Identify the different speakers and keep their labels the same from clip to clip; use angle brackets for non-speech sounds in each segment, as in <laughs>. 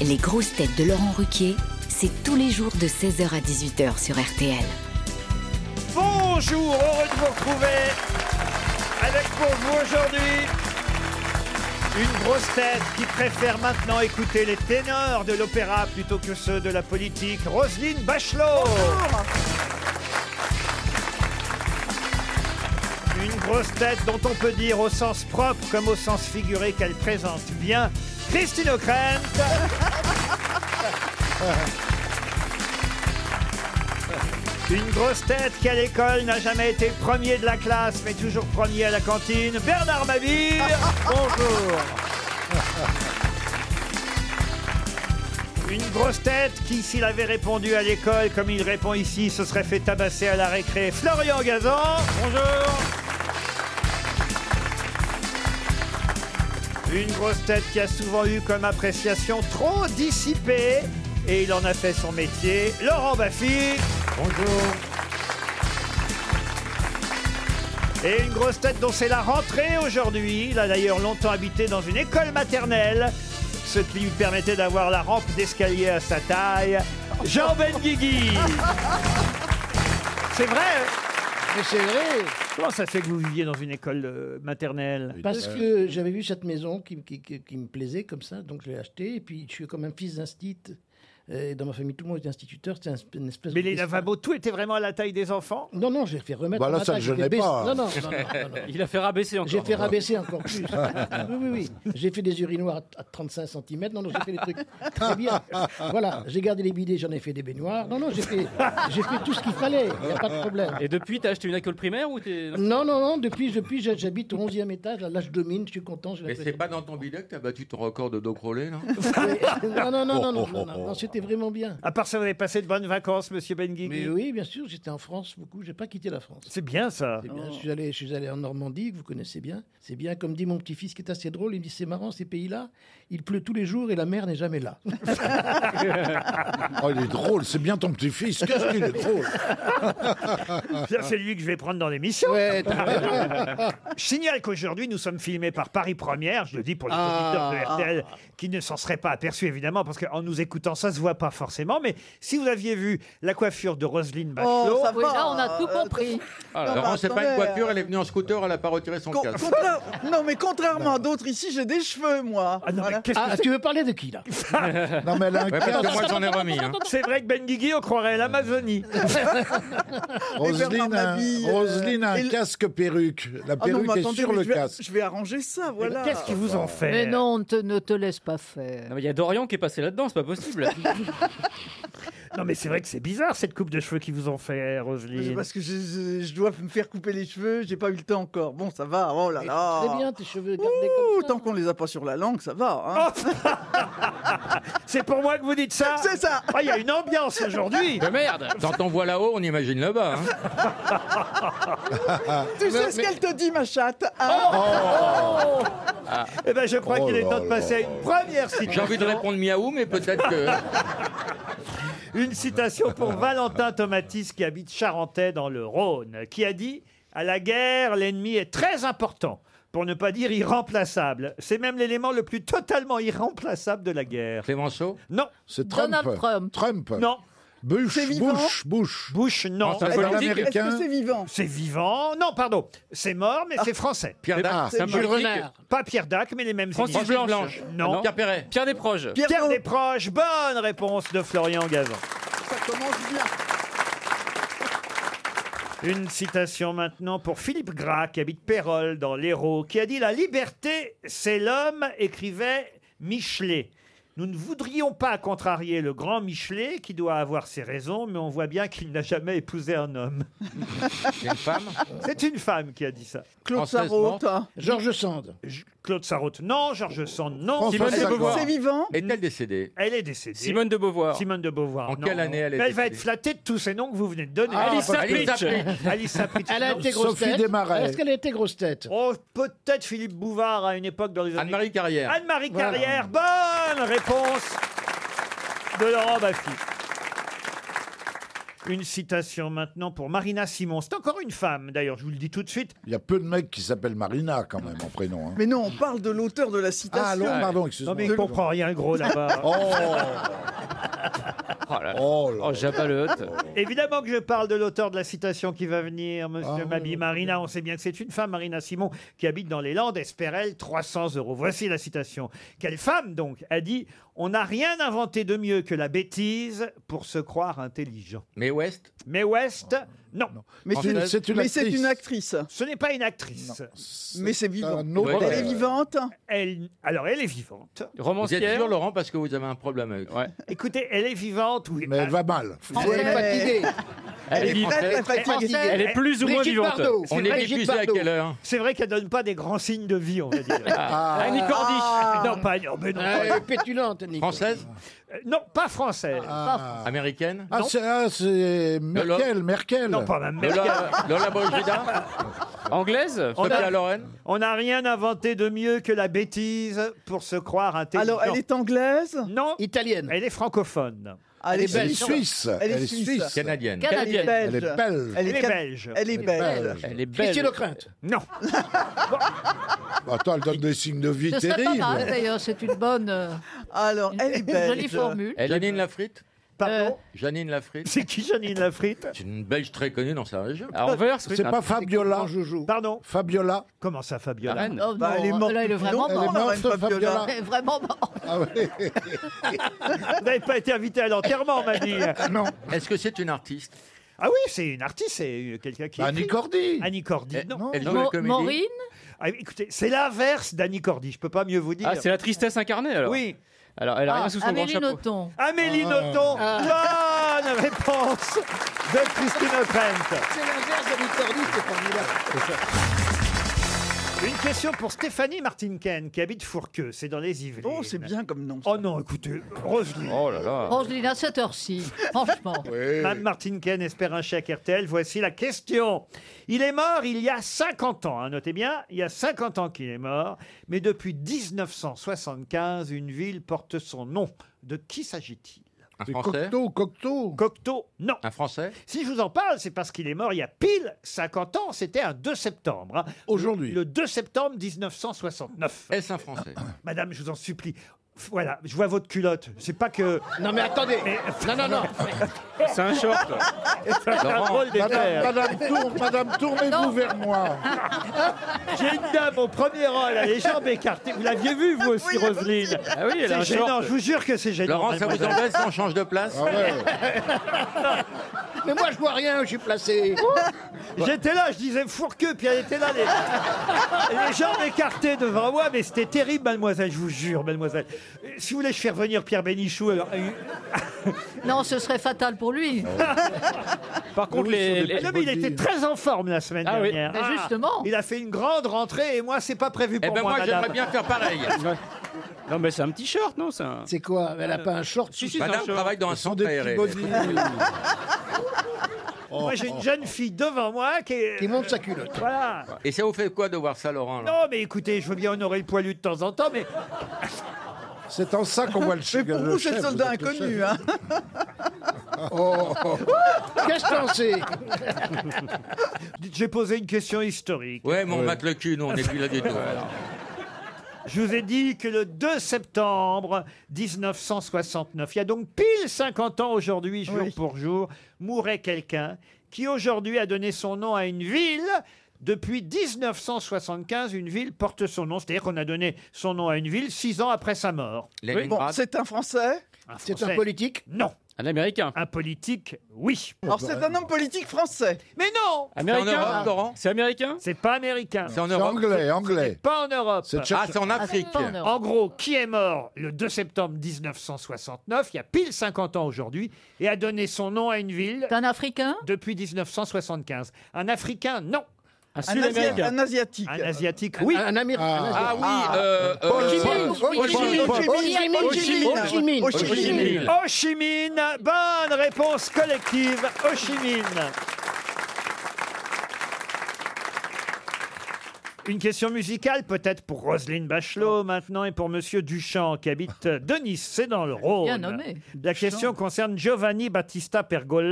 Speaker 1: Les grosses têtes de Laurent Ruquier, c'est tous les jours de 16h à 18h sur RTL.
Speaker 2: Bonjour, heureux de vous retrouver avec pour vous aujourd'hui une grosse tête qui préfère maintenant écouter les ténors de l'opéra plutôt que ceux de la politique, Roselyne Bachelot. Une grosse tête dont on peut dire au sens propre comme au sens figuré qu'elle présente bien Christine O'Krent. Une grosse tête qui à l'école n'a jamais été premier de la classe, mais toujours premier à la cantine, Bernard Mabille. Bonjour. Une grosse tête qui, s'il avait répondu à l'école comme il répond ici, se serait fait tabasser à la récré, Florian Gazan. Bonjour. Une grosse tête qui a souvent eu comme appréciation trop dissipée, et il en a fait son métier, Laurent Baffy. Bonjour. Et une grosse tête dont c'est la rentrée aujourd'hui. Il a d'ailleurs longtemps habité dans une école maternelle, ce qui lui permettait d'avoir la rampe d'escalier à sa taille, Jean Benguigui. C'est vrai hein
Speaker 3: Mais c'est vrai,
Speaker 2: Comment ça se fait que vous viviez dans une école euh, maternelle Euh,
Speaker 3: parce
Speaker 4: euh,
Speaker 3: que j'avais vu cette maison qui, qui- qui- qui me plaisait comme ça, donc je l'ai achetée. Et puis je suis comme un fils d'instit. euh, Et dans ma famille, tout le monde est instituteur. C'est un- une espèce
Speaker 2: Mais
Speaker 3: de-
Speaker 2: les lavabos, tout était vraiment à la taille des enfants
Speaker 3: Non, non, j'ai fait remettre.
Speaker 5: Bah là,
Speaker 3: ma
Speaker 5: ça
Speaker 3: taille,
Speaker 5: le gênait
Speaker 3: j'ai baissé-
Speaker 5: pas.
Speaker 3: Non, non, non,
Speaker 2: <laughs>
Speaker 3: non, non, non.
Speaker 6: Il a fait rabaisser encore.
Speaker 3: J'ai fait rabaisser encore plus. <laughs> Oui, oui, oui. J'ai fait des urinoirs à- à 35 cm. Non, non, j'ai fait des trucs très bien. Voilà, j'ai gardé les bidets, j'en ai fait des baignoires. Non, non, j'ai fait, j'ai fait tout ce qu'il fallait. Il n'y a pas de problème.
Speaker 6: Et depuis, t'as acheté une école primaire ou t'es.
Speaker 3: Non, non, non, depuis, depuis j'a- j'habite au 11e étage. Là, là, je domine, je suis content. j'ai
Speaker 4: Mais
Speaker 3: l'impression-
Speaker 4: c'est pas dans ton bidet que t'as battu ton record de dos crawlé, là
Speaker 3: non, non, non, non,
Speaker 4: Oh,
Speaker 3: non, non, non, non, c'était vraiment bien.
Speaker 2: À part ça, vous avez passé de bonnes vacances,
Speaker 3: <laughs>
Speaker 2: monsieur Benguigui
Speaker 3: Mais oui, bien sûr, j'étais en France beaucoup, j'ai pas quitté la France.
Speaker 2: C'est bien ça.
Speaker 3: C'est
Speaker 5: Oh.
Speaker 3: bien, je, suis allé, je suis allé en Normandie, que vous connaissez bien. C'est bien, comme dit mon petit-fils qui est assez drôle, il me dit c'est marrant ces pays-là, il pleut tous les jours et la mer n'est jamais
Speaker 5: <laughs>
Speaker 3: là.
Speaker 5: Oh, il est drôle, c'est bien ton petit-fils. Qu'est-ce qu'il est drôle
Speaker 2: Tiens, C'est lui que je vais prendre dans l'émission.
Speaker 3: Ouais, t'as raison.
Speaker 2: <laughs> Je signale qu'aujourd'hui, nous sommes filmés par Paris Première, je le dis pour les
Speaker 3: Ah,
Speaker 2: auditeurs de RTL, qui ne s'en seraient pas aperçus, évidemment, parce qu'en nous écoutant, ça se voit pas forcément. Mais si vous aviez vu la coiffure de Roselyne
Speaker 3: Oh,
Speaker 2: Bachelot,
Speaker 7: ça va.
Speaker 8: Oui, là, on a tout compris.
Speaker 7: Ah, bah,
Speaker 4: Laurent, c'est pas une
Speaker 7: attendez,
Speaker 4: coiffure, elle est venue en scooter, elle a pas retiré son
Speaker 7: euh, Con-
Speaker 4: casque.
Speaker 7: contra- Non, mais contrairement à d'autres ici, j'ai des cheveux, moi.
Speaker 2: Ah non, mais
Speaker 7: Voilà.
Speaker 2: qu'est-ce que
Speaker 3: Ah, tu veux parler de qui là
Speaker 5: Non, mais elle a un
Speaker 4: Ouais, parce que
Speaker 5: casque.
Speaker 4: moi j'en ai remis. hein.
Speaker 2: c'est vrai que Ben Guigui, on
Speaker 3: <laughs>
Speaker 2: croirait l'Amazonie.
Speaker 5: Roselyne a, un-
Speaker 7: Mabille, euh,
Speaker 5: Roselyne a un
Speaker 7: et le-
Speaker 5: casque perruque. La
Speaker 7: Ah non,
Speaker 5: perruque
Speaker 7: mais
Speaker 5: est
Speaker 7: attendez,
Speaker 5: sur
Speaker 7: mais
Speaker 5: le
Speaker 7: je vais,
Speaker 5: casque.
Speaker 7: Je vais arranger ça, voilà.
Speaker 2: Qu'est-ce qu'ils vous ont fait
Speaker 8: Mais non, on te- ne te laisse pas faire.
Speaker 6: Non, mais il y a Dorian qui est passé là-dedans, c'est pas possible.
Speaker 2: <laughs> Non, mais c'est vrai que c'est bizarre cette coupe de cheveux qu'ils vous ont fait,
Speaker 7: C'est
Speaker 2: Roselyne.
Speaker 7: parce que je, je- je dois me faire couper les cheveux, j'ai pas eu le temps encore. Bon, ça va, oh là là.
Speaker 3: Très bien, tes cheveux gardés
Speaker 7: Ouh,
Speaker 3: comme ça.
Speaker 7: tant qu'on les a pas sur la langue, ça va. hein.
Speaker 2: Ah, <laughs> C'est pour moi que vous dites ça
Speaker 7: C'est ça.
Speaker 2: Ah, il y a une ambiance aujourd'hui
Speaker 6: De merde
Speaker 4: Quand on voit là-haut, on imagine
Speaker 2: <laughs>
Speaker 4: là-bas. hein.
Speaker 7: <laughs> tu sais ce qu'elle te dit, ma chatte hein
Speaker 2: Oh
Speaker 4: Oh.
Speaker 2: Eh ben, je crois
Speaker 5: Oh
Speaker 2: qu'il est
Speaker 5: là
Speaker 2: temps de
Speaker 5: là
Speaker 2: passer à une première citation.
Speaker 4: J'ai envie de répondre miaou, mais peut-être
Speaker 2: <laughs>
Speaker 4: que.
Speaker 2: Une citation
Speaker 7: <laughs>
Speaker 2: pour Valentin Tomatis qui habite Charentais dans le Rhône, qui a dit À la guerre, l'ennemi est très important, pour ne pas dire irremplaçable. C'est même l'élément le plus totalement irremplaçable de la guerre.
Speaker 4: Clémenceau
Speaker 2: Non,
Speaker 5: C'est Trump.
Speaker 8: Donald Trump.
Speaker 2: non,
Speaker 7: C'est
Speaker 5: Bush,
Speaker 7: vivant
Speaker 5: Bush, Bush.
Speaker 2: Bush,
Speaker 4: Non,
Speaker 2: non.
Speaker 4: Ah, ça,
Speaker 5: C'est un
Speaker 7: Est-ce
Speaker 5: américain.
Speaker 7: que c'est vivant
Speaker 2: C'est vivant. Non, pardon, c'est mort, mais c'est français.
Speaker 4: Pierre
Speaker 5: Ah,
Speaker 4: Dac
Speaker 7: C'est
Speaker 6: Jules
Speaker 7: politique.
Speaker 6: Renard.
Speaker 2: Pas Pierre Dac, mais les mêmes
Speaker 6: Francis
Speaker 2: idées.
Speaker 6: Blanche.
Speaker 2: Non.
Speaker 6: Non.
Speaker 4: Ah, Pierre Perret
Speaker 6: Pierre Desproges.
Speaker 7: Pierre,
Speaker 2: Pierre
Speaker 7: Ro-
Speaker 2: Desproges, bonne réponse de Florian Gazan.
Speaker 7: ça commence bien.
Speaker 2: Une citation maintenant pour Philippe Gras, qui habite Pérol, dans l'Hérault, qui a dit La liberté, c'est l'homme, écrivait Michelet. Nous ne voudrions pas contrarier le grand Michelet, qui doit avoir ses raisons, mais on voit bien qu'il n'a jamais épousé un homme.
Speaker 4: C'est une femme
Speaker 2: C'est une femme qui a dit ça.
Speaker 7: Claude
Speaker 4: Française
Speaker 7: Sarraute. hein.
Speaker 3: Georges Sand.
Speaker 2: J- Claude Sarraute, non. Georges Sand, non.
Speaker 5: François
Speaker 6: Simone de
Speaker 5: Sagan.
Speaker 6: Beauvoir.
Speaker 7: C'est vivant
Speaker 4: Est-elle décédée
Speaker 2: Elle est décédée.
Speaker 6: Simone de Beauvoir.
Speaker 2: Simone de Beauvoir.
Speaker 4: En
Speaker 2: non.
Speaker 4: quelle année elle est
Speaker 2: Mais Elle va être
Speaker 4: décédée
Speaker 2: flattée de tous ces noms que vous venez de donner.
Speaker 3: Ah,
Speaker 6: Alice Sapritch.
Speaker 2: Alice Sapritch,
Speaker 3: Elle a
Speaker 2: non.
Speaker 3: été grosse
Speaker 5: Sophie
Speaker 3: tête.
Speaker 5: Desmarais.
Speaker 3: Est-ce qu'elle a été grosse tête
Speaker 2: Oh, peut-être Philippe Bouvard à une époque dans les années
Speaker 4: Anne-Marie Carrière.
Speaker 2: Anne-Marie
Speaker 3: Voilà.
Speaker 2: Carrière, bonne réponse de Laurent Baffy. Une citation maintenant pour Marina Simon. C'est encore une femme, d'ailleurs, je vous le dis tout de suite.
Speaker 5: Il y a peu de mecs qui s'appellent Marina quand même en prénom. hein.
Speaker 7: Mais non, on parle de l'auteur de la citation.
Speaker 5: Ah, alors, pardon,
Speaker 2: Non,
Speaker 5: excuse-moi.
Speaker 2: mais il comprend rien, gros, là-bas.
Speaker 5: Oh,
Speaker 6: Oh là là.
Speaker 5: oh là.
Speaker 6: Oh, Jabba le Hutt.
Speaker 2: Évidemment que je parle de l'auteur de la citation qui va venir, monsieur
Speaker 5: Ah,
Speaker 2: Mabi.
Speaker 5: oui, oui.
Speaker 2: Marina, on sait bien que c'est une femme, Marina Simon, qui habite dans les Landes, Espérel, 300 euros. Voici la citation. Quelle femme, donc, a dit « On n'a rien inventé de mieux que la bêtise pour se croire intelligent
Speaker 4: Mais West, ».
Speaker 2: Mais West, non,
Speaker 7: Mais c'est
Speaker 5: C'est- c'est une
Speaker 7: mais c'est
Speaker 5: actrice.
Speaker 7: une actrice.
Speaker 2: ce n'est pas une actrice.
Speaker 7: Mais c'est vivant.
Speaker 5: un autre-
Speaker 4: Ouais.
Speaker 7: Elle est vivante.
Speaker 2: Elle, alors, elle est vivante.
Speaker 4: vous êtes
Speaker 6: Romancière.
Speaker 4: sûr, Laurent, parce que vous avez un problème avec ça.
Speaker 6: Ouais.
Speaker 2: Écoutez, elle est vivante, oui.
Speaker 5: Mais elle va mal.
Speaker 8: Français.
Speaker 7: Ouais.
Speaker 3: fatiguée.
Speaker 6: Elle, est
Speaker 7: Elle est
Speaker 6: vivante.
Speaker 7: très, très fatiguée.
Speaker 6: Elle est plus ou moins
Speaker 3: Brigitte
Speaker 6: vivante.
Speaker 3: Bardot.
Speaker 4: On
Speaker 3: C'est
Speaker 4: est
Speaker 3: Brigitte
Speaker 4: diffusé à
Speaker 3: Bardot.
Speaker 4: quelle heure
Speaker 2: C'est vrai qu'elle donne pas des grands signes de vie, on va dire.
Speaker 6: Ah. Annie Cordy.
Speaker 7: Ah.
Speaker 2: non, pas, non, mais non,
Speaker 3: Elle est pétulante, Nico.
Speaker 4: Française
Speaker 2: Euh, non, pas française.
Speaker 5: Ah,
Speaker 4: Américaine
Speaker 5: Ah, c'est ah, c'est Merkel, Merkel.
Speaker 2: Non, pas même.
Speaker 4: Lola, Lola Brigida
Speaker 6: Anglaise
Speaker 2: On a-
Speaker 4: Sophia Loren
Speaker 2: On n'a rien inventé de mieux que la bêtise pour se croire intelligent.
Speaker 7: Alors, elle est anglaise.
Speaker 2: Non,
Speaker 3: Italienne.
Speaker 2: elle est francophone.
Speaker 7: Ah,
Speaker 3: Elle est
Speaker 5: Elle est
Speaker 3: belle.
Speaker 5: suisse.
Speaker 7: Elle est suisse.
Speaker 4: Canadienne.
Speaker 8: Canadienne.
Speaker 7: Elle est belge.
Speaker 5: Elle est belle.
Speaker 7: Elle
Speaker 2: Elle
Speaker 7: est
Speaker 2: est
Speaker 7: can-
Speaker 2: belge.
Speaker 7: Elle est belge.
Speaker 6: Elle est belle. <laughs>
Speaker 3: Christine O'Crinte.
Speaker 2: Non,
Speaker 5: Attends, elle donne des signes de vie
Speaker 8: Ce serait pas
Speaker 9: hein,
Speaker 8: mal,
Speaker 5: terribles.
Speaker 8: d'ailleurs, c'est une bonne, euh,
Speaker 7: Alors,
Speaker 8: une,
Speaker 7: elle est
Speaker 8: une
Speaker 9: Ben,
Speaker 7: belge.
Speaker 8: jolie formule.
Speaker 4: Janine Lafritte
Speaker 8: Euh,
Speaker 2: pardon.
Speaker 4: Janine Lafritte
Speaker 2: C'est qui Janine Lafritte
Speaker 4: C'est une belge très connue dans sa région.
Speaker 5: Ah,
Speaker 6: À Anvers, oui.
Speaker 5: C'est pas Fabiola.
Speaker 3: Joujou.
Speaker 2: Pardon
Speaker 5: Fabiola.
Speaker 2: Comment ça,
Speaker 6: À
Speaker 2: Fabiola
Speaker 6: Rennes.
Speaker 8: oh
Speaker 7: Bah,
Speaker 8: non,
Speaker 7: elle est morte.
Speaker 8: là, elle est
Speaker 7: depuis
Speaker 8: vraiment
Speaker 7: longtemps,
Speaker 5: Elle est
Speaker 8: morte.
Speaker 7: la reine
Speaker 5: morte, Fabiola.
Speaker 8: Elle est vraiment morte.
Speaker 5: Ah ouais.
Speaker 2: <laughs> Vous n'avez pas été invité à l'enterrement, on m'a dit.
Speaker 5: Non.
Speaker 4: Est-ce que c'est une artiste
Speaker 2: Ah oui, c'est une artiste, c'est euh, quelqu'un qui.
Speaker 5: Bah, Annie
Speaker 2: écrit.
Speaker 5: Cordy.
Speaker 2: Annie Cordy.
Speaker 4: Eh,
Speaker 2: non.
Speaker 4: Elle joue la
Speaker 8: Mo-
Speaker 4: comédie
Speaker 8: Maureen
Speaker 2: Ah, écoutez, c'est l'inverse d'Annie Cordy, je peux pas mieux vous dire.
Speaker 6: Ah, c'est la tristesse incarnée alors.
Speaker 2: Oui.
Speaker 6: Alors, elle a rien
Speaker 8: Ah,
Speaker 6: sous son grand
Speaker 8: Amélie
Speaker 6: chapeau.
Speaker 8: Nothomb.
Speaker 5: Ah.
Speaker 8: Ah.
Speaker 2: Amélie Nothomb, bonne réponse de Christine O'Krent.
Speaker 3: C'est l'inverse de Nicordi, c'est formidable.
Speaker 2: Une question pour Stéphanie Martinken qui habite Fourqueux, c'est dans les Yvelines.
Speaker 7: Oh, c'est bien comme nom. ça.
Speaker 2: Oh non, écoutez, Roselyne.
Speaker 6: Oh là là.
Speaker 8: Angeline, à cette heure-ci, franchement.
Speaker 2: Mme Martinken espère un chèque RTL. Voici la question. Il est mort il y a 50 ans. hein. notez bien, il y a 50 ans qu'il est mort. Mais depuis 1975, une ville porte son nom. De qui s'agit-il
Speaker 4: Un
Speaker 5: C'est
Speaker 4: français
Speaker 5: Cocteau, Cocteau.
Speaker 2: Cocteau Non.
Speaker 4: Un français
Speaker 2: Si je vous en parle, c'est parce qu'il est mort il y a pile 50 ans. C'était un 2 septembre. hein.
Speaker 5: Aujourd'hui.
Speaker 2: Le 2 septembre 1969.
Speaker 4: Est-ce un français
Speaker 2: Madame, je vous en supplie. Voilà, je vois votre culotte. C'est pas que.
Speaker 3: Non, mais attendez.
Speaker 2: Mais-
Speaker 3: Non, non, non.
Speaker 6: C'est un short.
Speaker 2: C'est un drôle
Speaker 5: Madame,
Speaker 2: d'effet.
Speaker 5: Madame Tour- Madame, tournez-vous
Speaker 8: Non.
Speaker 5: vers moi.
Speaker 2: J'ai une dame au premier rang, elle a les jambes écartées. Vous l'aviez vu, vous aussi, Roselyne
Speaker 6: Ah oui, elle a
Speaker 2: C'est
Speaker 6: un
Speaker 2: gênant,
Speaker 6: short.
Speaker 2: je vous jure que c'est gênant.
Speaker 4: Laurent, ça vous
Speaker 2: mademoiselle.
Speaker 4: embête si on change de place
Speaker 5: Ah ouais.
Speaker 3: <laughs> Mais moi, je vois rien, je suis placé.
Speaker 5: Oh.
Speaker 2: J'étais là, je disais fourqueux, puis elle était là, les, les jambes écartées devant moi, mais c'était terrible, mademoiselle, je vous jure, mademoiselle. Euh, Si vous voulez, je fais revenir Pierre Bénichou. Alors, euh,
Speaker 8: Non, ce serait fatal pour lui.
Speaker 2: <laughs>
Speaker 6: Par contre, les, les-
Speaker 2: non, mais il était très en forme la semaine
Speaker 6: Ah oui.
Speaker 2: dernière.
Speaker 8: Mais justement.
Speaker 2: Il a fait une grande rentrée, et moi, c'est pas prévu
Speaker 4: Eh
Speaker 2: pour
Speaker 4: ben
Speaker 2: moi,
Speaker 4: moi, j'aimerais
Speaker 2: madame.
Speaker 4: bien faire pareil.
Speaker 6: Non, mais c'est un petit short, non c'est un...
Speaker 3: C'est quoi Elle a pas un short
Speaker 6: Si, si, c'est un
Speaker 4: Madame
Speaker 6: short.
Speaker 4: travaille dans un
Speaker 5: Sans
Speaker 4: centre
Speaker 5: des petits
Speaker 4: aéré. <laughs>
Speaker 5: bodys.
Speaker 2: Moi, j'ai une jeune fille devant moi qui est...
Speaker 3: qui monte sa culotte.
Speaker 2: Voilà.
Speaker 4: Et ça vous fait quoi de voir ça, Laurent alors
Speaker 2: Non, mais écoutez, je veux bien honorer le poilu de temps en temps, mais
Speaker 5: C'est en ça qu'on voit le
Speaker 7: Mais
Speaker 5: chef.
Speaker 7: pour vous, c'est le soldat inconnu. Hein.
Speaker 3: Oh.
Speaker 2: <laughs>
Speaker 3: Qu'est-ce que t'en sais
Speaker 2: j'ai posé une question historique. Euh,
Speaker 4: Ouais, mais on mate le cul, nous, on n'est plus là du tout.
Speaker 2: <laughs> Je vous ai dit que le 2 septembre 1969, il y a donc pile 50 ans aujourd'hui, jour
Speaker 7: Oui.
Speaker 2: pour jour, mourait quelqu'un qui aujourd'hui a donné son nom à une ville. Depuis 1975, une ville porte son nom. C'est-à-dire qu'on a donné son nom à une ville six ans après sa mort.
Speaker 7: Bon,
Speaker 4: Leningrad.
Speaker 7: c'est un Français.
Speaker 3: C'est
Speaker 2: Français.
Speaker 3: un politique
Speaker 2: Non.
Speaker 6: Un américain.
Speaker 2: Un politique, oui.
Speaker 7: Alors, c'est un homme politique français.
Speaker 2: Mais non
Speaker 6: Américain Ah.
Speaker 4: C'est en Europe, Laurent
Speaker 6: C'est américain
Speaker 2: C'est pas américain.
Speaker 4: C'est en
Speaker 5: C'est
Speaker 4: Europe
Speaker 5: anglais, anglais.
Speaker 2: Pas en Europe.
Speaker 5: C'est tchèque.
Speaker 4: Ah, c'est en
Speaker 8: Ah, c'est
Speaker 4: Afrique.
Speaker 8: pas en Europe.
Speaker 2: En gros, qui est mort le 2 septembre 1969, il y a pile 50 ans aujourd'hui, et a donné son nom à une ville
Speaker 8: C'est un Africain
Speaker 2: depuis 1975. Un Africain, non.
Speaker 6: Un
Speaker 4: Ah,
Speaker 7: Un, Asi-
Speaker 6: sud-américain.
Speaker 7: un asiatique.
Speaker 2: Un Asiatique, oui.
Speaker 3: Un Américain.
Speaker 4: Ah oui, euh, euh,
Speaker 5: Paul-
Speaker 4: Paul-
Speaker 5: Paul- Paul- Paul- Paul-
Speaker 7: Ho Chi Minh,
Speaker 3: Ho Chi Minh,
Speaker 7: Ho Chi Minh,
Speaker 3: Ho Chi Minh.
Speaker 7: Ho Chi
Speaker 4: Ho Chi
Speaker 7: Minh.
Speaker 4: Minh.
Speaker 2: Ho Chi Minh, bonne réponse collective, Ho Chi Minh. Une question musicale peut-être pour Roselyne
Speaker 8: Oh.
Speaker 2: Bachelot maintenant et pour Monsieur Duchamp qui
Speaker 8: <laughs>
Speaker 2: habite de Nice, c'est dans le Rhône.
Speaker 8: Bien nommé.
Speaker 2: La question concerne Giovanni Battista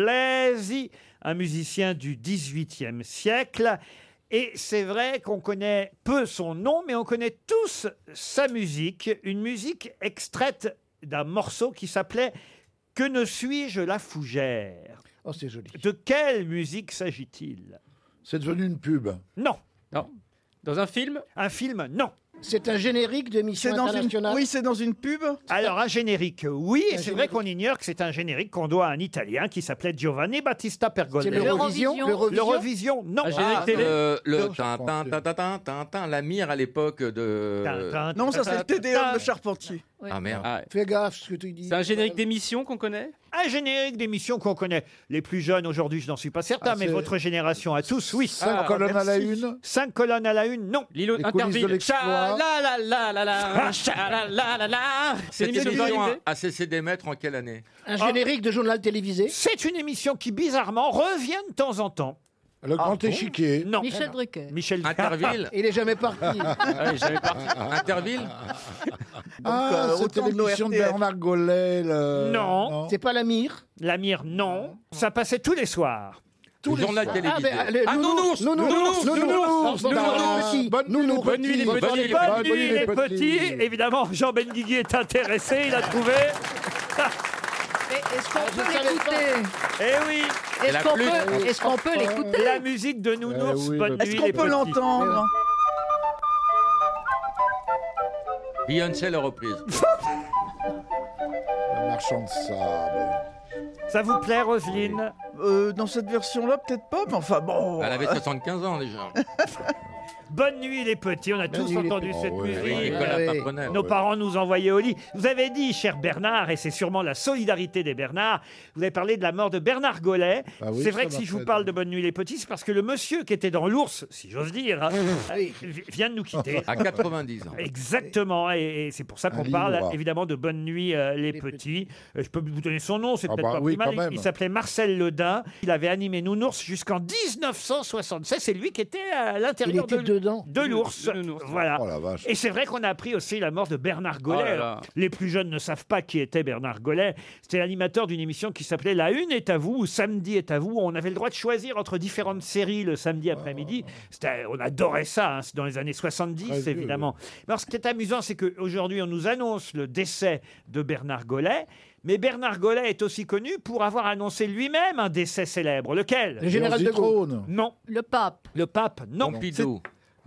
Speaker 2: Pergolesi, un musicien du XVIIIe siècle. Et c'est vrai qu'on connaît peu son nom, mais on connaît tous sa musique, une musique extraite d'un morceau qui s'appelait Que ne suis-je la fougère
Speaker 3: Oh, c'est joli.
Speaker 2: De quelle musique s'agit-il
Speaker 5: C'est devenu une pub.
Speaker 2: Non.
Speaker 6: Non. Dans un film
Speaker 2: Un film, non.
Speaker 3: C'est un générique de
Speaker 7: C'est
Speaker 3: Mission
Speaker 7: dans une.
Speaker 3: Internationale.
Speaker 7: Oui, c'est dans une pub.
Speaker 2: Alors un générique, euh, oui, et c'est vrai qu'on ignore que c'est un générique qu'on doit à un Italien qui s'appelait Giovanni Battista
Speaker 3: C'est
Speaker 2: Pergolesi.
Speaker 3: l'Eurovision.
Speaker 8: L'Eurovision.
Speaker 3: L'Eurovision.
Speaker 2: L'Eurovision, non.
Speaker 6: Un générique télé
Speaker 4: Euh, le
Speaker 5: Non, je
Speaker 4: tin,
Speaker 5: pense
Speaker 4: tin,
Speaker 5: que-
Speaker 4: tin, tin, tin, tin, tin, la mire à l'époque de.
Speaker 2: Tintin,
Speaker 7: Non, ça c'est le
Speaker 2: tintin,
Speaker 7: TDM de
Speaker 2: tintin.
Speaker 7: Charpentier.
Speaker 4: Ah merde.
Speaker 6: Ah ouais.
Speaker 3: Fais gaffe ce que tu dis.
Speaker 6: C'est un générique d'émission qu'on connaît
Speaker 2: Un générique d'émission qu'on connaît. Les plus jeunes aujourd'hui, je n'en suis pas certain,
Speaker 5: Ah,
Speaker 2: mais
Speaker 5: c'est-
Speaker 2: votre génération à tous, oui.
Speaker 5: Cinq
Speaker 6: Ah,
Speaker 5: colonnes à la
Speaker 6: merci.
Speaker 5: une.
Speaker 2: Cinq colonnes à la une, non.
Speaker 6: L'îlot
Speaker 5: Les coulisses de
Speaker 6: Interville.
Speaker 5: l'exploit.
Speaker 6: Cha la
Speaker 2: <laughs>
Speaker 6: la la la la. cha
Speaker 2: ah
Speaker 6: la la la la. C'est
Speaker 4: Cette
Speaker 6: une émission
Speaker 4: émission
Speaker 6: télévisée
Speaker 4: a cessé d'émettre en quelle année
Speaker 3: Un générique de journal télévisé.
Speaker 2: Ah. C'est une émission qui bizarrement revient de temps en temps. Ah
Speaker 5: Le grand échiquier.
Speaker 2: Non.
Speaker 8: Michel Drucker.
Speaker 2: Michel Ah,
Speaker 4: Interville
Speaker 3: Ah, Il est jamais parti. Ah,
Speaker 6: Allez, j'avais parti.
Speaker 4: Interville
Speaker 5: Ah,
Speaker 7: euh,
Speaker 5: c'était
Speaker 7: autant de
Speaker 5: l'émission de
Speaker 7: l'ORTF.
Speaker 5: Bernard Gollet. le-
Speaker 2: euh, Non.
Speaker 3: C'est pas la mire.
Speaker 2: Lamire, non. Ça passait tous les soirs.
Speaker 4: Tous les journal
Speaker 3: Ah,
Speaker 4: télévisé.
Speaker 3: ben, le-
Speaker 4: Ah,
Speaker 3: nounours,
Speaker 4: nounours,
Speaker 3: nounours,
Speaker 4: nounours,
Speaker 3: nounours, nounours,
Speaker 5: Bonne nuit,
Speaker 3: nounours,
Speaker 5: les
Speaker 6: Bonne nuit, les
Speaker 5: petits.
Speaker 6: petits.
Speaker 4: nuit, les
Speaker 2: Bonne
Speaker 5: bonne
Speaker 2: nuit,
Speaker 5: nuit,
Speaker 2: les
Speaker 5: les
Speaker 2: petits.
Speaker 5: petits.
Speaker 2: Évidemment, Jean Benguigui est intéressé, il a trouvé.
Speaker 8: Mais Est-ce
Speaker 2: Ah,
Speaker 8: qu'on peut
Speaker 3: savais
Speaker 8: l'écouter
Speaker 2: Eh oui,
Speaker 4: la
Speaker 8: Est-ce qu'on
Speaker 4: flûte.
Speaker 8: peut, est-ce qu'on
Speaker 2: Ah,
Speaker 8: peut l'écouter
Speaker 2: la musique de Nounours,
Speaker 5: Eh oui,
Speaker 2: Bonne
Speaker 5: le
Speaker 2: nuit,
Speaker 7: Est-ce
Speaker 2: les
Speaker 7: qu'on peut
Speaker 2: petits.
Speaker 7: l'entendre
Speaker 4: Beyoncé la reprise.
Speaker 5: Le marchand de sable.
Speaker 2: Ça vous plaît, Roselyne
Speaker 7: Euh, Dans cette version-là, peut-être pas, mais enfin bon.
Speaker 3: Ah,
Speaker 4: Elle avait 75 ans déjà.
Speaker 2: Bonne nuit, les petits. On a tous
Speaker 3: nuit, les
Speaker 2: entendu
Speaker 5: petits.
Speaker 2: cette
Speaker 5: Oh, ouais.
Speaker 2: musique.
Speaker 4: Oui,
Speaker 5: Ouais, Ah
Speaker 4: Nicolas
Speaker 3: ouais.
Speaker 4: Paprenel.
Speaker 2: Nos
Speaker 5: ouais.
Speaker 2: parents nous envoyaient au lit. Vous avez dit, cher Bernard, et c'est sûrement la solidarité des Bernards, vous avez parlé de la mort de Bernard Gollet.
Speaker 5: Ah oui,
Speaker 2: c'est
Speaker 5: ça
Speaker 2: vrai que
Speaker 5: m'a
Speaker 2: si je vous
Speaker 5: fait
Speaker 2: parle
Speaker 5: drôle.
Speaker 2: de Bonne Nuit les Petits, c'est parce que le monsieur qui était dans l'ours, si
Speaker 5: <laughs>
Speaker 2: j'ose dire, hein,
Speaker 5: Ah
Speaker 2: vi- vient de nous quitter.
Speaker 4: À 90 ans.
Speaker 2: Exactement, et, et c'est pour ça qu'on
Speaker 5: Un
Speaker 2: parle
Speaker 5: Lillois.
Speaker 2: évidemment de Bonne Nuit euh, les, petits. Euh, Je peux vous donner son nom, c'est
Speaker 5: Ah
Speaker 2: peut-être
Speaker 5: bah
Speaker 2: pas
Speaker 5: oui,
Speaker 2: plus mal.
Speaker 5: quand
Speaker 2: Il-
Speaker 5: même.
Speaker 2: Il, s'appelait Marcel Ledin. Il avait animé Nounours jusqu'en 1976. C'est lui qui était euh, à
Speaker 3: Il
Speaker 2: l'intérieur
Speaker 3: était
Speaker 2: de,
Speaker 3: dedans.
Speaker 2: de l'ours.
Speaker 6: De Nounours.
Speaker 2: Voilà.
Speaker 5: Oh la vache.
Speaker 2: Et c'est vrai qu'on a appris aussi la mort de Bernard Gollet.
Speaker 6: Oh là là.
Speaker 2: Alors, Les plus jeunes ne savent pas qui était Bernard Gollet. C'était l'animateur d'une émission qui s'appelait La Une est à vous ou Samedi est à vous. On avait le droit de choisir entre différentes séries le samedi après-midi. C'était- On adorait ça. hein. C'est dans les années 70,
Speaker 5: Très vieux,
Speaker 2: évidemment. Mais alors, ce qui est amusant, c'est qu'aujourd'hui, on nous annonce le décès de Bernard Gollet. Mais Bernard Gollet est aussi connu pour avoir annoncé lui-même un décès célèbre.
Speaker 3: Le
Speaker 2: Lequel
Speaker 3: général de Gaulle.
Speaker 2: Non.
Speaker 8: Le pape.
Speaker 2: Le pape Euh, Non.
Speaker 4: Pompidou.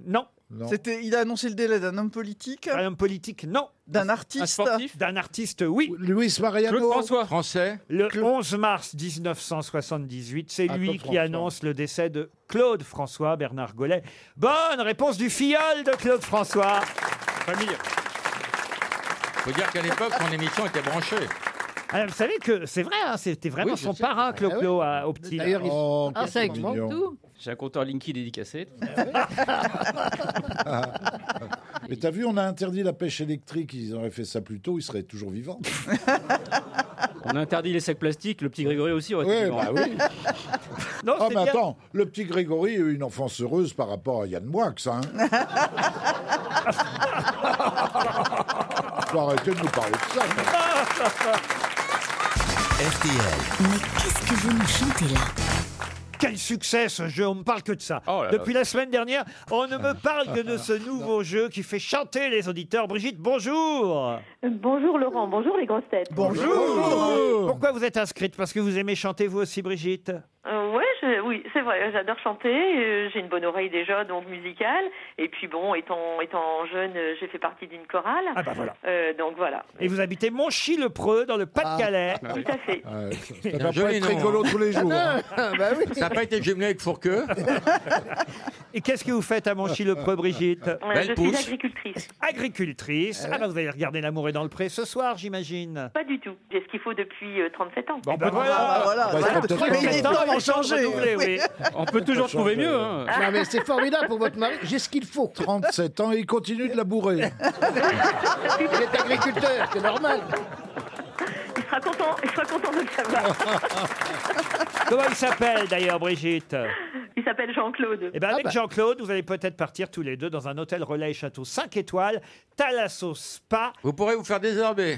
Speaker 2: Non.
Speaker 7: C'était, il a annoncé le délai d'un homme politique,
Speaker 2: Un homme politique Non.
Speaker 7: d'un
Speaker 6: Un
Speaker 7: artiste.
Speaker 6: sportif
Speaker 2: D'un artiste Oui.
Speaker 5: Luis
Speaker 6: Claude
Speaker 5: Mariano.
Speaker 6: François.
Speaker 4: Français.
Speaker 2: Le 11 mars 1978, c'est
Speaker 5: Ah,
Speaker 2: lui
Speaker 5: Claude
Speaker 2: qui
Speaker 5: François.
Speaker 2: annonce le décès de Claude François Bernard Gollet. Bonne réponse du filleul de Claude François.
Speaker 6: Famille.
Speaker 4: Faut dire qu'à l'époque, son émission était branchée.
Speaker 2: Alors, Ah, vous savez que c'est vrai, hein, c'était vraiment
Speaker 4: Oui, je
Speaker 2: son
Speaker 4: sais.
Speaker 2: parrain, Claude
Speaker 3: Ah oui.
Speaker 2: Claude, à- au petit.
Speaker 3: D'ailleurs, il-
Speaker 5: Oh,
Speaker 8: Ah, ça
Speaker 5: qu'est-ce que c'est
Speaker 8: explique
Speaker 5: mignon.
Speaker 8: tout.
Speaker 6: J'ai un compteur Linky dédicacé.
Speaker 5: Ah. Mais t'as vu, on a interdit la pêche électrique. Ils auraient fait ça plus tôt, ils seraient toujours vivants.
Speaker 6: <laughs> On a interdit les sacs plastiques. Le petit Grégory aussi aurait été
Speaker 5: Oui,
Speaker 6: vivant.
Speaker 5: bah oui.
Speaker 2: Non,
Speaker 5: Ah,
Speaker 2: c'est
Speaker 5: mais
Speaker 2: bien.
Speaker 5: attends, le petit Grégory a eu une enfance heureuse par rapport à Yann Moix,
Speaker 6: <laughs>
Speaker 5: hein. Faut arrêter de nous parler de ça. quoi.
Speaker 4: RTL.
Speaker 1: Mais qu'est-ce que vous nous chantez là
Speaker 2: Quel succès ce jeu, on me parle que de ça.
Speaker 6: Oh là là.
Speaker 2: Depuis la semaine dernière, on ne me parle que
Speaker 6: <laughs>
Speaker 2: de ce nouveau jeu qui fait chanter les auditeurs. Brigitte, bonjour.
Speaker 10: Bonjour Laurent, bonjour les grosses têtes.
Speaker 2: Pourquoi vous êtes inscrite Parce que vous aimez chanter vous aussi, Brigitte
Speaker 10: Euh, ouais, je- oui, c'est vrai, j'adore chanter, euh, j'ai une bonne oreille déjà, donc musicale. Et puis bon, étant, étant jeune, euh, j'ai fait partie d'une chorale.
Speaker 2: Ah bah voilà.
Speaker 10: Euh, donc voilà,
Speaker 2: Et vous habitez Monchy-le-Preux, dans le Pas-de-Calais.
Speaker 10: Ah. tout à fait.
Speaker 4: Ah,
Speaker 5: Ouais, ça ça
Speaker 4: un
Speaker 5: doit pas
Speaker 4: joli
Speaker 5: être
Speaker 4: nom, Bah
Speaker 5: rigolo tous les jours.
Speaker 4: <laughs>
Speaker 5: hein.
Speaker 4: Ça n'a pas été jumelé avec Fourqueux.
Speaker 2: Et qu'est-ce que vous faites à Monchy-le-Preux, Brigitte
Speaker 10: Euh,
Speaker 4: Belle
Speaker 10: je
Speaker 4: pousse. Euh.
Speaker 10: suis agricultrice,
Speaker 2: Agricultrice. Ah bah vous allez regarder L'amour est dans le pré ce soir, j'imagine.
Speaker 10: pas du tout. J'ai ce qu'il faut depuis euh, 37 ans.
Speaker 7: Ah,
Speaker 2: Eh ben
Speaker 7: bah
Speaker 2: voilà
Speaker 7: voilà,
Speaker 5: Bah,
Speaker 7: voilà.
Speaker 5: c'est peut-être
Speaker 7: Mais il est
Speaker 2: Attends,
Speaker 7: temps d'en
Speaker 2: les gens
Speaker 7: changer.
Speaker 2: renouvelés, oui.
Speaker 6: On peut toujours trouver mieux. hein.
Speaker 3: Non, Ah, mais c'est formidable pour votre mari. J'ai ce qu'il faut.
Speaker 5: 37 ans et il continue de labourer.
Speaker 3: Il est agriculteur, c'est normal.
Speaker 10: Il sera content, il sera content de le savoir.
Speaker 2: Comment il s'appelle d'ailleurs, Brigitte
Speaker 10: Il s'appelle Jean-Claude.
Speaker 4: Ah,
Speaker 2: Eh ben
Speaker 4: bah.
Speaker 2: avec Jean-Claude, vous allez peut-être partir tous les deux dans un hôtel relais château 5 étoiles, Thalasso Spa.
Speaker 4: Vous pourrez vous faire
Speaker 2: <laughs>
Speaker 4: désherber.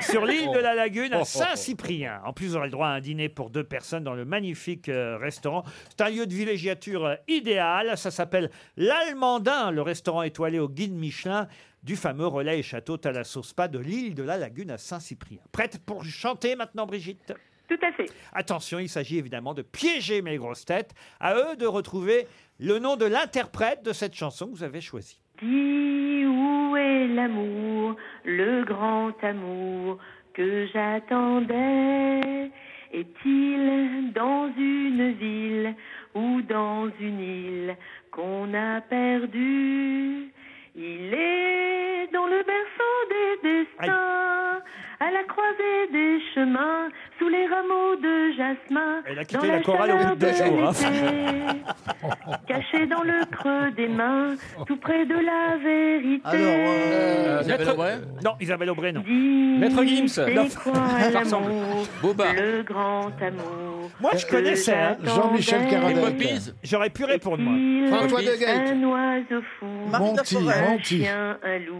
Speaker 2: sur l'île de la Lagune
Speaker 4: Oh.
Speaker 2: à Saint-Cyprien. En plus, vous aurez le droit à un dîner pour deux personnes dans le magnifique euh, restaurant. C'est un lieu de villégiature euh, idéal. Ça s'appelle l'Allemandin, le restaurant étoilé au guide Michelin du fameux relais et château Thalasso Spa de l'île de la Lagune à Saint-Cyprien. Prête pour chanter maintenant, Brigitte
Speaker 10: Tout à fait.
Speaker 2: Attention, il s'agit évidemment de piéger mes grosses têtes. À eux de retrouver le nom de l'interprète de cette chanson que vous avez choisie.
Speaker 10: Dis où est l'amour, le grand amour que j'attendais Est-il dans une ville ou dans une île qu'on a perdue Il est dans le berceau des destins, à la croisée des chemins, sous les rameaux de jasmin.
Speaker 2: Elle a quitté
Speaker 10: dans
Speaker 2: la chorale au
Speaker 10: chaleur
Speaker 2: bout de deux jours, hein.
Speaker 10: l'été. Caché dans le creux des mains, tout près de la vérité.
Speaker 4: euh,
Speaker 2: euh,
Speaker 6: Euh,
Speaker 4: Isabelle Aubray
Speaker 2: Non, Isabelle Aubray, non.
Speaker 10: Dis,
Speaker 6: Maître Gims. Non.
Speaker 10: C'est quoi
Speaker 6: Ça ressemble.
Speaker 10: l'amour
Speaker 4: Bobard.
Speaker 10: Le grand amour.
Speaker 2: Moi, je
Speaker 10: que
Speaker 2: connaissais, hein.
Speaker 5: Jean-Michel
Speaker 4: Les
Speaker 10: j'attendais.
Speaker 5: Caradec.
Speaker 4: Poppies
Speaker 2: J'aurais pu répondre, moi.
Speaker 10: Il
Speaker 4: François
Speaker 10: est
Speaker 4: de
Speaker 11: Gaët.
Speaker 10: Un oiseau fou.
Speaker 7: Marine
Speaker 5: Monty,
Speaker 7: Laforêt.
Speaker 10: un
Speaker 5: Monty,
Speaker 10: chien, un loup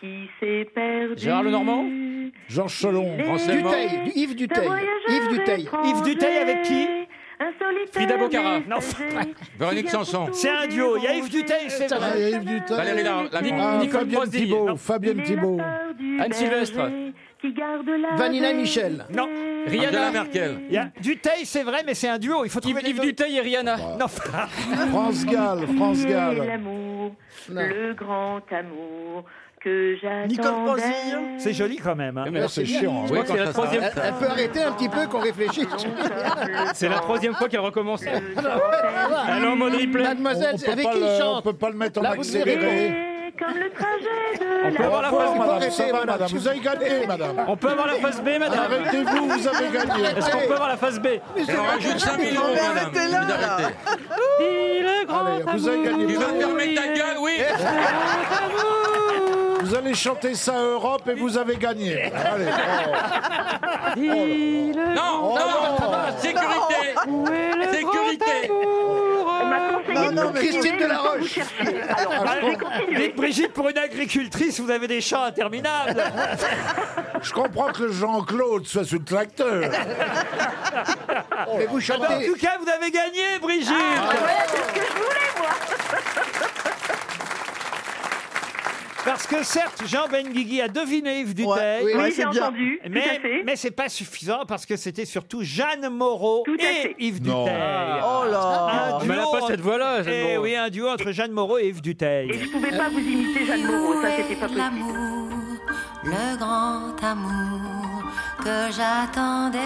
Speaker 10: qui s'est perdu.
Speaker 6: Gérard Lenormand
Speaker 5: Georges Cholon.
Speaker 10: Les
Speaker 4: Anselme.
Speaker 10: Duteil, du- Yves Duteil. Yves Duteil.
Speaker 2: Yves Duteil avec qui
Speaker 6: Frida Bocara.
Speaker 2: Non.
Speaker 4: Véronique Sanson.
Speaker 2: C'est un duo. Il y a Yves Duteil, c'est
Speaker 5: Ah,
Speaker 2: vrai.
Speaker 5: il y a Yves Duteil.
Speaker 4: Valérie Lar-
Speaker 5: Ah,
Speaker 4: Lacombe.
Speaker 6: Nicole
Speaker 5: Fabienne
Speaker 6: Brosdil.
Speaker 5: Thibault.
Speaker 6: Non.
Speaker 5: Fabienne Thibault.
Speaker 6: Anne Sylvestre.
Speaker 10: Vanina Michel.
Speaker 2: Non.
Speaker 4: Angela
Speaker 6: Rihanna.
Speaker 4: Merkel.
Speaker 2: Il y a Duteil, c'est vrai, mais c'est un duo. Il faut
Speaker 6: Yves,
Speaker 2: trouver les
Speaker 6: Yves
Speaker 2: deux.
Speaker 6: Duteil et Rihanna.
Speaker 2: <laughs> Non.
Speaker 5: France Gall, France Gall.
Speaker 10: L'amour,
Speaker 3: Non.
Speaker 10: le grand amour que j'attendais.
Speaker 7: Nicole Brosille.
Speaker 2: C'est joli quand même. hein.
Speaker 6: Mais
Speaker 5: Ah,
Speaker 6: alors,
Speaker 5: C'est chiant. hein.
Speaker 4: Oui,
Speaker 6: c'est
Speaker 4: quand
Speaker 6: la
Speaker 4: ça
Speaker 6: troisième-
Speaker 4: s'arrête,
Speaker 3: Elle
Speaker 4: ça.
Speaker 3: peut arrêter un petit peu
Speaker 6: <laughs>
Speaker 3: qu'on réfléchisse. <laughs>
Speaker 6: C'est la troisième fois qu'elle recommence.
Speaker 10: Euh,
Speaker 6: Elle est en mode replay.
Speaker 5: On
Speaker 3: Mademoiselle,
Speaker 5: peut
Speaker 3: avec
Speaker 5: pas
Speaker 3: qui il
Speaker 5: le- On
Speaker 3: chante
Speaker 5: peut pas le mettre en
Speaker 3: Là, vous
Speaker 5: accéléré.
Speaker 3: verrez.
Speaker 10: Et comme le trajet de
Speaker 6: On peut avoir la
Speaker 5: Bon,
Speaker 6: phase-
Speaker 5: madame, ça
Speaker 3: arrêter,
Speaker 5: va,
Speaker 3: madame.
Speaker 5: madame. Vous avez gagné, madame.
Speaker 6: Eh, On peut avoir la phase B, madame
Speaker 5: Arrêtez-vous, vous avez gagné. Eh.
Speaker 6: Est-ce qu'on peut avoir la phase B
Speaker 4: Et on rajoute 5000 euros,
Speaker 7: Mais
Speaker 4: madame.
Speaker 7: arrêtez là,
Speaker 4: Vous arrêtez.
Speaker 5: Allez, vous avez
Speaker 4: Tu
Speaker 5: gagné.
Speaker 4: vas fermer ta gueule, oui
Speaker 5: Vous allez chanter ça à Europe et vous avez gagné.
Speaker 6: <laughs>
Speaker 5: Allez.
Speaker 4: Non, non Sécurité Sécurité
Speaker 10: On m'a conseillé
Speaker 7: Non,
Speaker 10: de
Speaker 7: non, mais
Speaker 10: continuer,
Speaker 3: Christine
Speaker 10: mais
Speaker 3: Delaroche.
Speaker 10: sans vous chercher. Alors, je vais continuer.
Speaker 2: Dites, Ah, Brigitte, pour une agricultrice, vous avez des champs interminables.
Speaker 5: Je comprends que Jean-Claude soit sous le tracteur.
Speaker 2: Oh
Speaker 3: Mais vous
Speaker 2: Ah bah, En
Speaker 3: chantez.
Speaker 2: tout cas, vous avez gagné, Brigitte.
Speaker 7: Ah
Speaker 10: Voilà, Ah c'est ce que je voulais, moi.
Speaker 2: Parce que certes, Jean Benguigui a deviné Yves Duteil.
Speaker 7: oui,
Speaker 10: Oui,
Speaker 7: Ouais,
Speaker 10: j'ai
Speaker 7: c'est bien.
Speaker 10: entendu. tout à
Speaker 2: Mais,
Speaker 10: fait.
Speaker 2: mais c'est pas suffisant parce que c'était surtout Jeanne Moreau
Speaker 10: Tout à fait.
Speaker 2: et Yves
Speaker 5: Non.
Speaker 2: Duteil.
Speaker 7: Oh là
Speaker 2: Un
Speaker 6: Mais elle a
Speaker 2: duo
Speaker 6: pas cette voix-là. Jeanne
Speaker 2: Eh
Speaker 6: Moreau.
Speaker 2: oui, un duo entre Jeanne Moreau et Yves
Speaker 10: Et je
Speaker 2: Duteil.
Speaker 10: pouvais pas vous imiter Jeanne Moreau, ça c'était pas possible.
Speaker 11: L'amour, le grand amour que j'attendais.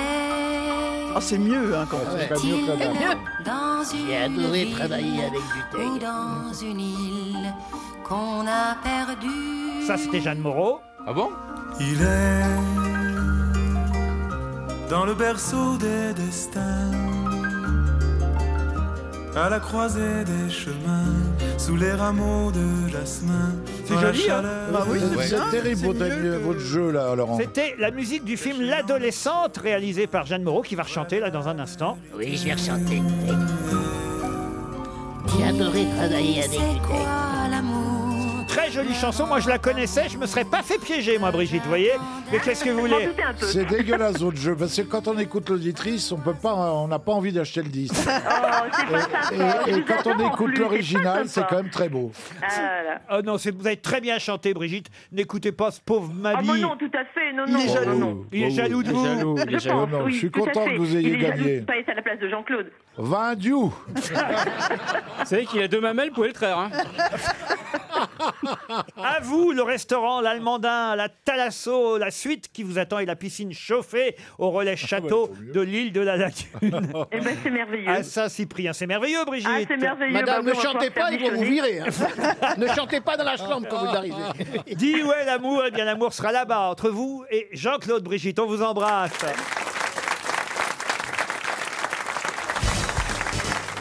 Speaker 7: Ah, c'est mieux, hein, quand même.
Speaker 5: C'est pas mieux que la dame.
Speaker 11: Dans une
Speaker 3: J'ai adoré
Speaker 11: ville
Speaker 3: travailler avec
Speaker 11: ou
Speaker 3: Duteil.
Speaker 11: dans une île qu'on a perdue.
Speaker 2: Ça, c'était Jeanne Moreau.
Speaker 4: Ah bon
Speaker 12: Il est dans le berceau des destins, à la croisée des chemins, sous les rameaux de jasmin.
Speaker 7: C'est
Speaker 12: dans la
Speaker 7: joli, hein
Speaker 12: chaleur
Speaker 7: Bah oui,
Speaker 12: de-
Speaker 7: c'est bien.
Speaker 5: C'est terrible
Speaker 7: C'est
Speaker 5: votre,
Speaker 7: mieux que-
Speaker 5: votre jeu là, Laurent.
Speaker 2: C'était la musique du film L'adolescente réalisé par Jeanne Moreau qui va rechanter là dans un instant.
Speaker 3: Oui, je vais rechanter. J'ai adoré travailler
Speaker 11: C'est
Speaker 3: avec Duteil.
Speaker 11: quoi l'amour
Speaker 2: Très jolie chanson, moi je la connaissais, je me serais pas fait piéger moi Brigitte, vous voyez Mais qu'est-ce que vous
Speaker 10: Je m'en
Speaker 2: voulez
Speaker 10: doutais un peu.
Speaker 5: C'est dégueulasse votre jeu parce que quand on écoute l'auditrice, on peut pas, on n'a pas envie d'acheter le disque.
Speaker 10: <laughs> Oh, c'est pas sympa.
Speaker 5: Et,
Speaker 10: Je
Speaker 5: et
Speaker 10: vous
Speaker 5: quand on
Speaker 10: adore en
Speaker 5: écoute
Speaker 10: plus,
Speaker 5: l'original, c'est
Speaker 10: pas
Speaker 5: quand même très beau.
Speaker 10: sympa. Ah, là.
Speaker 2: Oh non, c'est- vous avez très bien chanté Brigitte, n'écoutez pas ce pauvre
Speaker 10: Ah, moi
Speaker 2: Mali.
Speaker 10: non, tout à fait. Non,
Speaker 7: Il
Speaker 10: non.
Speaker 7: est jaloux.
Speaker 10: non, non.
Speaker 2: Il est jaloux de
Speaker 6: Il est
Speaker 2: vous.
Speaker 6: jaloux, il est
Speaker 10: Je
Speaker 6: jaloux.
Speaker 10: pense,
Speaker 5: non,
Speaker 10: oui,
Speaker 5: je suis
Speaker 10: tout à
Speaker 5: content
Speaker 10: fait.
Speaker 5: que vous ayez
Speaker 10: Il est jaloux
Speaker 5: gagné.
Speaker 10: de pas être à la place de Jean-Claude.
Speaker 5: Vindiou
Speaker 6: Vous savez qu'il a deux mamelles, vous pouvez le traire. hein.
Speaker 2: <laughs> À vous le restaurant, l'Allemandin, la Thalasso, la suite qui vous attend et la piscine chauffée au
Speaker 10: Ah
Speaker 2: relais château de l'île de la Lagune.
Speaker 10: <laughs> Eh ben, c'est merveilleux.
Speaker 2: à Saint-Cyprien, c'est merveilleux Brigitte.
Speaker 10: Ah, c'est merveilleux.
Speaker 3: Madame,
Speaker 10: Bah,
Speaker 3: ne
Speaker 10: on va
Speaker 3: chantez
Speaker 10: pouvoir
Speaker 3: pas,
Speaker 10: faire
Speaker 3: ils vont vous
Speaker 10: michonner.
Speaker 3: virer.
Speaker 10: <laughs>
Speaker 3: hein. <laughs> ne chantez pas dans la chambre quand vous
Speaker 10: Ah.
Speaker 3: arrivez.
Speaker 2: Ah. Dis où est l'amour Eh bien, l'amour sera là-bas, entre vous et Jean-Claude Brigitte. On vous embrasse.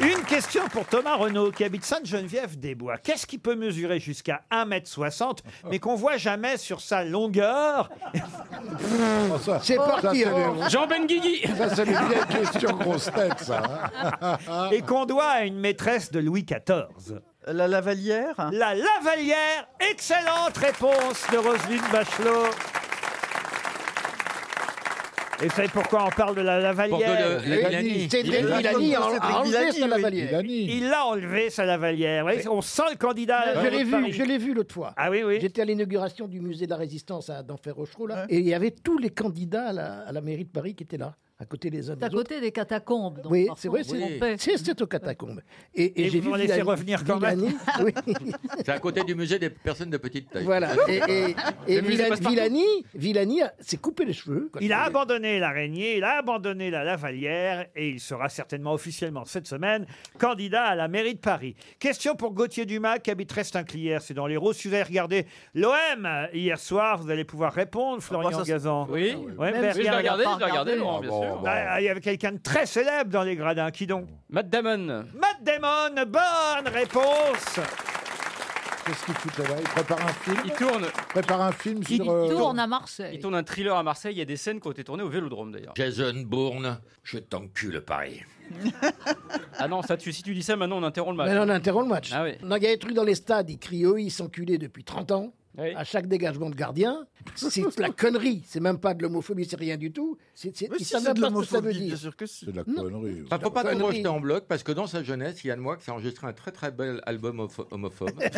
Speaker 2: Une question pour Thomas Renaud qui habite Sainte-Geneviève-des-Bois. Qu'est-ce qui peut mesurer jusqu'à 1m60 mais qu'on voit jamais sur sa longueur
Speaker 5: C'est ça, parti, c'est alors. les- Jean
Speaker 2: Benguigui
Speaker 5: Ça, c'est les vieilles questions grosses têtes, ça, hein.
Speaker 2: Et qu'on doit à une maîtresse de Louis XIV. La Lavalière La Lavalière Excellente réponse de Roselyne Bachelot et vous savez pourquoi on parle de la Lavalière
Speaker 4: Bordeaux, le- la Villani. Cédric Villani a- a enlevé sa Lavalière.
Speaker 2: Il l'a enlevé sa Lavalière. Vous voyez, on sent le
Speaker 10: Ah,
Speaker 2: candidat.
Speaker 3: Je l'ai vu, je l'ai vu l'autre fois.
Speaker 2: Ah oui, oui.
Speaker 3: J'étais à l'inauguration du musée de la Résistance à Denfert-Rochereau, là, et il y avait tous les candidats à la, à la mairie de Paris qui étaient là, à côté des uns des
Speaker 9: à
Speaker 3: autres.
Speaker 9: côté des catacombes. donc,
Speaker 3: Oui,
Speaker 9: par
Speaker 3: c'est vrai,
Speaker 9: contre, on peut-
Speaker 3: c'est c'est- c'est aux catacombes. Et,
Speaker 4: Et
Speaker 3: j'ai
Speaker 4: vous
Speaker 3: vu
Speaker 4: en laissez
Speaker 3: Villani-
Speaker 4: revenir quand même.
Speaker 2: <laughs>
Speaker 3: Villani, oui.
Speaker 4: C'est à côté du musée des personnes de petite taille.
Speaker 3: Voilà.
Speaker 2: Ah
Speaker 3: Et, et- et
Speaker 4: Le musée
Speaker 3: Villa-
Speaker 4: passe-partout.
Speaker 3: Villani, Villani a- s'est coupé les cheveux.
Speaker 2: Il a abandonné l'araignée, il a abandonné la lavalière et il sera certainement officiellement cette semaine candidat à la mairie de Paris. Question pour Gauthier Dumas qui habite Restinclière, c'est dans l'Hérault. Si vous avez regardé l'OM hier soir, vous allez pouvoir répondre, Florian
Speaker 6: bah, ça, c'est-
Speaker 2: Gazan.
Speaker 6: Oui. Ah,
Speaker 2: Ouais,
Speaker 6: Même
Speaker 2: mais
Speaker 6: si je l'ai
Speaker 2: regarde-
Speaker 6: regardé, je l'ai regardé, Laurent, bien sûr.
Speaker 2: Bah, Il y avait quelqu'un de très célèbre dans les gradins, qui donc Matt Damon. Matt Damon, bonne réponse
Speaker 5: Qu'est-ce qu'il fout là-bas Il prépare un film
Speaker 6: Il tourne.
Speaker 5: Prépare un film
Speaker 6: Il
Speaker 5: sur. euh,
Speaker 9: Tourne à Marseille.
Speaker 6: Il tourne un thriller à Marseille. Il y a des scènes qui ont été tournées au Vélodrome d'ailleurs.
Speaker 4: Jason Bourne, je t'encule Paris.
Speaker 6: Ah non, ça, tu, si tu dis ça, maintenant on interrompt le match.
Speaker 3: Mais on interrompt le match.
Speaker 2: Ah
Speaker 3: Non, il y a des trucs dans les stades, ils crient eux, ils s'enculaient depuis 30 ans. À chaque dégagement de gardien, c'est de la connerie. C'est même pas de l'homophobie, c'est rien du tout. C'est, c'est,
Speaker 7: Mais
Speaker 3: ils
Speaker 7: si,
Speaker 3: savent
Speaker 7: c'est de
Speaker 3: même pas ce que ça veut
Speaker 7: l'homophobie,
Speaker 3: dire.
Speaker 7: bien sûr que si.
Speaker 5: C'est de la
Speaker 3: Non.
Speaker 5: connerie.
Speaker 4: Il faut pas
Speaker 3: Connerie.
Speaker 4: tout rejeter en bloc parce que dans sa jeunesse, Yann Moix a enregistré un très très bel album homo-
Speaker 3: <laughs>
Speaker 4: homophobe.
Speaker 2: <laughs>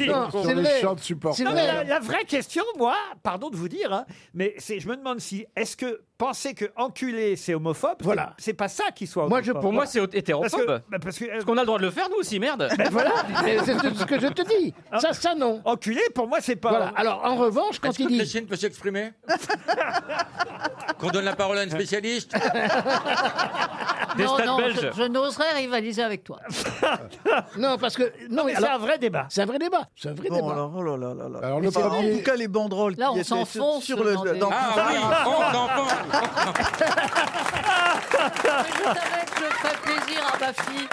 Speaker 2: Non,
Speaker 5: Sur
Speaker 2: c'est
Speaker 5: les
Speaker 2: vrai.
Speaker 5: champs de supporters.
Speaker 2: Non, mais la, la vraie question, moi, pardon de vous dire, hein, mais c'est, je me demande si, est-ce que penser que enculé c'est homophobe, voilà. c'est, pas ça qui soit
Speaker 6: Moi,
Speaker 2: homophobe.
Speaker 6: je- pour moi, c'est hétérophobe.
Speaker 2: Parce, que- bah, parce que-
Speaker 6: Parce qu'on a le droit de le faire, nous aussi, merde.
Speaker 2: <laughs> Ben voilà, Hein
Speaker 3: C'est- c'est ce que je te dis. Ça, ça non.
Speaker 2: Enculé, pour moi, c'est pas.
Speaker 3: Voilà. Alors, en revanche, quand
Speaker 4: Est-ce que
Speaker 3: il dit.
Speaker 4: Christine peut s'exprimer Qu'on donne la parole à une spécialiste Des
Speaker 9: non,
Speaker 4: stades
Speaker 9: non,
Speaker 4: belges.
Speaker 9: je, je n'oserais rivaliser avec toi.
Speaker 3: Non, parce que. Non,
Speaker 2: mais c'est un vrai débat.
Speaker 3: C'est un vrai débat. C'est un vrai
Speaker 7: Bon,
Speaker 3: débat.
Speaker 7: alors, oh là là là là.
Speaker 3: Alors,
Speaker 7: Mais
Speaker 3: le
Speaker 7: c'est- En
Speaker 3: premier-
Speaker 7: tout cas, les banderoles
Speaker 3: Là,
Speaker 7: qui
Speaker 3: on
Speaker 7: étaient
Speaker 3: s'enfonce
Speaker 7: sur le.
Speaker 3: dans des-
Speaker 7: dans-
Speaker 3: Ah oui, on s'enfonce.
Speaker 9: Je savais que je ferais plaisir à ma fille.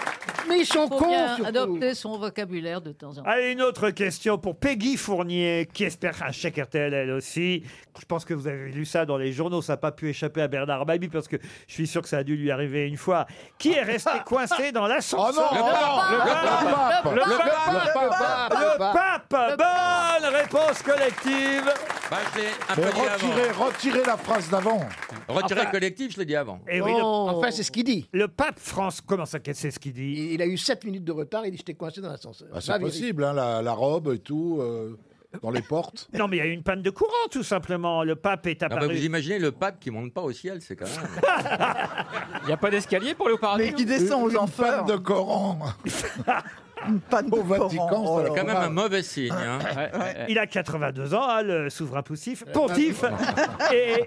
Speaker 3: Mais ils sont
Speaker 9: Faut
Speaker 3: cons,
Speaker 9: bien
Speaker 3: surtout.
Speaker 9: adopter son vocabulaire de temps en temps.
Speaker 2: Allez, une autre question pour Peggy Fournier, qui espère un chèque RTL elle aussi. Je pense que vous avez lu ça dans les journaux, ça n'a pas pu échapper à Bernard Babi parce que je suis sûr que ça a dû lui arriver une fois. Qui
Speaker 5: <laughs>
Speaker 2: est resté coincé dans l'ascenseur
Speaker 5: Oh non, Le oh non, pape,
Speaker 2: Le
Speaker 5: le
Speaker 2: pape
Speaker 5: pape,
Speaker 2: Le
Speaker 5: le pape,
Speaker 2: pape
Speaker 5: le pape,
Speaker 2: Le pape Bonne réponse collective
Speaker 4: Bah, je l'ai un
Speaker 5: Mais
Speaker 4: peu dit
Speaker 5: retirez,
Speaker 4: avant.
Speaker 5: retirez la phrase d'avant.
Speaker 4: Retiré
Speaker 5: Enfin-
Speaker 4: collectif, je l'ai dit avant.
Speaker 2: <laughs>
Speaker 3: Eh
Speaker 2: Et oui,
Speaker 3: Oh.
Speaker 2: le-
Speaker 3: Enfin, c'est ce qu'il dit.
Speaker 2: Le pape France, comment ça, c'est ce qu'il dit
Speaker 3: Il, il a eu 7 minutes de retard, il dit J'étais coincé dans l'ascenseur.
Speaker 7: Bah,
Speaker 5: Ah, c'est
Speaker 3: La vérité.
Speaker 5: possible, hein, la, la robe et tout, euh, dans les portes.
Speaker 2: Non, mais il y a eu une panne de courant, tout simplement. Le pape est
Speaker 4: Ah bah,
Speaker 2: apparu.
Speaker 4: vous imaginez le pape qui monte pas au ciel, c'est quand même.
Speaker 6: <laughs> Il n'y a pas d'escalier pour le paradis.
Speaker 4: Mais qui descend aux
Speaker 6: Une- une
Speaker 4: enfers.
Speaker 6: panne
Speaker 5: de Coran.
Speaker 7: hein. Une panne
Speaker 5: Au Vatican,
Speaker 6: hein
Speaker 4: C'est quand même un mauvais signe. hein.
Speaker 2: Euh, Il a 82 ans, hein, le souverain poussif,
Speaker 3: <laughs>
Speaker 2: pontife. et,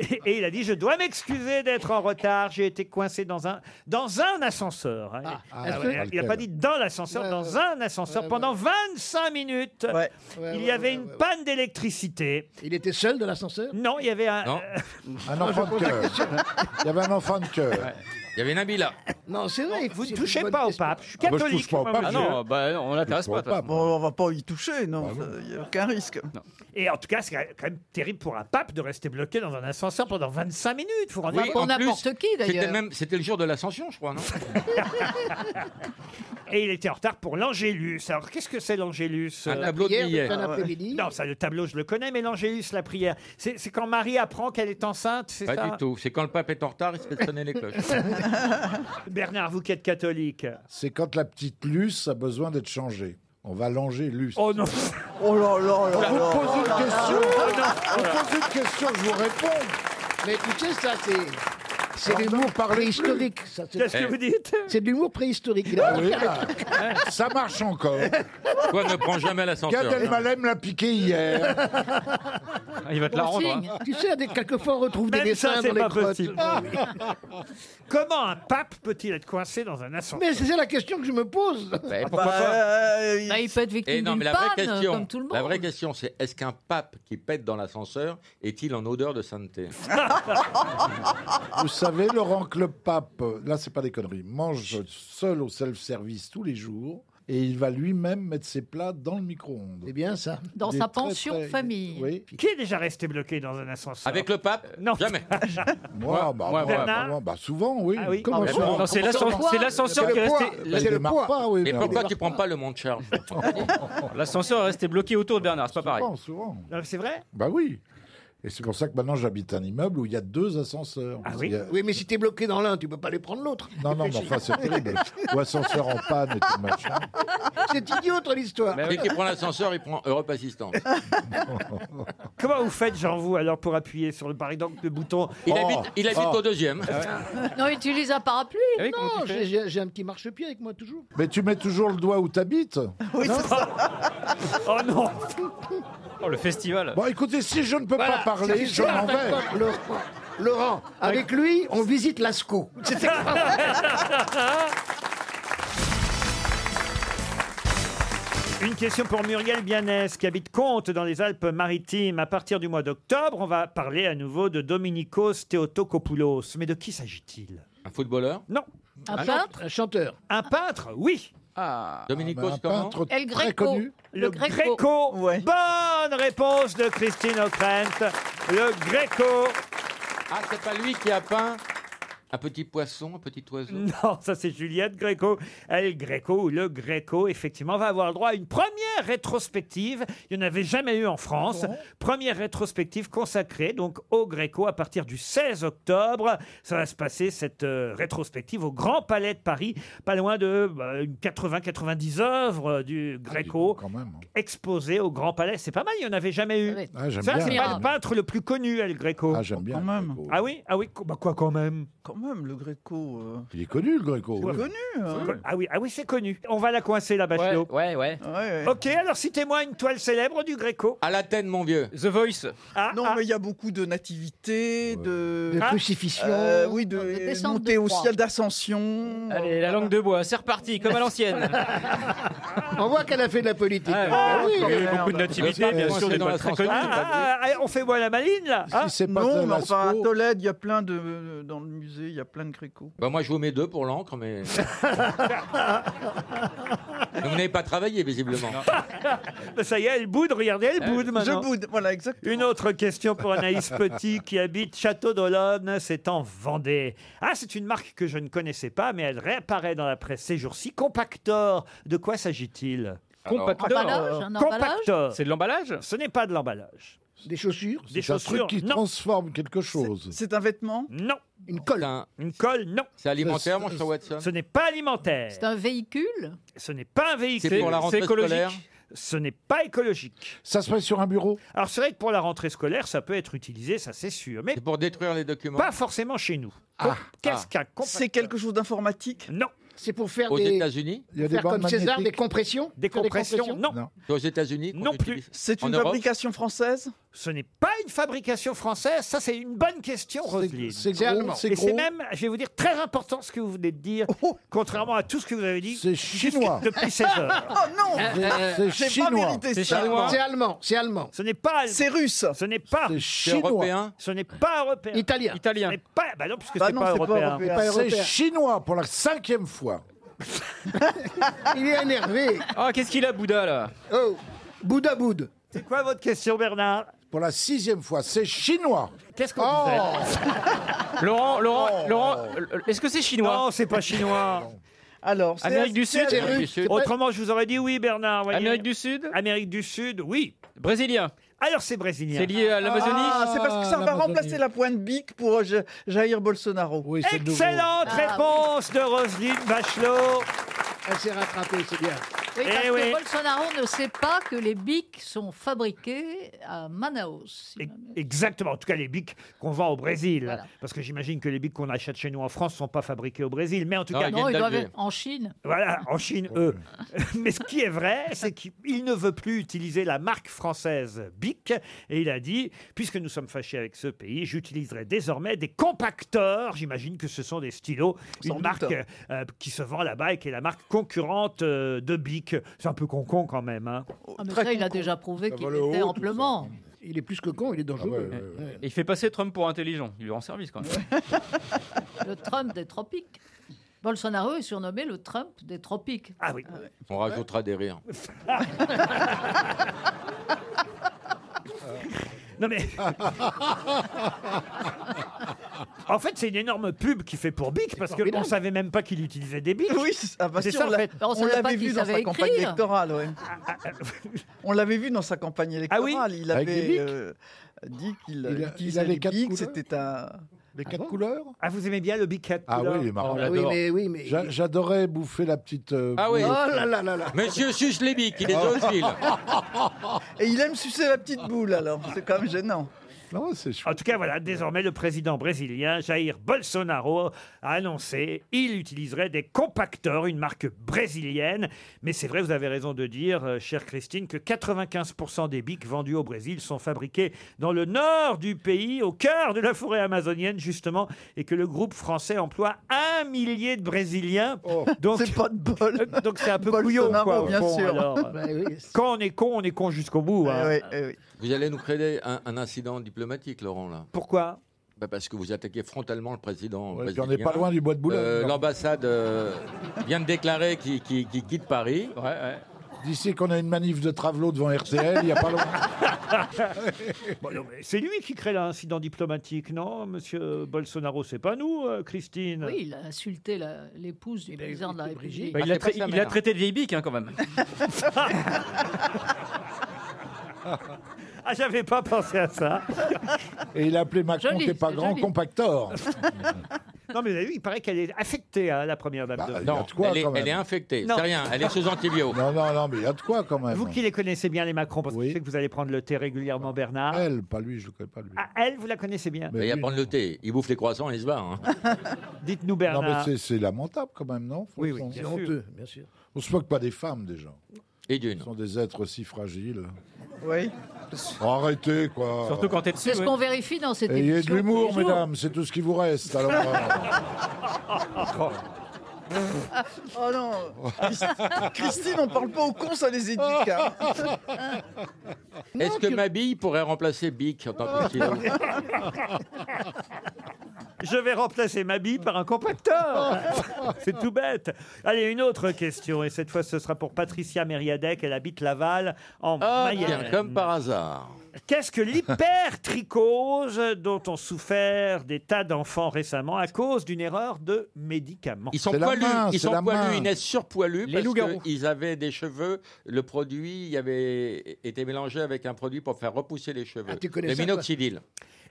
Speaker 2: et- et il a dit Je dois m'excuser d'être en retard. J'ai été coincé dans un, dans un ascenseur. hein.
Speaker 3: ah,
Speaker 2: Il-
Speaker 3: ouais.
Speaker 2: il n'a pas dit dans l'ascenseur, dans un ascenseur pendant 25 minutes.
Speaker 3: Ouais,
Speaker 2: il y
Speaker 3: ouais,
Speaker 2: avait une panne d'électricité.
Speaker 3: Il était seul dans l'ascenseur
Speaker 2: Non, il y avait un. euh,
Speaker 4: Non.
Speaker 5: Un enfant
Speaker 2: <laughs>
Speaker 5: de cœur. Il y avait un enfant de cœur.
Speaker 4: Il y avait Nabila.
Speaker 3: Non, c'est vrai. Vous
Speaker 2: ne touchez pas au pape. Je suis
Speaker 5: Ah bah, je
Speaker 2: catholique.
Speaker 5: touche pas au
Speaker 2: moi,
Speaker 5: pape,
Speaker 2: monsieur.
Speaker 5: je-
Speaker 6: bah non, on l'intéresse pas. de toute façon.
Speaker 7: Bon, on va pas y toucher, non. Il n'y a aucun risque.
Speaker 2: Et en tout cas, c'est quand même terrible pour un pape de rester bloqué dans un ascenseur pendant 25 minutes. Vous vous rendez
Speaker 4: Oui,
Speaker 2: compte
Speaker 4: en plus, C'était même, c'était le jour de l'ascension, je crois, non
Speaker 2: <laughs> Et il était en retard pour l'Angélus. Alors, qu'est-ce que c'est l'Angélus
Speaker 4: Un
Speaker 2: euh,
Speaker 4: tableau de La prière de Millet. fin
Speaker 2: Ah ouais.
Speaker 3: d'après-midi.
Speaker 2: Non, ça, le tableau, je le connais, mais l'Angélus, la prière, c'est c'est quand Marie apprend qu'elle est enceinte, c'est
Speaker 4: Pas
Speaker 2: ça
Speaker 4: du tout. C'est quand le pape est en retard, il se fait sonner les cloches.
Speaker 2: <laughs> Bernard, vous qui êtes catholique.
Speaker 5: C'est quand la petite luce a besoin d'être changée. On va longer luce.
Speaker 2: Oh non
Speaker 7: Oh là là là
Speaker 5: Vous
Speaker 7: là.
Speaker 5: me posez
Speaker 7: Oh
Speaker 5: une
Speaker 7: là
Speaker 5: question
Speaker 7: là là.
Speaker 3: Ah,
Speaker 5: Vous me posez une question, je vous réponds
Speaker 3: Mais tu sais, ça, c'est. C'est de l'humour préhistorique. ça, c'est-
Speaker 2: Qu'est-ce que vous dites
Speaker 3: C'est de l'humour préhistorique. Il a
Speaker 5: Ah oui,
Speaker 3: inventé un truc.
Speaker 5: ah, ça marche encore.
Speaker 4: Toi, ne prends jamais l'ascenseur.
Speaker 5: Gad Elmaleh me l'a piqué hier. Ah,
Speaker 3: Ah,
Speaker 4: Il va te
Speaker 3: Bon signe. Tu sais, des- quelquefois, on retrouve des
Speaker 2: Même
Speaker 3: dessins
Speaker 2: ça,
Speaker 3: dans
Speaker 2: c'est
Speaker 3: les
Speaker 2: pas
Speaker 3: crottes. <laughs>
Speaker 2: possible. Comment un pape peut-il être coincé dans un ascenseur
Speaker 3: Mais c'est la question que je me pose.
Speaker 5: Ah, Ben,
Speaker 4: pourquoi Bah, pas
Speaker 9: Bah, il peut être victime
Speaker 4: Et Eh non,
Speaker 9: d'une
Speaker 4: mais la vraie
Speaker 9: panne,
Speaker 4: question,
Speaker 9: comme tout le monde.
Speaker 4: la vraie question, c'est est-ce qu'un pape qui pète dans l'ascenseur est-il en odeur de sainteté
Speaker 5: Vous savez, Laurent, que le pape, là, c'est pas des conneries, mange seul au self-service tous les jours et il va lui-même mettre ses plats dans le micro-ondes. C'est
Speaker 3: bien ça.
Speaker 9: Dans sa pension famille.
Speaker 5: Oui.
Speaker 2: Qui est déjà resté bloqué dans un ascenseur Euh,
Speaker 4: Avec le pape
Speaker 2: Non. <laughs>
Speaker 4: Jamais.
Speaker 5: Moi, bah,
Speaker 4: moi,
Speaker 5: moi,
Speaker 4: Bernard
Speaker 5: bah, moi, bah, souvent, oui.
Speaker 2: Ah oui.
Speaker 5: Comment
Speaker 4: Ah
Speaker 5: ça
Speaker 4: bon
Speaker 5: Comment
Speaker 6: Non, c'est
Speaker 5: ça
Speaker 6: l'ascenseur-
Speaker 5: marche
Speaker 6: c'est l'ascenseur
Speaker 5: Le
Speaker 6: qui est
Speaker 5: poids,
Speaker 6: resté-
Speaker 5: il démarre pas, oui,
Speaker 4: Mais
Speaker 5: Bernard.
Speaker 4: pourquoi tu prends pas le monte-charge
Speaker 6: <laughs> L'ascenseur est resté bloqué autour de Bernard, c'est pas pareil.
Speaker 5: Souvent, souvent.
Speaker 2: Non, C'est vrai
Speaker 5: Bah oui. Et c'est pour ça que maintenant j'habite un immeuble où il y a deux ascenseurs.
Speaker 2: Ah
Speaker 5: Parce
Speaker 2: oui
Speaker 5: qu'il y a-
Speaker 3: Oui, mais si t'es bloqué dans l'un, tu peux pas aller prendre l'autre.
Speaker 5: Non, non, mais enfin, c'est
Speaker 3: <laughs>
Speaker 5: terrible. Ou ascenseur en panne et tout machin.
Speaker 3: C'est idiot, ton histoire.
Speaker 4: Dès qu'il prend l'ascenseur, il prend Europe Assistance.
Speaker 2: Comment vous faites, Jean, vous, alors, pour appuyer sur le par exemple le bouton
Speaker 4: Il
Speaker 2: Oh.
Speaker 4: habite, il habite au deuxième.
Speaker 9: Non, utilise un parapluie.
Speaker 3: Non, j'ai- j'ai j'ai un petit marchepied avec moi toujours.
Speaker 5: Mais tu mets toujours le doigt où t'habites
Speaker 3: <laughs>
Speaker 2: Oh non
Speaker 6: Oh, le festival.
Speaker 5: Bon, écoutez, si je ne peux
Speaker 3: Voilà,
Speaker 5: pas
Speaker 3: c'est
Speaker 5: parler, je
Speaker 3: l'histoire
Speaker 5: m'en
Speaker 3: d'un
Speaker 5: vais.
Speaker 3: peuple. Laurent, Laurent, avec lui, on visite Lascaux. <laughs> C'est extraordinaire.
Speaker 2: Une question pour Muriel Bianès, qui habite Comte, dans les Alpes-Maritimes. À partir du mois d'octobre, on va parler à nouveau de Dominikos Theotokopoulos. Mais de qui s'agit-il
Speaker 4: Un footballeur
Speaker 2: Non.
Speaker 9: Un Ah peintre
Speaker 3: Un chanteur.
Speaker 2: Un peintre, oui.
Speaker 4: Dominique
Speaker 5: Ah, ben, Un peintre
Speaker 9: El
Speaker 5: très
Speaker 9: Greco.
Speaker 5: connu.
Speaker 2: Le, Gréco. Bonne réponse de Christine O'Krent. Le Gréco.
Speaker 4: Ah, c'est pas lui qui a peint un petit poisson, un petit oiseau
Speaker 2: Non, ça c'est Juliette Gréco. El Gréco ou le Gréco, effectivement, va avoir le droit à une première rétrospective. Il n'y en avait jamais eu en France.
Speaker 5: Ah
Speaker 2: Première rétrospective consacrée donc au Gréco à partir du 16 octobre. Ça va se passer cette euh, rétrospective au Grand Palais de Paris, pas loin de bah, une 80-90 œuvres euh, du Gréco.
Speaker 5: Ah, Quand même. hein.
Speaker 2: exposées au Grand Palais, c'est pas mal, il n'y en avait jamais eu.
Speaker 9: Ouais.
Speaker 5: Ah, j'aime
Speaker 2: Ça,
Speaker 5: bien.
Speaker 2: c'est pas
Speaker 9: Admirable.
Speaker 2: le peintre le plus connu, El Gréco.
Speaker 5: Ah, j'aime bien.
Speaker 7: Quand
Speaker 5: le
Speaker 7: même.
Speaker 5: Gréco.
Speaker 2: Ah oui, ah oui, co- bah quoi quand même
Speaker 7: Quand même, le Gréco. euh,
Speaker 5: Il est connu, le Gréco. oui.
Speaker 7: Connu. hein.
Speaker 2: Co- Ah oui, ah oui, c'est connu. On va la coincer la Bachelot.
Speaker 6: ouais, ouais.
Speaker 7: Ouais, ouais.
Speaker 2: Ok, alors citez-moi une toile célèbre du Gréco.
Speaker 4: À l'Athènes, mon vieux.
Speaker 6: The Voice.
Speaker 2: Ah,
Speaker 7: Non,
Speaker 2: ah,
Speaker 7: mais il y a beaucoup de nativités, de.
Speaker 3: De crucifixion.
Speaker 7: Euh, oui, de,
Speaker 9: De descente
Speaker 7: montée
Speaker 9: de
Speaker 7: au
Speaker 9: croix.
Speaker 7: ciel d'ascension.
Speaker 6: Allez, la langue de bois, c'est reparti, comme à l'ancienne.
Speaker 3: On voit qu'elle a fait de la politique.
Speaker 6: Ah,
Speaker 3: oui,
Speaker 6: Il y a eu
Speaker 7: merde.
Speaker 6: beaucoup de nativité,
Speaker 4: Parce que
Speaker 6: bien
Speaker 4: moi,
Speaker 6: sûr,
Speaker 4: c'est
Speaker 6: des
Speaker 4: dans
Speaker 6: pas
Speaker 4: la
Speaker 6: très
Speaker 4: chanson.
Speaker 6: connus.
Speaker 2: ah, ah, ah, on fait moi la maline là. Ah,
Speaker 5: Si c'est pas
Speaker 7: Non,
Speaker 5: de
Speaker 7: mais enfin, à
Speaker 5: Lascaux,
Speaker 7: Tolède, il y a plein de. Dans le musée, il y a plein de Gréco.
Speaker 4: Bah moi, je vous mets deux pour l'encre, mais. Mais vous n'avez pas travaillé, visiblement.
Speaker 2: <laughs> bah, ça y est, elle boude. Regardez,
Speaker 5: Euh,
Speaker 2: elle boude maintenant.
Speaker 7: Je boude, voilà, exact.
Speaker 2: Une autre question pour Anaïs Petit qui habite Château d'Olonne, c'est en Vendée. Ah, c'est une marque que je ne connaissais pas, mais elle réapparaît dans la presse ces jours-ci. Compactor, de quoi s'agit-il
Speaker 6: Compacteur.
Speaker 9: Emballage, un emballage.
Speaker 2: Compactor,
Speaker 6: C'est de l'emballage
Speaker 2: ce n'est pas de l'emballage.
Speaker 3: Des chaussures,
Speaker 2: Des
Speaker 5: c'est un
Speaker 2: chaussures,
Speaker 5: truc qui
Speaker 2: non.
Speaker 5: transforme quelque chose.
Speaker 7: C'est un vêtement
Speaker 2: Non.
Speaker 3: une colle.
Speaker 4: C'est un-
Speaker 2: Une colle, non.
Speaker 4: C'est alimentaire,
Speaker 5: C'est-
Speaker 4: mon cher Watson
Speaker 2: Ce n'est pas alimentaire.
Speaker 9: C'est un véhicule.
Speaker 2: Ce n'est pas un véhicule.
Speaker 4: C'est pour la rentrée
Speaker 6: c'est écologique.
Speaker 4: scolaire
Speaker 2: Ce n'est pas écologique.
Speaker 5: Ça se met sur un bureau.
Speaker 2: Alors c'est vrai que pour la rentrée scolaire, ça peut être utilisé, ça c'est sûr, mais
Speaker 4: C'est pour détruire les documents
Speaker 2: pas forcément chez nous.
Speaker 5: Ah,
Speaker 2: Qu'est-ce qu'un compacteur
Speaker 7: C'est quelque chose d'informatique
Speaker 2: Non.
Speaker 3: C'est pour faire
Speaker 4: Aux
Speaker 3: des.
Speaker 4: États-Unis
Speaker 5: Il y a des
Speaker 3: Faire
Speaker 5: bandes
Speaker 3: comme César, des
Speaker 5: magnétiques.
Speaker 3: compressions
Speaker 2: Des
Speaker 3: Faire
Speaker 2: compressions Non.
Speaker 5: Non.
Speaker 4: C'est Aux États-Unis qu'on
Speaker 2: Non plus.
Speaker 4: utilise.
Speaker 7: C'est
Speaker 4: En
Speaker 7: une
Speaker 4: Europe
Speaker 7: fabrication française
Speaker 2: Ce n'est pas une fabrication française. Ça c'est une bonne question, Roselyne.
Speaker 5: C'est gros,
Speaker 3: C'est allemand.
Speaker 5: c'est
Speaker 2: Et c'est
Speaker 5: gros. Oh,
Speaker 2: même, je vais vous dire, très important ce que vous venez de dire, contrairement à tout ce que vous avez dit
Speaker 5: C'est chinois.
Speaker 2: depuis 16 heures.
Speaker 7: <laughs> Oh non <laughs>
Speaker 5: C'est
Speaker 7: J'ai
Speaker 5: c'est
Speaker 7: pas
Speaker 5: chinois.
Speaker 7: mérité
Speaker 6: C'est
Speaker 7: ça
Speaker 6: chinois.
Speaker 3: C'est allemand, c'est allemand.
Speaker 2: Ce n'est pas.
Speaker 7: C'est
Speaker 2: Ce
Speaker 7: russe
Speaker 2: n'est pas.
Speaker 5: C'est
Speaker 4: C'est
Speaker 5: chinois.
Speaker 4: européen
Speaker 2: Ce n'est pas européen.
Speaker 3: Italien.
Speaker 2: Ce
Speaker 6: Italien.
Speaker 2: n'est pas. Bah non, puisque
Speaker 7: Bah
Speaker 2: c'est
Speaker 7: non,
Speaker 2: pas
Speaker 7: c'est pas
Speaker 2: européen.
Speaker 7: européen.
Speaker 3: Pas
Speaker 5: C'est
Speaker 3: européen.
Speaker 5: chinois pour la cinquième fois.
Speaker 3: Il est énervé.
Speaker 2: Oh,
Speaker 6: Ah, qu'est-ce qu'il a, Bouddha, là
Speaker 3: Oh, bout à bout.
Speaker 2: C'est quoi votre question, Bernard
Speaker 5: Pour la sixième fois, c'est chinois. Oh.
Speaker 2: Qu'est-ce qu'on disait
Speaker 5: <laughs>
Speaker 6: Laurent, Laurent, Laurent, euh, est-ce que c'est chinois
Speaker 2: Non, c'est
Speaker 7: <laughs>
Speaker 2: pas chinois.
Speaker 7: Alors, c'est
Speaker 6: Amérique du Sud
Speaker 3: C'est
Speaker 4: Amérique du
Speaker 3: russe.
Speaker 4: Sud.
Speaker 3: c'est pas-
Speaker 2: Autrement, je vous aurais dit oui, Bernard. voyez.
Speaker 6: Amérique du Sud
Speaker 2: Amérique du Sud, oui.
Speaker 6: Brésilien.
Speaker 2: Alors c'est brésilien.
Speaker 6: C'est lié à l'Amazonie
Speaker 7: Ah, c'est parce que ça
Speaker 5: Ah,
Speaker 7: va
Speaker 5: l'Amazonie.
Speaker 7: remplacer la pointe bic pour euh, Ja- Jair Bolsonaro.
Speaker 5: Oui, c'est nouveau.
Speaker 2: Excellente
Speaker 9: Ah,
Speaker 2: réponse de Roselyne Bachelot.
Speaker 3: Elle s'est rattrapée, c'est bien.
Speaker 9: Oui,
Speaker 2: Eh
Speaker 9: parce que
Speaker 2: oui.
Speaker 9: Bolsonaro ne sait pas que les bics sont fabriqués à Manaus.
Speaker 2: Exactement, en tout cas les bics qu'on vend au Brésil. Parce que j'imagine que les bics qu'on achète chez nous en France ne sont pas fabriqués au Brésil. Mais en tout cas,
Speaker 9: non, ils doivent être en Chine.
Speaker 2: Voilà, en Chine, eux. <laughs> Mais ce qui est vrai, c'est qu'il ne veut plus utiliser la marque française BIC. Et il a dit, puisque nous sommes fâchés avec ce pays, j'utiliserai désormais des compacteurs. J'imagine que ce sont des stylos,
Speaker 7: Sans
Speaker 2: une
Speaker 7: doute.
Speaker 2: marque euh, qui se vend là-bas et qui est la marque concurrente euh, de BIC. C'est un peu con-con quand même. hein.
Speaker 9: Ah, mais ça, il a déjà
Speaker 2: Ah
Speaker 9: prouvé
Speaker 2: bah,
Speaker 9: qu'il était amplement.
Speaker 3: Il est plus que con, il est dangereux.
Speaker 6: Et il fait passer Trump pour intelligent. Il lui rend service quand même.
Speaker 2: Ah
Speaker 9: Le Trump des tropiques. Bolsonaro est surnommé le Trump des tropiques.
Speaker 2: Ah oui.
Speaker 4: On rajoutera des rires.
Speaker 2: Non mais. en fait, c'est une énorme pub qui fait pour Bic parce qu'on
Speaker 7: formidable.
Speaker 2: ne savait même pas qu'il utilisait des Bic.
Speaker 7: Oui, c'est- ah bah si, on
Speaker 2: en
Speaker 7: l'a-
Speaker 2: fait.
Speaker 7: on l'avait vu dans sa campagne électorale. ouais. on l'avait vu dans sa campagne
Speaker 2: Ah
Speaker 7: électorale.
Speaker 2: oui
Speaker 7: Il
Speaker 2: Avec des
Speaker 7: avait
Speaker 2: bics
Speaker 7: euh, dit qu'il euh,
Speaker 5: Il a- il
Speaker 7: utilisait
Speaker 5: a les
Speaker 7: les
Speaker 5: quatre
Speaker 7: bics,
Speaker 5: couleurs
Speaker 7: c'était un...
Speaker 5: Les quatre couleurs
Speaker 2: Ah, vous aimez bien le Bic Cat
Speaker 5: Ah oui, il est marrant. J'a- J'adorais bouffer la petite. euh,
Speaker 7: Ah oui.
Speaker 5: boule.
Speaker 7: Oh là là là là.
Speaker 4: Monsieur suce les bics, il est
Speaker 5: Ah.
Speaker 4: zoophile.
Speaker 7: <laughs> Et il aime sucer la petite boule, <laughs> alors. C'est quand même gênant.
Speaker 2: En tout cas, voilà, désormais, le président brésilien Jair Bolsonaro a annoncé il utiliserait des compacteurs, une marque brésilienne. Mais c'est vrai, vous avez raison de dire, euh, chère Christine, que 95% des bics vendus au Brésil sont fabriqués dans le nord du pays, au cœur de la forêt amazonienne, justement, et que le groupe français emploie un millier de Brésiliens. donc c'est
Speaker 7: pas de bol.
Speaker 2: Donc c'est un peu couillon,
Speaker 7: Bolsonaro,
Speaker 2: quoi. au
Speaker 7: bien
Speaker 2: fond,
Speaker 7: sûr. Eh
Speaker 2: alors.
Speaker 7: <laughs>
Speaker 2: <laughs>
Speaker 7: Bah oui,
Speaker 2: Quand on est con, on est con jusqu'au bout. hein.
Speaker 4: Vous allez nous créer un, un incident diplomatique, Laurent, là.
Speaker 2: Pourquoi
Speaker 4: Bah, parce que vous attaquez frontalement le président.
Speaker 5: Ouais, puis
Speaker 4: brésilien.
Speaker 5: on n'est pas loin du bois de Boulogne,
Speaker 4: Euh,
Speaker 5: là.
Speaker 4: L'ambassade euh, vient de déclarer qu'il qu'il- qu'il quitte Paris.
Speaker 5: D'ici qu'on a une manif de Travelot devant RTL, il n'y a pas longtemps.
Speaker 2: Bon, non, mais c'est lui qui crée l'incident diplomatique, non Monsieur Bolsonaro, c'est pas nous, euh, Christine
Speaker 9: Oui, il a insulté la- l'épouse du président de la République.
Speaker 6: Bah, il, a trai- il a traité de vieille bique hein, quand
Speaker 2: <laughs>
Speaker 6: même. <laughs>
Speaker 2: Ah, j'avais pas pensé à ça.
Speaker 5: <laughs> Et il a appelé Macron,
Speaker 2: Joli,
Speaker 5: t'es pas
Speaker 2: c'est
Speaker 5: grand,
Speaker 2: joli.
Speaker 5: compactor.
Speaker 2: Non, mais vous avez vu, il paraît qu'elle est affectée, hein, la première
Speaker 5: Bah,
Speaker 2: dame de
Speaker 4: Non, elle, est, elle est infectée,
Speaker 2: Non.
Speaker 4: c'est rien, elle est
Speaker 5: <laughs>
Speaker 4: sous antibio.
Speaker 5: Non, non, non, mais il y a de quoi quand même.
Speaker 2: Vous qui les connaissez bien, les Macron, parce que je sais que vous allez prendre le thé régulièrement, Bernard.
Speaker 5: Ah, Elle, pas lui, je le connais pas lui.
Speaker 2: Ah, elle, vous la connaissez bien
Speaker 4: Il va prendre le thé, il bouffe les croissants et il se barre. hein.
Speaker 2: Dites-nous,
Speaker 5: Non, mais
Speaker 2: Bernard.
Speaker 5: c'est- c'est lamentable quand même, non
Speaker 2: Oui, oui,
Speaker 5: Franchement.
Speaker 2: bien C'est sûr. honteux,
Speaker 3: bien sûr.
Speaker 5: On se moque pas des femmes déjà.
Speaker 4: Et d'une.
Speaker 5: Ce sont des êtres si fragiles.
Speaker 7: Oui.
Speaker 5: Arrêtez, quoi.
Speaker 6: Surtout quand t'es dessus.
Speaker 9: C'est ce qu'on vérifie dans cette émission.
Speaker 5: Ayez de l'humour,
Speaker 9: tous les jours. <laughs>
Speaker 5: mesdames, c'est tout ce qui vous reste. Alors,
Speaker 7: Ah, oh non Christ- Christine, on parle pas aux cons, ça les éduque. hein.
Speaker 4: Est-ce que ma bille pourrait remplacer Bic en tant que président
Speaker 2: Je vais remplacer ma bille par
Speaker 5: <laughs>
Speaker 2: un compacteur. C'est tout bête. Allez, une autre question. Et cette fois, ce sera pour Patricia Mériadec. Elle habite Laval, en
Speaker 4: Ah,
Speaker 2: Mayenne.
Speaker 4: tiens, comme par hasard.
Speaker 2: Qu'est-ce que l'hypertrichose dont ont souffert des tas d'enfants récemment à cause d'une erreur de médicament
Speaker 4: Ils sont poilus, ils sont poilus, ils naissent surpoilus
Speaker 2: Les
Speaker 4: parce
Speaker 2: loups-garous.
Speaker 4: qu'ils avaient des cheveux. Le produit il y avait été mélangé avec un produit pour faire repousser les cheveux.
Speaker 5: tu connais
Speaker 4: le
Speaker 5: ça, toi
Speaker 4: minoxidil.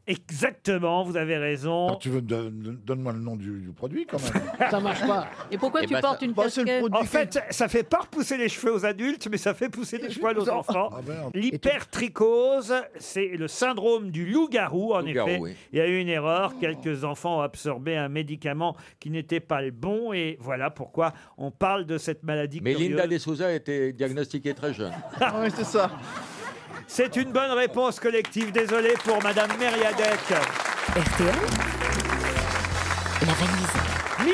Speaker 2: Exactement, vous avez raison.
Speaker 5: tu veux donne- donne-moi le nom du, du produit quand même.
Speaker 9: <laughs> <laughs> Ça marche pas. Et
Speaker 4: Eh
Speaker 7: Eh
Speaker 9: pourquoi
Speaker 4: ben,
Speaker 7: ben,
Speaker 9: tu portes une
Speaker 7: Bah,
Speaker 9: casquette
Speaker 2: Euh, En fait, ça fait pas repousser les cheveux aux adultes, mais ça fait pousser les cheveux aux enfants.
Speaker 7: Ah ben,
Speaker 2: L'hypertrichose, c'est le syndrome du loup-garou, en
Speaker 4: Loup-garou,
Speaker 2: effet.
Speaker 4: oui.
Speaker 2: Il y a eu une erreur. Quelques enfants ont absorbé un médicament qui n'était pas le bon, et voilà pourquoi on parle de cette maladie
Speaker 4: Mais
Speaker 2: curieuse.
Speaker 4: Linda de Souza a été diagnostiquée très
Speaker 2: <laughs>
Speaker 4: jeune.
Speaker 7: Ah Oui, c'est ça.
Speaker 2: C'est une bonne réponse collective. Désolé pour Madame Mériadec.
Speaker 1: La valise.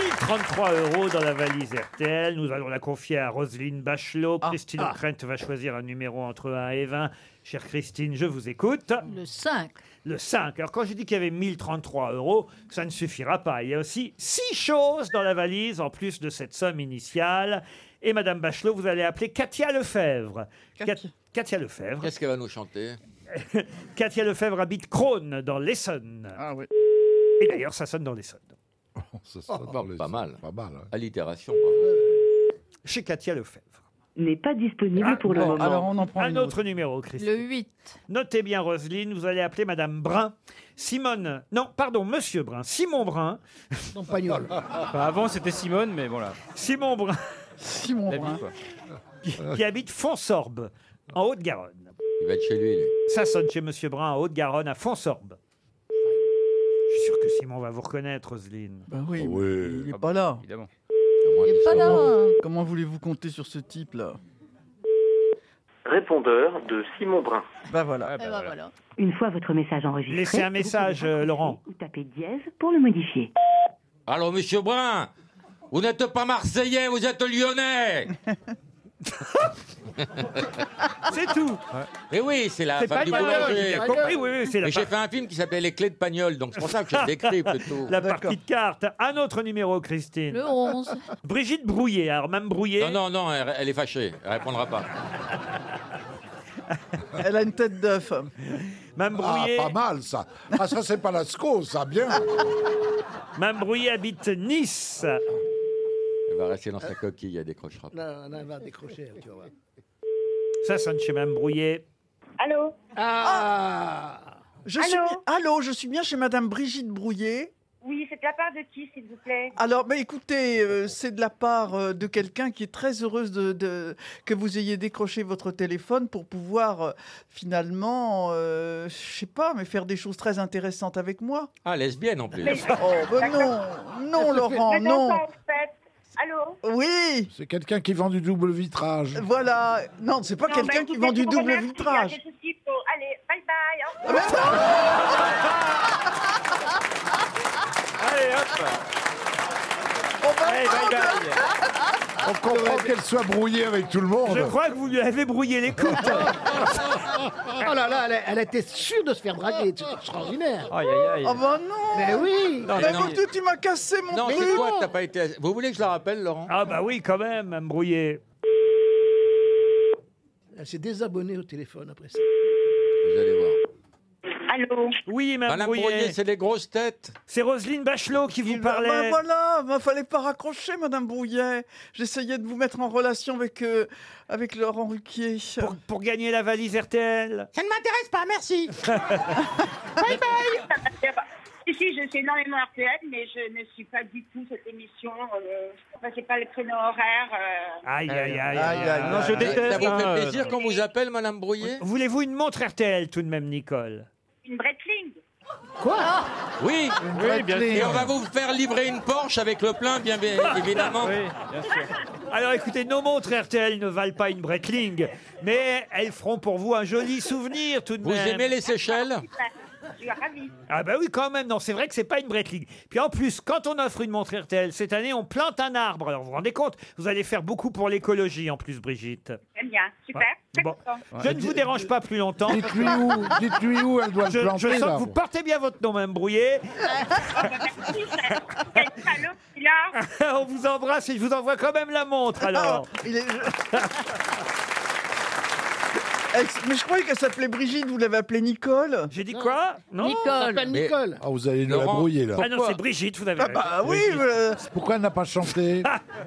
Speaker 2: 1033 euros dans la valise RTL. Nous allons la confier à Roselyne Bachelot. Christine
Speaker 9: ah.
Speaker 2: O'Krent va choisir un numéro entre 1 et 20. Chère Christine, je vous écoute.
Speaker 9: Le 5.
Speaker 2: Le 5. Alors quand j'ai dit qu'il y avait 1033 euros, ça ne suffira pas. Il y a aussi 6 choses dans la valise en plus de cette somme initiale. Et Madame Bachelot, vous allez appeler Katia Lefebvre. Kat- Katia Lefebvre.
Speaker 4: Qu'est-ce qu'elle va nous chanter
Speaker 2: <laughs> Katia Lefebvre habite Crône, dans l'Essonne.
Speaker 7: Ah oui.
Speaker 2: Et d'ailleurs, ça sonne dans l'Essonne. Oh,
Speaker 5: Ça
Speaker 4: Pas mal.
Speaker 5: Pas mal.
Speaker 4: Allitération.
Speaker 2: hein. Chez Katia Lefebvre.
Speaker 10: <laughs> N'est pas disponible pour le
Speaker 2: Ah, bon,
Speaker 10: moment.
Speaker 2: alors on en prend un autre numéro, Christine.
Speaker 9: Le 8.
Speaker 2: Notez bien, Roselyne, vous allez appeler Madame Brun. Simone. Non, pardon, Monsieur Brun. Simon Brun.
Speaker 3: Non,
Speaker 2: <laughs>
Speaker 3: Pagnol.
Speaker 6: Enfin, avant c'était Simone, mais voilà.
Speaker 2: Simon Brun.
Speaker 7: Simon
Speaker 6: Brun.
Speaker 2: qui, qui habite Fonsorbe, en Haute-Garonne.
Speaker 4: Il va être chez lui, lui.
Speaker 2: Ça sonne chez Monsieur Brun, en Haute-Garonne, à Fonsorbe. Je suis sûr que Simon va vous reconnaître, Roselyne.
Speaker 7: Bah oui, mais il n'est pas là.
Speaker 6: Évidemment.
Speaker 7: Il
Speaker 9: est pas là.
Speaker 7: Comment voulez-vous compter sur ce type-là
Speaker 13: Répondeur de Simon Brun.
Speaker 7: Bah
Speaker 6: Ah,
Speaker 7: voilà.
Speaker 9: Eh ben voilà.
Speaker 10: Une fois votre message enregistré,
Speaker 2: Laissez un message, euh, Laurent.
Speaker 10: vous tapez dièse pour le modifier.
Speaker 4: Alors, monsieur Brun, vous n'êtes pas Marseillais, vous êtes Lyonnais
Speaker 2: <laughs> C'est tout.
Speaker 4: Mais oui, c'est la
Speaker 2: C'est
Speaker 4: femme
Speaker 2: pas
Speaker 4: du
Speaker 2: Pagnol,
Speaker 4: boulanger.
Speaker 2: j'ai compris, oui, oui, c'est la
Speaker 4: Mais j'ai
Speaker 2: part-
Speaker 4: fait un film qui s'appelait Les clés de Pagnol, donc c'est pour ça que je décris plutôt.
Speaker 2: La partie de cartes. Un autre numéro, Christine.
Speaker 9: Le 11.
Speaker 2: Brigitte Brouillet. Alors, même Brouillet.
Speaker 4: Non, non, non, elle, elle est fâchée. Elle répondra pas.
Speaker 7: <laughs> Elle a une tête d'œuf.
Speaker 2: Mme
Speaker 7: Brouillet.
Speaker 5: Ah, pas mal, ça. Ah, ça, c'est pas la SCO, ça, bien.
Speaker 2: Mme Brouillet habite Nice.
Speaker 4: Elle va rester dans sa coquille, elle décrochera. pas.
Speaker 3: Là, là, elle va décrocher, elle, tu vas voir.
Speaker 2: Ça sonne chez Mme Brouillet.
Speaker 13: Allô
Speaker 3: Ah
Speaker 7: Je
Speaker 13: Allô
Speaker 7: suis bien- Allô, je suis bien chez Madame Brigitte Brouillet.
Speaker 13: Oui, c'est de la part de qui, s'il vous plaît
Speaker 7: Alors, bah, écoutez, euh, c'est de la part euh, de quelqu'un qui est très heureuse de, de- que vous ayez décroché votre téléphone pour pouvoir euh, finalement, euh, je sais pas, mais faire des choses très intéressantes avec moi.
Speaker 4: Ah, lesbienne en plus.
Speaker 7: Oh, bah non, non, Laurent,
Speaker 13: Mais dans
Speaker 7: non.
Speaker 13: quoi, en fait Allô
Speaker 7: Oui,
Speaker 5: C'est quelqu'un qui vend du double vitrage.
Speaker 7: voilà. Non, c'est pas
Speaker 13: Non, bah,
Speaker 7: quelqu'un qui
Speaker 13: écoutez,
Speaker 7: vend
Speaker 13: je
Speaker 7: du
Speaker 13: vous
Speaker 7: double
Speaker 13: remercie, il
Speaker 7: vitrage.
Speaker 13: y a des soucis, faut- Allez, bye bye. au revoir.
Speaker 2: Allez, hop Allez, bye, bye.
Speaker 5: On comprend qu'elle soit brouillée avec tout le monde. Ah,
Speaker 2: Je crois que vous lui avez brouillé les coudes.
Speaker 3: Oh là là, elle, a- elle était sûre de se faire draguer, c'est extraordinaire.
Speaker 6: Aïe, aïe,
Speaker 7: Oh
Speaker 6: aïe.
Speaker 7: bah non
Speaker 3: Mais oui
Speaker 4: Ah Non,
Speaker 7: Bah,
Speaker 4: non,
Speaker 7: écoutez, tu m'as cassé mon
Speaker 4: non,
Speaker 7: truc.
Speaker 4: c'est toi que t'as pas été. Vous voulez que je la rappelle, Laurent
Speaker 2: Ah bah oui, quand même, Mme Brouillet.
Speaker 3: Elle s'est désabonnée au téléphone après ça.
Speaker 4: Vous allez voir.
Speaker 13: Allô
Speaker 2: Oui, Mme
Speaker 4: Madame Brouillet,
Speaker 2: Brouillet.
Speaker 4: Bah, c'est les grosses têtes.
Speaker 2: C'est Roselyne Bachelot qui vous
Speaker 7: Bah,
Speaker 2: parlait.
Speaker 7: voilà, bah, fallait pas raccrocher, Madame Brouillet. J'essayais de vous mettre en relation avec, euh, avec Laurent Ruquier.
Speaker 2: Pour, pour gagner la valise RTL.
Speaker 11: Ça ne m'intéresse pas, merci.
Speaker 13: <laughs> Si, si, je suis énormément RTL, mais je ne suis pas du tout cette émission. Euh, enfin, c'est pas les créneaux horaires. euh.
Speaker 2: Aïe, aïe, aïe.
Speaker 7: Aïe, aïe,
Speaker 2: Non, je
Speaker 7: aïe.
Speaker 2: déteste.
Speaker 4: Ça vous
Speaker 2: hein.
Speaker 4: fait plaisir qu'on vous appelle, Madame Brouillet
Speaker 2: Voulez-vous une montre RTL tout de même, Nicole
Speaker 13: Une Ah. Bretling
Speaker 4: Oui.
Speaker 6: Oui, bien
Speaker 4: Et
Speaker 6: sûr.
Speaker 4: on va vous faire livrer une Porsche avec le plein, bien
Speaker 2: <laughs>
Speaker 4: bien évidemment.
Speaker 6: Oui, bien sûr.
Speaker 13: Ah,
Speaker 2: Alors écoutez, nos montres RTL ne valent pas une Breitling, mais elles feront pour vous un joli souvenir tout de
Speaker 4: Vous
Speaker 2: même.
Speaker 4: aimez les Seychelles
Speaker 13: ah. Je suis ravie.
Speaker 2: Ah bah oui, quand même, non, c'est vrai que c'est pas une Breitling. Puis en plus, quand on offre une montre RTL, cette année, on plante un arbre. Alors vous vous rendez compte, vous allez faire beaucoup pour l'écologie en plus, Brigitte.
Speaker 13: Très bien, super. Très
Speaker 2: Bon.
Speaker 13: content.
Speaker 2: Je ne vous dérange pas plus longtemps.
Speaker 5: Dites-lui où, dites-lui où elle doit
Speaker 2: Je,
Speaker 5: le planter.
Speaker 2: je sens
Speaker 5: là.
Speaker 2: que vous portez bien votre nom, même brouillé.
Speaker 13: Ah, bah, Merci, ça- quel salaud, celui-là.
Speaker 2: <laughs> on vous embrasse et je vous envoie quand même la montre alors.
Speaker 7: Ah, il est- <laughs> Elle s- Mais je croyais qu'elle s'appelait Brigitte, vous l'avez appelée Nicole.
Speaker 2: J'ai dit quoi Non
Speaker 9: Nicole.
Speaker 3: S'appelle
Speaker 4: Mais-
Speaker 3: Nicole.
Speaker 5: Ah, vous allez nous la
Speaker 4: Laurent,
Speaker 5: brouiller, là.
Speaker 2: Ah non, c'est Brigitte, vous avez
Speaker 7: Ah
Speaker 2: raison.
Speaker 7: bah oui, euh,
Speaker 5: Pourquoi elle n'a pas
Speaker 2: <laughs>
Speaker 5: chanté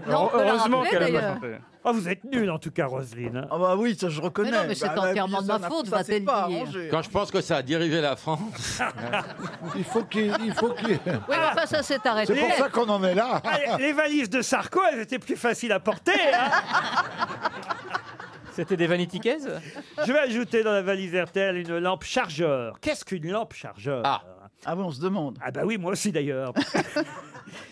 Speaker 9: Non, on peut la
Speaker 6: Heureusement
Speaker 9: rappeler,
Speaker 6: qu'elle a pas
Speaker 9: d'ailleurs.
Speaker 6: chanté.
Speaker 2: Oh, vous êtes nul en tout cas, Roselyne. hein.
Speaker 7: ah bah oui, ça je reconnais.
Speaker 9: Mais non, mais c'est
Speaker 7: bah,
Speaker 9: entièrement de ma
Speaker 7: ça n'a-
Speaker 9: faute,
Speaker 7: ça s'est
Speaker 9: va-t-elle
Speaker 7: pas
Speaker 9: dire.
Speaker 7: arrangé.
Speaker 4: Quand je pense que ça a dirigé la France.
Speaker 5: Il faut qu'il. Il faut qu'il...
Speaker 9: Oui, mais enfin, ça s'est
Speaker 5: C'est
Speaker 9: arrêté.
Speaker 5: pour ça qu'on en est là.
Speaker 2: Ah, les- les valises de Sarko, elles étaient plus faciles à porter. hein.
Speaker 6: <laughs> C'était des vanitiquaises
Speaker 2: Je vais ajouter dans la valise RTL une lampe chargeur. Qu'est-ce qu'une lampe chargeur
Speaker 4: Ah.
Speaker 7: Ah oui, on se demande.
Speaker 2: Ah bah oui, moi aussi
Speaker 7: <laughs>
Speaker 2: d'ailleurs.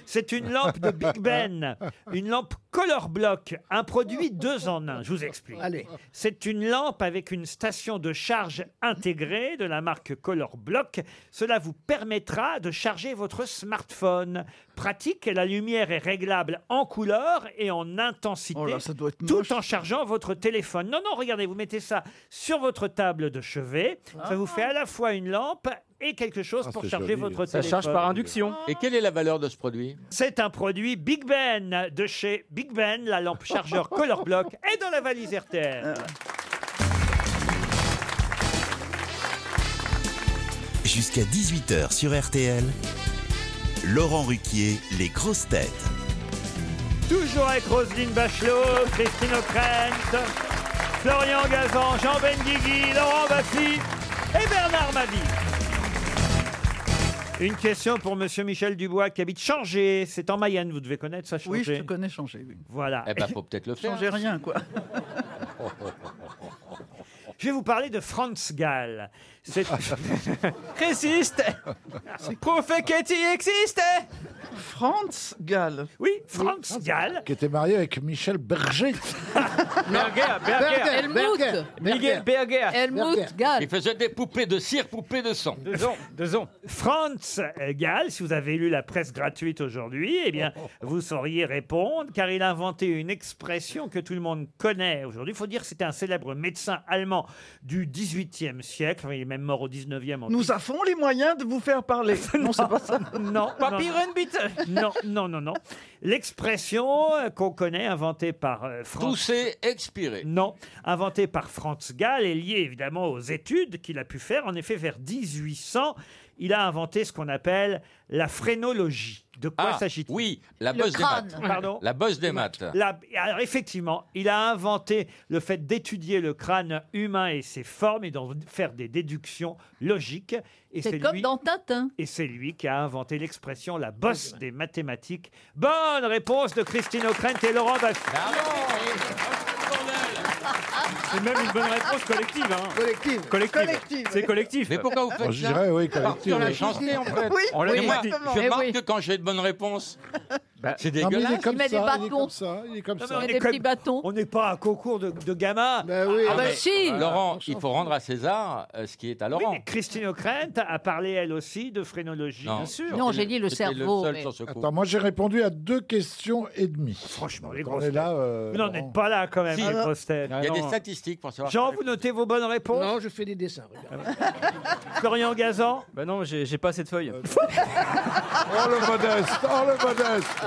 Speaker 2: C'est une lampe de Big Ben, une lampe Color Block, un produit deux en un, je vous explique.
Speaker 3: Allez.
Speaker 2: C'est une lampe avec une station de charge intégrée de la marque Color Block. Cela vous permettra de charger votre smartphone. Pratique, la lumière est réglable en couleur et en intensité.
Speaker 7: Oh là, ça doit être
Speaker 2: tout
Speaker 7: moche.
Speaker 2: en chargeant votre téléphone. Non, non, regardez, vous mettez ça sur votre table de chevet. Ça
Speaker 7: Ah.
Speaker 2: vous fait à la fois une lampe et quelque chose
Speaker 5: Ah,
Speaker 2: pour
Speaker 5: c'est
Speaker 2: charger
Speaker 5: joli.
Speaker 2: votre
Speaker 6: Ça
Speaker 2: téléphone.
Speaker 6: charge par induction.
Speaker 4: Et quelle est la valeur de ce produit
Speaker 2: C'est un produit Big Ben de chez Big Ben, la
Speaker 7: <laughs>
Speaker 2: lampe chargeur Color Block est dans la valise
Speaker 7: Ah
Speaker 2: RTL.
Speaker 14: Jusqu'à 18h sur RTL, Laurent Ruquier, les grosses têtes.
Speaker 2: Toujours avec Roselyne Bachelot, Christine O'Krent, Florian Gazan, Jean Benguigui, Laurent Baffi et Bernard Mabie. Une question pour Monsieur Michel Dubois qui habite Changé. C'est en Mayenne, vous devez connaître ça, Changé.
Speaker 7: Oui, je te connais changer. Oui.
Speaker 2: Voilà.
Speaker 4: Eh ben, faut peut-être le faire.
Speaker 7: Changer rien, quoi.
Speaker 2: <laughs> Je vais vous parler de Franz Gall.
Speaker 7: <laughs>
Speaker 2: C'est... <laughs>
Speaker 6: Résiste Prouvé que tu existes
Speaker 7: Franz Gall.
Speaker 2: Oui, Franz Gall.
Speaker 5: Qui était marié avec Michel
Speaker 2: <laughs>
Speaker 5: Berger.
Speaker 6: Berger, Berger.
Speaker 5: Helmut.
Speaker 6: Miguel Berger.
Speaker 9: Helmut Gall.
Speaker 4: Il faisait des poupées de cire, poupées de sang.
Speaker 6: Deux ans, deux ans.
Speaker 2: Franz Gall, si vous avez lu la presse gratuite aujourd'hui, eh
Speaker 4: Oh,
Speaker 2: bien, vous sauriez répondre, car il a inventé une expression que tout le monde connaît aujourd'hui. Il faut dire que c'était un célèbre médecin allemand du XVIIIe siècle. Il est même mort au XIXe. en
Speaker 7: Nous avons les moyens de vous faire
Speaker 2: <laughs>
Speaker 7: parler. non, c'est pas ça.
Speaker 2: Non.
Speaker 6: Papy
Speaker 2: non, non, non, non, non. L'expression euh, qu'on connaît, inventée par euh, Franz...
Speaker 4: Tousser, expirer.
Speaker 2: Non, inventée par Franz Gall est liée évidemment aux études qu'il a pu faire. En effet, vers 1800, il a inventé ce qu'on appelle la phrénologie. De quoi
Speaker 4: Ah,
Speaker 2: s'agit-il
Speaker 4: oui, la
Speaker 9: Le
Speaker 4: bosse des
Speaker 9: crâne.
Speaker 4: maths.
Speaker 2: Pardon
Speaker 4: La bosse des maths.
Speaker 2: La- alors effectivement, il a inventé le fait d'étudier le crâne humain et ses formes et d'en faire des déductions logiques. Et
Speaker 9: C'est comme
Speaker 2: lui,
Speaker 9: dans hein. Tintin.
Speaker 2: et c'est lui qui a inventé l'expression la bosse des mathématiques. Bonne réponse de Christine O'Krent et Laurent Baffie.
Speaker 6: C'est même une bonne réponse collective. Hein.
Speaker 3: Collective.
Speaker 6: Collective.
Speaker 7: Collective.
Speaker 6: C'est collectif.
Speaker 4: Mais pourquoi vous
Speaker 5: Moi,
Speaker 4: faites
Speaker 5: je
Speaker 4: ça
Speaker 5: dirais, oui,
Speaker 4: Sur la
Speaker 5: collectif.
Speaker 4: chanson, en fait.
Speaker 7: Oui,
Speaker 6: On l'a
Speaker 4: Et
Speaker 6: dit.
Speaker 4: moi,
Speaker 7: exactement.
Speaker 4: je
Speaker 9: Eh
Speaker 4: remarque
Speaker 9: oui.
Speaker 4: que quand j'ai de bonnes réponses, c'est
Speaker 5: Non, Ah, mais il
Speaker 4: dégueulasse.
Speaker 5: est comme
Speaker 9: met
Speaker 5: ça,
Speaker 9: des
Speaker 5: il est
Speaker 9: bâtons.
Speaker 5: comme ça, il est comme
Speaker 2: Non, mais
Speaker 5: ça.
Speaker 2: on
Speaker 9: Et
Speaker 2: est
Speaker 9: des
Speaker 2: comme-
Speaker 9: petits bâtons.
Speaker 2: On n'est pas à un concours de, de gamins.
Speaker 3: Ben oui.
Speaker 9: Ah bah
Speaker 4: mais-
Speaker 9: si
Speaker 4: Laurent, il faut rendre à César euh, ce qui est à
Speaker 2: Oui,
Speaker 4: Laurent.
Speaker 2: mais Christine O'Krent a parlé elle aussi de phrénologie.
Speaker 4: Non.
Speaker 2: bien sûr.
Speaker 9: Non, j'ai dit le
Speaker 4: C'était
Speaker 9: cerveau,
Speaker 4: seul
Speaker 9: mais-
Speaker 4: sur ce coup.
Speaker 5: Attends, moi j'ai répondu à deux questions et demie.
Speaker 2: Franchement, les
Speaker 5: Donc, on
Speaker 2: grosses
Speaker 5: est là.
Speaker 2: têtes.
Speaker 5: euh,
Speaker 2: Vous n'en
Speaker 5: Laurent.
Speaker 2: êtes pas là quand même,
Speaker 4: Si.
Speaker 2: les grosses têtes.
Speaker 4: Il y a
Speaker 6: Ah
Speaker 4: des
Speaker 6: non.
Speaker 4: statistiques pour savoir.
Speaker 2: Jean, vous notez vos bonnes réponses Ah
Speaker 3: Non, je fais des dessins. regarde.
Speaker 2: Florian Gazan
Speaker 6: Bah non, j'ai j'ai pas cette feuille.
Speaker 5: Euh, Oh le modeste, oh le modeste.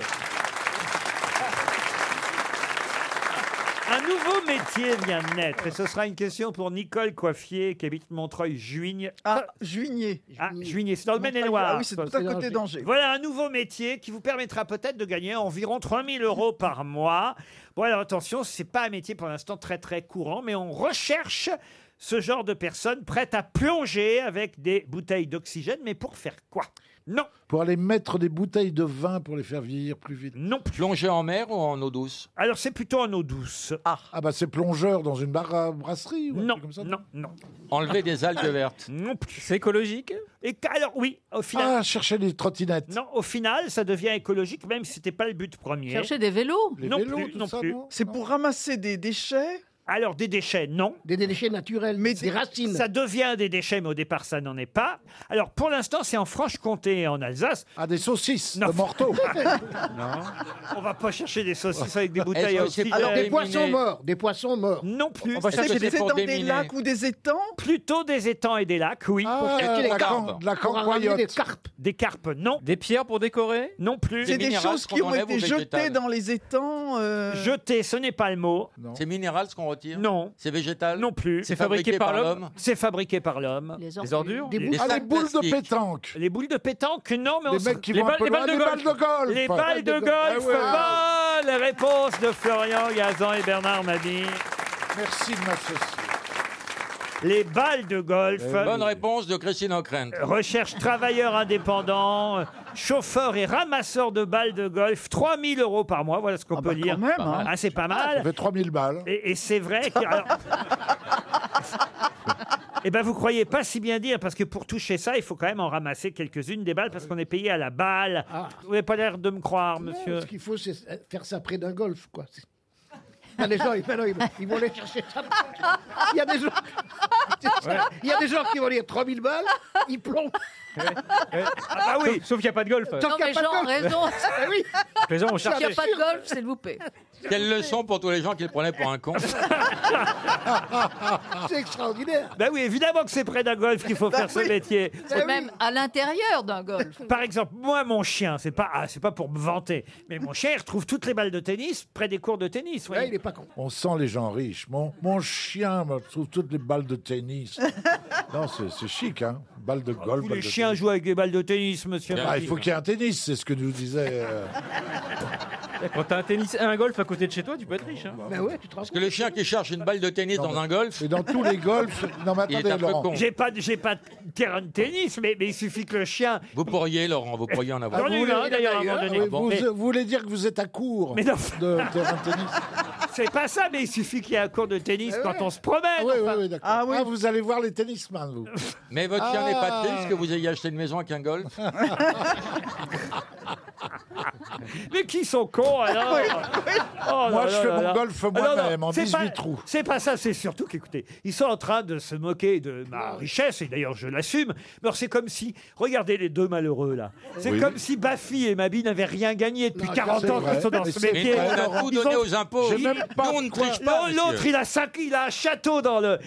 Speaker 2: Un nouveau métier vient de naître et ce sera une question pour Nicole Coiffier qui habite Montreuil-Juigne.
Speaker 7: Ah, juigné.
Speaker 2: Ah, Juigné, c'est dans le Maine-et-Loire.
Speaker 7: Ah oui, c'est tout à côté d'Angers.
Speaker 2: Voilà un nouveau métier qui vous permettra peut-être de gagner environ 3000 euros par mois. Bon, alors attention, c'est pas un métier pour l'instant très très courant, mais on recherche ce genre de personnes prêtes à plonger avec des bouteilles d'oxygène, mais pour faire quoi Non,
Speaker 5: Pour aller mettre des bouteilles de vin pour les faire vieillir plus vite.
Speaker 2: non.
Speaker 4: Plonger en mer ou en eau douce
Speaker 2: Alors c'est plutôt en eau douce.
Speaker 5: Ah bah c'est plongeur dans une barre à brasserie ou un
Speaker 2: Non,
Speaker 5: truc comme ça.
Speaker 2: non, non, Ah,
Speaker 4: Enlever des algues vertes.
Speaker 2: non plus.
Speaker 6: C'est écologique
Speaker 2: Et qu'- alors oui, au final,
Speaker 5: Ah, chercher les trottinettes.
Speaker 2: Non, au final, ça devient écologique, même si c'était pas le but premier.
Speaker 9: Chercher des vélos.
Speaker 5: Les
Speaker 2: non
Speaker 5: vélos,
Speaker 2: plus,
Speaker 5: tout
Speaker 2: non
Speaker 5: ça,
Speaker 2: plus.
Speaker 5: non
Speaker 7: C'est
Speaker 5: Non.
Speaker 7: pour ramasser des déchets.
Speaker 2: Alors, des déchets, non.
Speaker 3: Des déchets naturels,
Speaker 7: Mais
Speaker 3: des
Speaker 7: des-
Speaker 3: racines.
Speaker 2: Ça devient des déchets, mais au départ, ça n'en est pas. Alors, pour l'instant, c'est en Franche-Comté et en Alsace.
Speaker 5: Ah, des saucisses
Speaker 2: Non.
Speaker 5: de
Speaker 2: <laughs>
Speaker 5: morteau.
Speaker 13: <laughs>
Speaker 2: On va pas chercher des saucisses avec des bouteilles
Speaker 4: Est-ce
Speaker 2: à
Speaker 4: que c'est
Speaker 2: oxygène.
Speaker 4: pas-
Speaker 3: Alors, des
Speaker 4: Éliminer.
Speaker 3: poissons morts, des poissons morts.
Speaker 2: Non plus.
Speaker 4: On va
Speaker 7: Est-ce
Speaker 4: chercher
Speaker 7: que
Speaker 4: des
Speaker 7: c'est dans des
Speaker 4: déminer.
Speaker 7: lacs ou des étangs
Speaker 2: Plutôt des étangs et des lacs, oui.
Speaker 5: Ah,
Speaker 4: chercher les
Speaker 5: la
Speaker 4: carpes.
Speaker 5: can- la
Speaker 3: On va ramener des
Speaker 5: cancoyote.
Speaker 3: carpes.
Speaker 2: Des carpes, non.
Speaker 6: Des pierres pour décorer
Speaker 2: Non plus.
Speaker 7: C'est
Speaker 4: Des
Speaker 7: des
Speaker 4: minérales
Speaker 7: choses qui
Speaker 4: qu'on
Speaker 7: ont
Speaker 4: enlève aux
Speaker 7: été jetées
Speaker 4: végétales.
Speaker 7: dans les étangs. euh,
Speaker 2: Jeter, ce n'est pas le mot.
Speaker 5: Non.
Speaker 4: C'est minéral ce qu'on retire
Speaker 2: Non,
Speaker 4: C'est végétal
Speaker 2: non plus.
Speaker 6: C'est fabriqué, par, l'homme
Speaker 2: C'est fabriqué par l'homme.
Speaker 6: Les ordures
Speaker 3: Des
Speaker 2: Les-
Speaker 3: bouts-
Speaker 5: Ah, les
Speaker 4: sacs
Speaker 5: boules de
Speaker 4: plastiques.
Speaker 5: pétanque.
Speaker 2: Les boules de pétanque, non, mais on
Speaker 5: Les
Speaker 2: se-
Speaker 5: mecs qui
Speaker 6: les
Speaker 5: vont
Speaker 6: balles-
Speaker 5: un peu
Speaker 6: les
Speaker 5: loin.
Speaker 6: balles de
Speaker 5: Les balles de golf. Ah
Speaker 2: Les balles de golf, bonne réponse de Florian Gazan et Bernard Mabille.
Speaker 5: Merci de m'associer.
Speaker 2: Les balles de
Speaker 5: Eh
Speaker 2: golf.
Speaker 4: Bonne réponse de Christine O'Krent.
Speaker 2: Euh, Recherche travailleur indépendant, euh, chauffeur et ramasseur de balles de golf, 3000 euros par mois, voilà ce qu'on
Speaker 7: Ah bah
Speaker 2: peut lire.
Speaker 7: quand même, hein.
Speaker 2: Ah, c'est pas
Speaker 5: Ça
Speaker 2: mal.
Speaker 5: fait 3000 balles.
Speaker 2: Et, et c'est vrai que.
Speaker 3: <laughs>
Speaker 2: alors- Eh ben, vous croyez pas si bien dire, parce que pour toucher ça, il faut quand même en ramasser quelques-unes des balles, parce qu'on est payé à la balle.
Speaker 3: Ah.
Speaker 2: Vous n'avez pas l'air de me croire,
Speaker 3: Non,
Speaker 2: monsieur.
Speaker 3: Ce qu'il faut, c'est faire ça près d'un golf, quoi. C'est- Ah, les gens, ils, maintenant, ils, vont- ils vont aller chercher ça. Il y a des gens, c'est ça. il y a des gens qui vont dire 3000 balles, ils plombent.
Speaker 2: Ah bah oui.
Speaker 6: Sauf, sauf qu'il n'y a pas de golf.
Speaker 3: Tant
Speaker 9: Euh, Non,
Speaker 3: qu'il y
Speaker 9: mais
Speaker 3: a pas de
Speaker 9: Jean,
Speaker 3: golf.
Speaker 9: raison.
Speaker 3: Ah oui,
Speaker 6: Les gens ont
Speaker 9: S'il n'y a
Speaker 6: cherché.
Speaker 9: pas de golf, c'est le loupé.
Speaker 4: Quelle leçon pour tous les gens qui le prenaient pour un
Speaker 2: <laughs>
Speaker 4: con
Speaker 3: <laughs>
Speaker 2: Ah.
Speaker 3: c'est Bah extraordinaire.
Speaker 2: Ben oui, évidemment que c'est près d'un golf qu'il faut faire ce métier.
Speaker 9: C'est même à l'intérieur d'un golf.
Speaker 2: Par exemple, moi, mon chien, c'est pas, ah, c'est pas pour me vanter, mais mon chien, il retrouve toutes les balles de tennis près des cours de tennis.
Speaker 3: Ouais,
Speaker 2: voyez.
Speaker 3: il est pas con.
Speaker 5: On sent les gens riches. Mon, mon chien me trouve toutes les balles de tennis. non, c'est c'est chic, hein. Bah, Balles de golf.
Speaker 2: Ah, Tous
Speaker 5: balles
Speaker 2: les
Speaker 5: de
Speaker 2: chiens
Speaker 5: tennis.
Speaker 4: hein.
Speaker 2: jouent avec des balles de tennis, monsieur.
Speaker 5: Ah, il faut qu'il y ait un tennis, c'est ce que nous disait. euh,
Speaker 6: Quand t'as un tennis et un golf à côté de chez toi, tu peux être riche. Hein.
Speaker 9: Bah
Speaker 4: Parce que le chien qui cherche une balle de tennis dans un golf.
Speaker 5: Et dans tous
Speaker 4: <laughs>
Speaker 5: les golfs. Non, mais attendez, Laurent.
Speaker 2: J'ai pas, de- j'ai pas de terrain de tennis, mais, mais il suffit que le chien.
Speaker 4: Vous pourriez, Laurent, vous pourriez en avoir.
Speaker 2: J'en ai eu un d'ailleurs à un moment donné.
Speaker 5: Vous,
Speaker 2: Mais-
Speaker 5: vous voulez dire que vous êtes à court
Speaker 2: Mais non.
Speaker 5: de terrain de tennis
Speaker 2: C'est pas ça, mais il suffit qu'il y ait un cours de tennis
Speaker 3: Eh
Speaker 2: quand on se promène.
Speaker 5: Oui, oui, oui,
Speaker 2: <laughs>
Speaker 5: d'accord. Ah, vous allez voir les tennisman, vous.
Speaker 4: Mais votre chien n'est pas
Speaker 5: Ah.
Speaker 4: triste que vous ayez acheté une maison avec un golf
Speaker 2: <laughs> Mais qui sont
Speaker 4: <laughs>
Speaker 2: cons alors Oh
Speaker 5: Moi,
Speaker 2: là
Speaker 5: je
Speaker 2: là
Speaker 5: fais
Speaker 2: là
Speaker 5: mon
Speaker 2: là.
Speaker 5: golf
Speaker 2: Ah non,
Speaker 5: moi-même,
Speaker 2: non,
Speaker 5: en
Speaker 2: c'est
Speaker 5: 18
Speaker 2: pas-
Speaker 5: trous.
Speaker 2: C'est pas ça, c'est surtout qu'écoutez, ils sont en train de se moquer de ma richesse, et d'ailleurs je l'assume. Mais alors, c'est comme si, regardez les deux malheureux là, c'est
Speaker 4: Oui.
Speaker 2: comme si Baffy et Mabi n'avaient rien gagné depuis
Speaker 4: Non,
Speaker 2: 40
Speaker 4: c'est
Speaker 2: ans
Speaker 4: vrai.
Speaker 2: qu'ils sont dans
Speaker 4: Mais
Speaker 2: ce
Speaker 4: c'est
Speaker 2: métier.
Speaker 4: vrai, Laurent. Tout donné
Speaker 2: ont-
Speaker 4: aux impôts. J'ai même pas Nous, on ne quoi- triche pas,
Speaker 2: Non, L'autre,
Speaker 4: monsieur.
Speaker 2: il a cinq, il a un château dans le.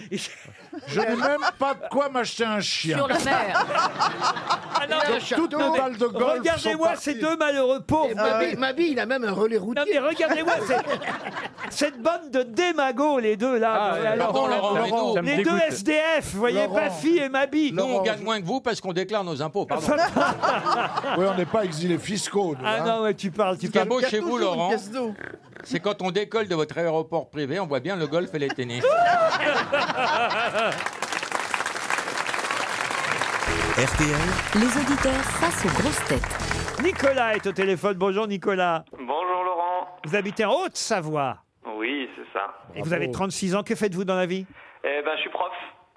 Speaker 5: Je n'ai même pas de quoi m'acheter un chien.
Speaker 2: Sur la mer. Ah non,
Speaker 5: Donc, toutes nos balles de golf
Speaker 2: Regardez-moi
Speaker 5: sont
Speaker 2: ces deux malheureux pauvres.
Speaker 7: Ah
Speaker 3: Mabi, Mabi, il a même un relais routier.
Speaker 2: Non mais regardez-moi c'est- cette bande de démagos, les deux là.
Speaker 4: Ah,
Speaker 2: Mais
Speaker 4: ouais.
Speaker 2: alors,
Speaker 4: Pardon, Laurent,
Speaker 2: les
Speaker 4: Laurent, ça me
Speaker 2: deux
Speaker 4: dégoûte.
Speaker 2: SDF, vous voyez,
Speaker 4: Laurent.
Speaker 2: Baffy et Mabi.
Speaker 4: Nous, on gagne moins que vous parce qu'on déclare nos impôts, pardon.
Speaker 5: Oui, on n'est pas exilés fiscaux. Nous,
Speaker 4: Ah
Speaker 5: hein.
Speaker 4: non,
Speaker 2: ouais, tu parles,
Speaker 4: Ce qui est beau chez vous, Laurent, c'est quand on décolle de votre aéroport privé, on voit bien le golf et les
Speaker 2: <laughs>
Speaker 4: tennis.
Speaker 15: Bah,
Speaker 14: RTL.
Speaker 1: Les auditeurs face aux grosses têtes.
Speaker 2: Nicolas est au téléphone. Bonjour Nicolas.
Speaker 15: Bonjour Laurent.
Speaker 2: Vous habitez en Haute-Savoie
Speaker 15: Oui, c'est ça.
Speaker 2: et vous avez 36 ans. Que faites-vous dans la vie
Speaker 15: Eh ben, je suis prof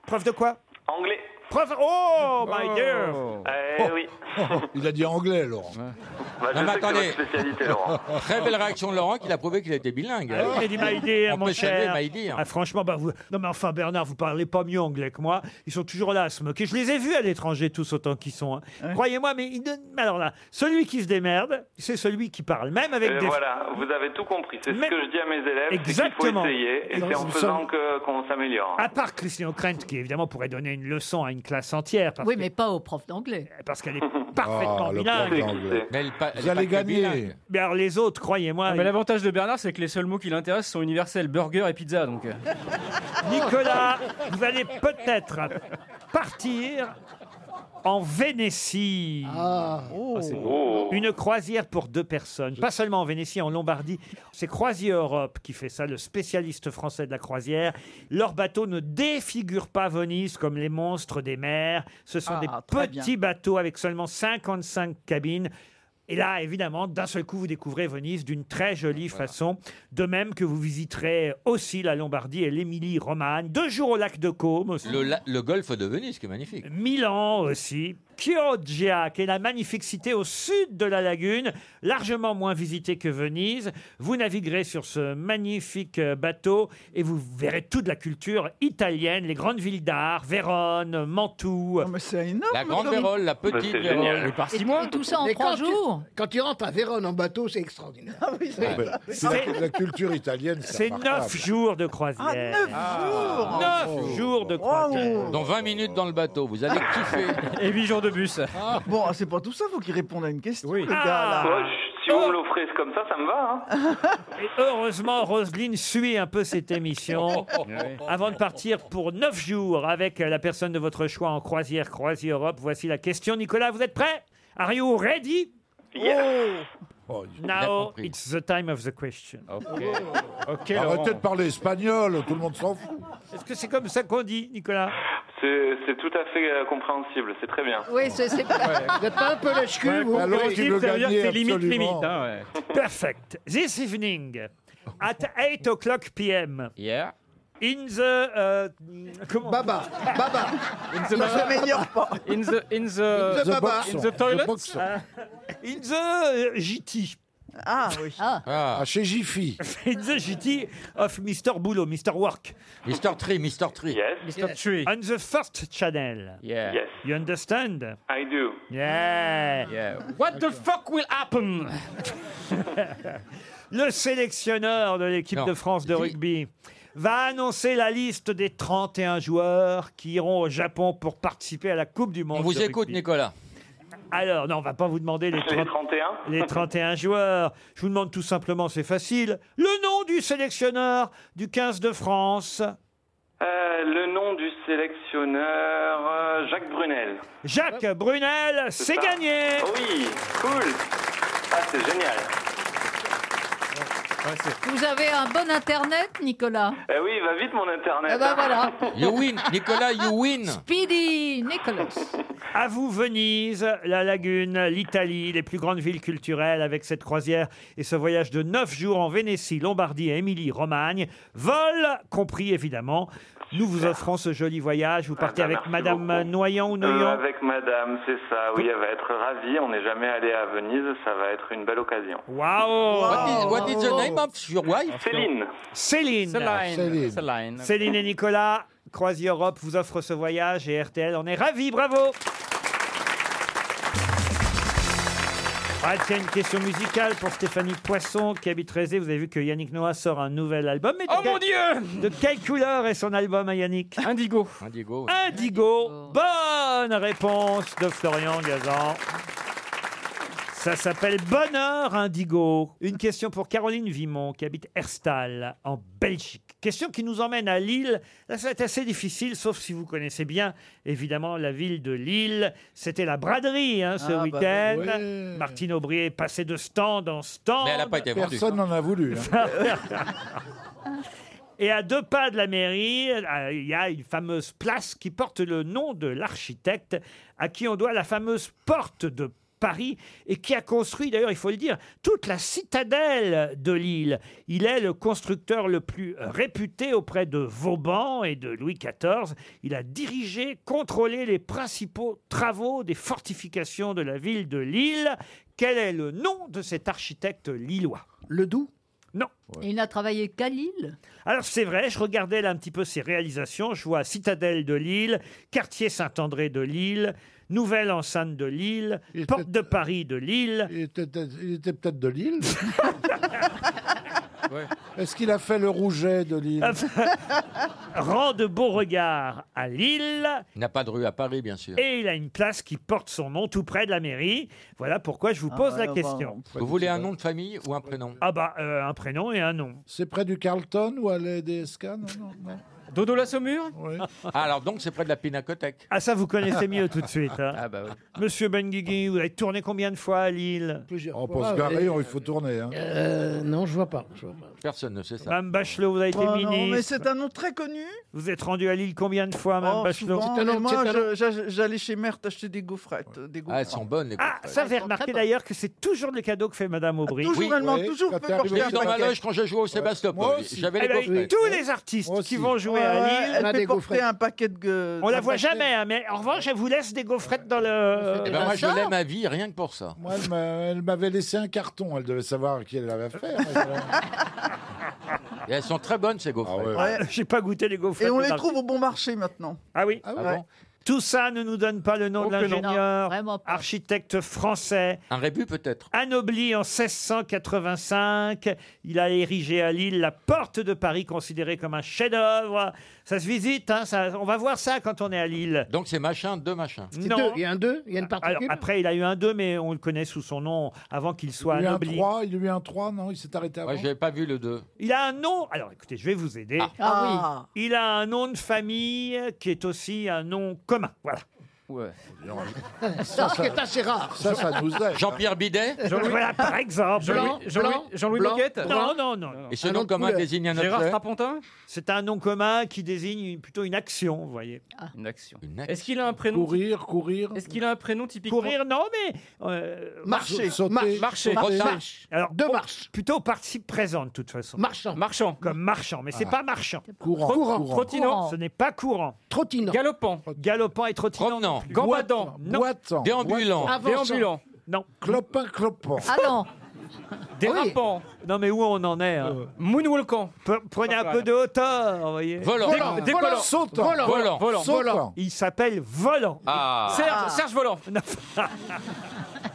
Speaker 2: Prof de quoi
Speaker 15: anglais.
Speaker 2: Prof. Oh my dear. Oh.
Speaker 15: Eh oui.
Speaker 5: <laughs> Il a dit anglais, Laurent.
Speaker 15: Bah, je
Speaker 4: Non,
Speaker 15: sais
Speaker 4: mais
Speaker 15: que c'est
Speaker 4: attendez.
Speaker 15: votre spécialité, Laurent.
Speaker 4: Très belle réaction de Laurent qui a prouvé qu'il était bilingue.
Speaker 2: Ah oui, il a dit my dear,
Speaker 4: On
Speaker 2: mon
Speaker 4: peut hein. saluer
Speaker 2: cher.
Speaker 4: my dear.
Speaker 2: Ah, franchement, bah, vous... non mais enfin Bernard, vous parlez pas mieux anglais que moi. Ils sont toujours là à se moquer. Je les ai vus à l'étranger tous autant qu'ils sont. hein. Croyez-moi, mais ils ne- mais alors là, celui qui se démerde, c'est celui qui parle, même avec
Speaker 15: Eh
Speaker 2: des.
Speaker 15: Voilà, vous avez tout compris. C'est ce
Speaker 2: Mais-
Speaker 15: que je dis à mes élèves, c'est qu'il faut
Speaker 2: Exactement. Ah,
Speaker 15: essayer, et
Speaker 2: Non,
Speaker 15: c'est en
Speaker 2: nous
Speaker 15: faisant
Speaker 2: sommes-
Speaker 15: que- qu'on s'améliore.
Speaker 2: À part Christine O'Krent, qui évidemment pourrait donner une leçon à une classe entière. Parce
Speaker 9: Oui, mais pas aux profs d'anglais.
Speaker 2: Parce
Speaker 15: <laughs>
Speaker 2: qu'elle est
Speaker 3: Oh,
Speaker 2: parfaitement bilingue.
Speaker 4: Mais elle pa- elle
Speaker 2: Vous
Speaker 4: est
Speaker 2: allez
Speaker 4: pas que
Speaker 2: gagner.
Speaker 4: bilingue.
Speaker 2: Mais alors les autres, croyez-moi.
Speaker 6: mais l'avantage de Bernard, c'est que les seuls mots qui l'intéressent sont universels, burger et pizza. Donc, euh.
Speaker 2: <laughs> Nicolas, vous allez peut-être partir en Vénétie. Ah, Une croisière pour deux personnes. Pas seulement en Vénétie, en Lombardie. C'est Croisier Europe qui fait ça, le spécialiste français de la croisière. Leurs bateaux ne défigurent pas Venise comme les monstres des mers. Ce sont
Speaker 7: Ah,
Speaker 2: des
Speaker 7: très
Speaker 2: petits
Speaker 7: bien.
Speaker 2: bateau avec seulement 55 cabines. Et là, évidemment, d'un seul coup, vous découvrez Venise d'une très jolie façon. De même que vous visiterez aussi la Lombardie et l'Émilie-Romagne. Deux jours au lac de Caume aussi.
Speaker 4: Le, la- le golfe de Venise qui est magnifique.
Speaker 2: Milan aussi. Chioggia, qui est la magnifique cité au sud de la lagune, largement moins visitée que Venise. Vous naviguerez sur ce magnifique euh, bateau et vous verrez toute la culture italienne, les grandes villes d'art, Vérone, Mantoue.
Speaker 4: La grande Vérole, la petite
Speaker 2: Bah, c'est génial.
Speaker 4: Vérole.
Speaker 2: Et- et
Speaker 9: tout ça en
Speaker 3: Mais
Speaker 9: trois
Speaker 3: quand tu-
Speaker 9: jours.
Speaker 3: Quand tu rentres à Vérone en bateau, c'est extraordinaire.
Speaker 5: Ah, ben, c'est la, la culture italienne.
Speaker 2: C'est neuf jours de croisière.
Speaker 4: Ah,
Speaker 2: Neuf
Speaker 4: oh.
Speaker 2: jours de croisière.
Speaker 4: Dans 20 minutes dans le bateau, vous allez kiffer.
Speaker 6: Et 8 jours de bus.
Speaker 7: Ah. Bon, c'est pas tout ça, faut qu'il réponde à une question. le gars,
Speaker 2: Ah.
Speaker 7: là.
Speaker 15: Moi, je- si vous me l'offrez comme ça, ça me va. hein.
Speaker 2: Et heureusement, Roselyne suit un peu cette émission avant de partir pour neuf jours avec la personne de votre choix en croisière, Croisière Europe. Voici la question. Nicolas, vous êtes prêt Are you ready Oh. Now it's the time of the question.
Speaker 5: Arrêtez de parler espagnol, tout le monde s'en fout.
Speaker 2: Est-ce que c'est comme ça qu'on dit, Nicolas
Speaker 15: C'est c'est tout à fait euh, compréhensible, c'est très bien.
Speaker 9: Oui, c'est pas.
Speaker 3: Vous n'êtes pas un peu lèche-cul, vous
Speaker 2: Perfect. This evening, at 8 o'clock p.m.
Speaker 4: Yeah.
Speaker 2: In the... euh, comment
Speaker 3: Baba, baba.
Speaker 6: In
Speaker 3: Il se
Speaker 6: meilleur
Speaker 3: m'améliore pas.
Speaker 6: In the, in the,
Speaker 3: In the baba.
Speaker 6: in the toilet.
Speaker 3: The boxon.
Speaker 2: In the euh, JT.
Speaker 7: Ah oui.
Speaker 4: Ah.
Speaker 5: chez Jiffy.
Speaker 2: <laughs> In the JT of Mr. Boulot, Mr. Work.
Speaker 4: Mr. Tree, Mr. Tree.
Speaker 2: Mr. Tree. On the first channel.
Speaker 4: Yeah.
Speaker 15: Yes.
Speaker 2: You understand?
Speaker 15: I do.
Speaker 2: Yeah.
Speaker 6: What the fuck will happen
Speaker 2: Le sélectionneur de l'équipe
Speaker 4: Non.
Speaker 2: de France de
Speaker 4: Dis-
Speaker 2: rugby va annoncer la liste des 31 joueurs qui iront au Japon pour participer à la Coupe du Monde.
Speaker 4: On vous
Speaker 2: de
Speaker 4: écoute,
Speaker 2: rugby.
Speaker 4: Nicolas.
Speaker 2: Alors, non, on va pas vous demander les,
Speaker 15: Les
Speaker 2: 30
Speaker 15: 31
Speaker 2: les 31 joueurs. Je vous demande tout simplement, c'est facile, le nom du sélectionneur du 15 de France.
Speaker 15: Euh, le nom du sélectionneur, euh, Jacques Brunel.
Speaker 2: Jacques Brunel, c'est
Speaker 15: ça.
Speaker 2: gagné
Speaker 15: Oui, cool. Ah, c'est génial.
Speaker 9: Vous avez un bon internet, Nicolas
Speaker 15: Eh oui, va vite mon internet.
Speaker 9: Eh ben voilà.
Speaker 4: You win, Nicolas, you win.
Speaker 9: Speedy Nicolas.
Speaker 2: À vous Venise, la Lagune, l'Italie, les plus grandes villes culturelles avec cette croisière et ce voyage de 9 jours en Vénétie, Lombardie et Émilie-Romagne. Vol compris évidemment. Nous vous offrons ce joli voyage. Vous partez
Speaker 15: Ah,
Speaker 2: avec
Speaker 15: merci
Speaker 2: Madame
Speaker 15: beaucoup.
Speaker 2: Noyan ou
Speaker 15: Euh,
Speaker 2: Noyan
Speaker 15: avec madame, c'est ça. Oui, elle va être ravie. On n'est jamais allé à Venise. Ça va être une belle occasion.
Speaker 2: Wow.
Speaker 4: What is, what is the name of your wife
Speaker 15: Céline.
Speaker 2: Céline.
Speaker 4: Céline. Céline.
Speaker 2: Céline et Nicolas, Croisi Europe vous offre ce voyage et RTL en est ravi, bravo Ah, tiens, une question musicale pour Stéphanie Poisson qui habite Rézé. Vous avez vu que Yannick Noah sort un nouvel album. Mais de
Speaker 6: Oh
Speaker 2: quel-
Speaker 6: mon Dieu
Speaker 2: De quelle couleur est son album à Yannick
Speaker 6: Indigo.
Speaker 4: Indigo.
Speaker 2: Indigo. Bonne réponse de Florian Gazan. Ça s'appelle Bonheur Indigo. Une question pour Caroline Vimon, qui habite Herstal, en Belgique. Question qui nous emmène à Lille. Là, ça va être assez difficile, sauf si vous connaissez bien, évidemment, la ville de Lille. C'était la braderie hein, ce
Speaker 5: Ah, bah,
Speaker 2: week-end.
Speaker 5: ouais.
Speaker 2: Martine Aubrier est passée de stand en stand.
Speaker 4: Mais elle n'a pas été vendue.
Speaker 5: Personne n'en a voulu. hein.
Speaker 2: <laughs> Et à deux pas de la mairie, euh, il y a une fameuse place qui porte le nom de l'architecte à qui on doit la fameuse porte de Paris et qui a construit, d'ailleurs, il faut le dire, toute la citadelle de Lille. Il est le constructeur le plus réputé auprès de Vauban et de Louis XIV. Il a dirigé, contrôlé les principaux travaux des fortifications de la ville de Lille. Quel est le nom de cet architecte lillois Ledoux Non.
Speaker 9: Et il n'a travaillé qu'à Lille.
Speaker 2: Alors c'est vrai, je regardais là un petit peu ses réalisations. Je vois Citadelle de Lille, Quartier Saint-André de Lille, Nouvelle Enceinte de Lille, Porte de Paris de Lille.
Speaker 5: Il était, il était peut-être de
Speaker 2: <laughs>
Speaker 5: Lille. Est-ce qu'il a fait le rouget de Lille
Speaker 2: Ah, bah. Rang de Beauregard à Lille.
Speaker 4: Il n'a pas de rue à Paris, bien sûr.
Speaker 2: Et il a une place qui porte son nom tout près de la mairie. Voilà pourquoi je vous
Speaker 5: Ah,
Speaker 2: pose
Speaker 5: bah,
Speaker 2: la question.
Speaker 4: Vous voulez un nom de famille ou un prénom
Speaker 2: Ah bah, euh, un prénom et un nom.
Speaker 5: C'est près du Carlton ou à la DSK Non, non,
Speaker 4: Eh
Speaker 5: non.
Speaker 6: Dodo la Saumur
Speaker 4: Ah, Alors donc, c'est près de la pinacothèque.
Speaker 2: Ah ça, vous connaissez mieux tout de suite. hein.
Speaker 4: Ah bah oui.
Speaker 2: Monsieur Benguigui, vous avez tourné combien de fois à Lille
Speaker 3: Plusieurs
Speaker 5: On peut se garer, on- il faut tourner. hein.
Speaker 3: Euh, non, je vois pas. Je vois pas.
Speaker 4: Personne ne sait ça.
Speaker 2: Mme Bachelot, vous avez été
Speaker 7: Oh non,
Speaker 2: ministre.
Speaker 7: mais c'est un nom très connu.
Speaker 2: Vous êtes rendu à Lille combien de fois, Mme
Speaker 7: Oh,
Speaker 2: Bachelot
Speaker 7: souvent, mais moi, je- j'a- j'allais chez mère t'acheter des gaufrettes. euh, des
Speaker 4: Ah,
Speaker 7: gaufrettes.
Speaker 4: elles sont bonnes, les
Speaker 2: Ah,
Speaker 4: cocktails.
Speaker 2: ça, j'ai remarqué d'ailleurs que c'est toujours le cadeau que fait Madame Aubry.
Speaker 7: Ah, toujours, elle demande toujours.
Speaker 5: quand
Speaker 7: peu
Speaker 5: t'es arrivé
Speaker 4: Je l'ai vu dans ma
Speaker 5: paquet.
Speaker 4: loge quand je jouais au
Speaker 5: Moi
Speaker 4: Sébastopol.
Speaker 5: aussi.
Speaker 4: J'avais les
Speaker 2: Elle a eu
Speaker 4: cocktails.
Speaker 2: Eh ben, tous les artistes qui vont jouer à Lille.
Speaker 7: elle
Speaker 3: a
Speaker 7: fait porter
Speaker 3: des gaufrettes.
Speaker 7: un paquet de. gue-
Speaker 2: On la voit
Speaker 7: un paquet.
Speaker 2: jamais, hein, mais en revanche, elle vous laisse des gaufrettes dans le.
Speaker 4: Eh ben moi, je l'aime à vie, rien que pour ça.
Speaker 5: Euh, Moi, elle m'a- elle m'avait laissé un carton. Elle devait savoir à qui elle l'avait fait.
Speaker 4: Et elles sont très bonnes, ces gaufrettes.
Speaker 7: Ouais.
Speaker 2: J'ai pas goûté les gaufrettes.
Speaker 7: Et on
Speaker 2: des
Speaker 7: les
Speaker 2: artistes.
Speaker 7: trouve au bon marché maintenant.
Speaker 2: Ah oui.
Speaker 5: Ah
Speaker 4: Ah
Speaker 7: Ouais.
Speaker 4: bon
Speaker 2: Tout ça ne nous donne pas le nom
Speaker 6: Oh
Speaker 2: de
Speaker 6: que non.
Speaker 2: l'ingénieur,
Speaker 9: Vraiment pas.
Speaker 2: architecte français.
Speaker 4: Un rébut, peut-être
Speaker 2: Anobli en 1685, il a érigé à Lille la porte de Paris considérée comme un chef-d'œuvre. Ça se visite, hein, ça- on va voir ça quand on est à Lille.
Speaker 4: Donc c'est machin, deux machins.
Speaker 3: C'est deux. Il y a un 2, il y a une
Speaker 2: Alors,
Speaker 3: particule.
Speaker 2: après, il a eu un 2, mais on le connaît sous son nom avant qu'il soit
Speaker 5: Il y a eu un
Speaker 2: anobli.
Speaker 5: 3, il y a eu un 3, non Il s'est arrêté avant.
Speaker 4: Moi, j'avais pas vu le deux.
Speaker 2: Il a un nom. Alors, écoutez, je vais vous aider.
Speaker 4: Ah.
Speaker 9: Ah
Speaker 2: Il a un nom de famille qui est aussi un nom commun. Voilà.
Speaker 6: Ouais.
Speaker 3: <laughs> ça, ce qui est assez rare.
Speaker 5: Ça, ça nous aide. hein.
Speaker 4: Jean-Pierre Bidet
Speaker 2: Voilà, par exemple.
Speaker 3: Blanc, blanc,
Speaker 6: Jean-Louis
Speaker 3: blanc.
Speaker 6: Boquette
Speaker 2: Non, non, non. non.
Speaker 4: Et ce
Speaker 3: Un nom
Speaker 4: nom
Speaker 3: de
Speaker 4: commun
Speaker 3: couleur.
Speaker 4: désigne un
Speaker 6: Gérard
Speaker 4: objet
Speaker 6: Strapontin
Speaker 2: C'est un nom commun qui désigne plutôt une action, vous voyez.
Speaker 6: Une action.
Speaker 4: Une action.
Speaker 6: Est-ce qu'il a un prénom
Speaker 5: Courir, courir.
Speaker 6: Est-ce qu'il a un prénom typiquement
Speaker 2: Courir, non, mais. euh,
Speaker 3: Marcher.
Speaker 5: Sauter.
Speaker 3: Marche.
Speaker 6: Marcher.
Speaker 4: Marcher.
Speaker 2: alors,
Speaker 3: Deux
Speaker 2: on-
Speaker 3: marches.
Speaker 2: plutôt au participe présent, de toute façon.
Speaker 3: Marchant.
Speaker 6: Marchant.
Speaker 2: Comme marchand, mais c'est
Speaker 5: Ah.
Speaker 2: pas marchand.
Speaker 5: Courant.
Speaker 3: Courant.
Speaker 6: Trottinant.
Speaker 2: Ce n'est pas courant.
Speaker 3: Trottinant.
Speaker 6: Galopant.
Speaker 2: Galopant et trottinant.
Speaker 4: Promenant.
Speaker 6: Gambadant.
Speaker 2: Non.
Speaker 5: Boitant.
Speaker 4: Déambulant.
Speaker 3: Avançant.
Speaker 6: Déambulant.
Speaker 2: Non.
Speaker 5: Clopin, clopant.
Speaker 9: Ah
Speaker 2: <laughs>
Speaker 9: non
Speaker 6: Dérapant.
Speaker 2: Non, mais où on en est hein
Speaker 5: Euh,
Speaker 6: Moonwalkant.
Speaker 2: Pe- Prenez un peu de hauteur, vous voyez.
Speaker 4: Volant.
Speaker 3: Volant.
Speaker 6: Décollant.
Speaker 3: Volant.
Speaker 5: Sautant.
Speaker 3: Volant.
Speaker 4: Volant.
Speaker 6: Volant.
Speaker 5: Sautant.
Speaker 2: Il s'appelle Volant.
Speaker 4: Ah
Speaker 6: Serge, Serge
Speaker 2: <laughs>
Speaker 6: Volant.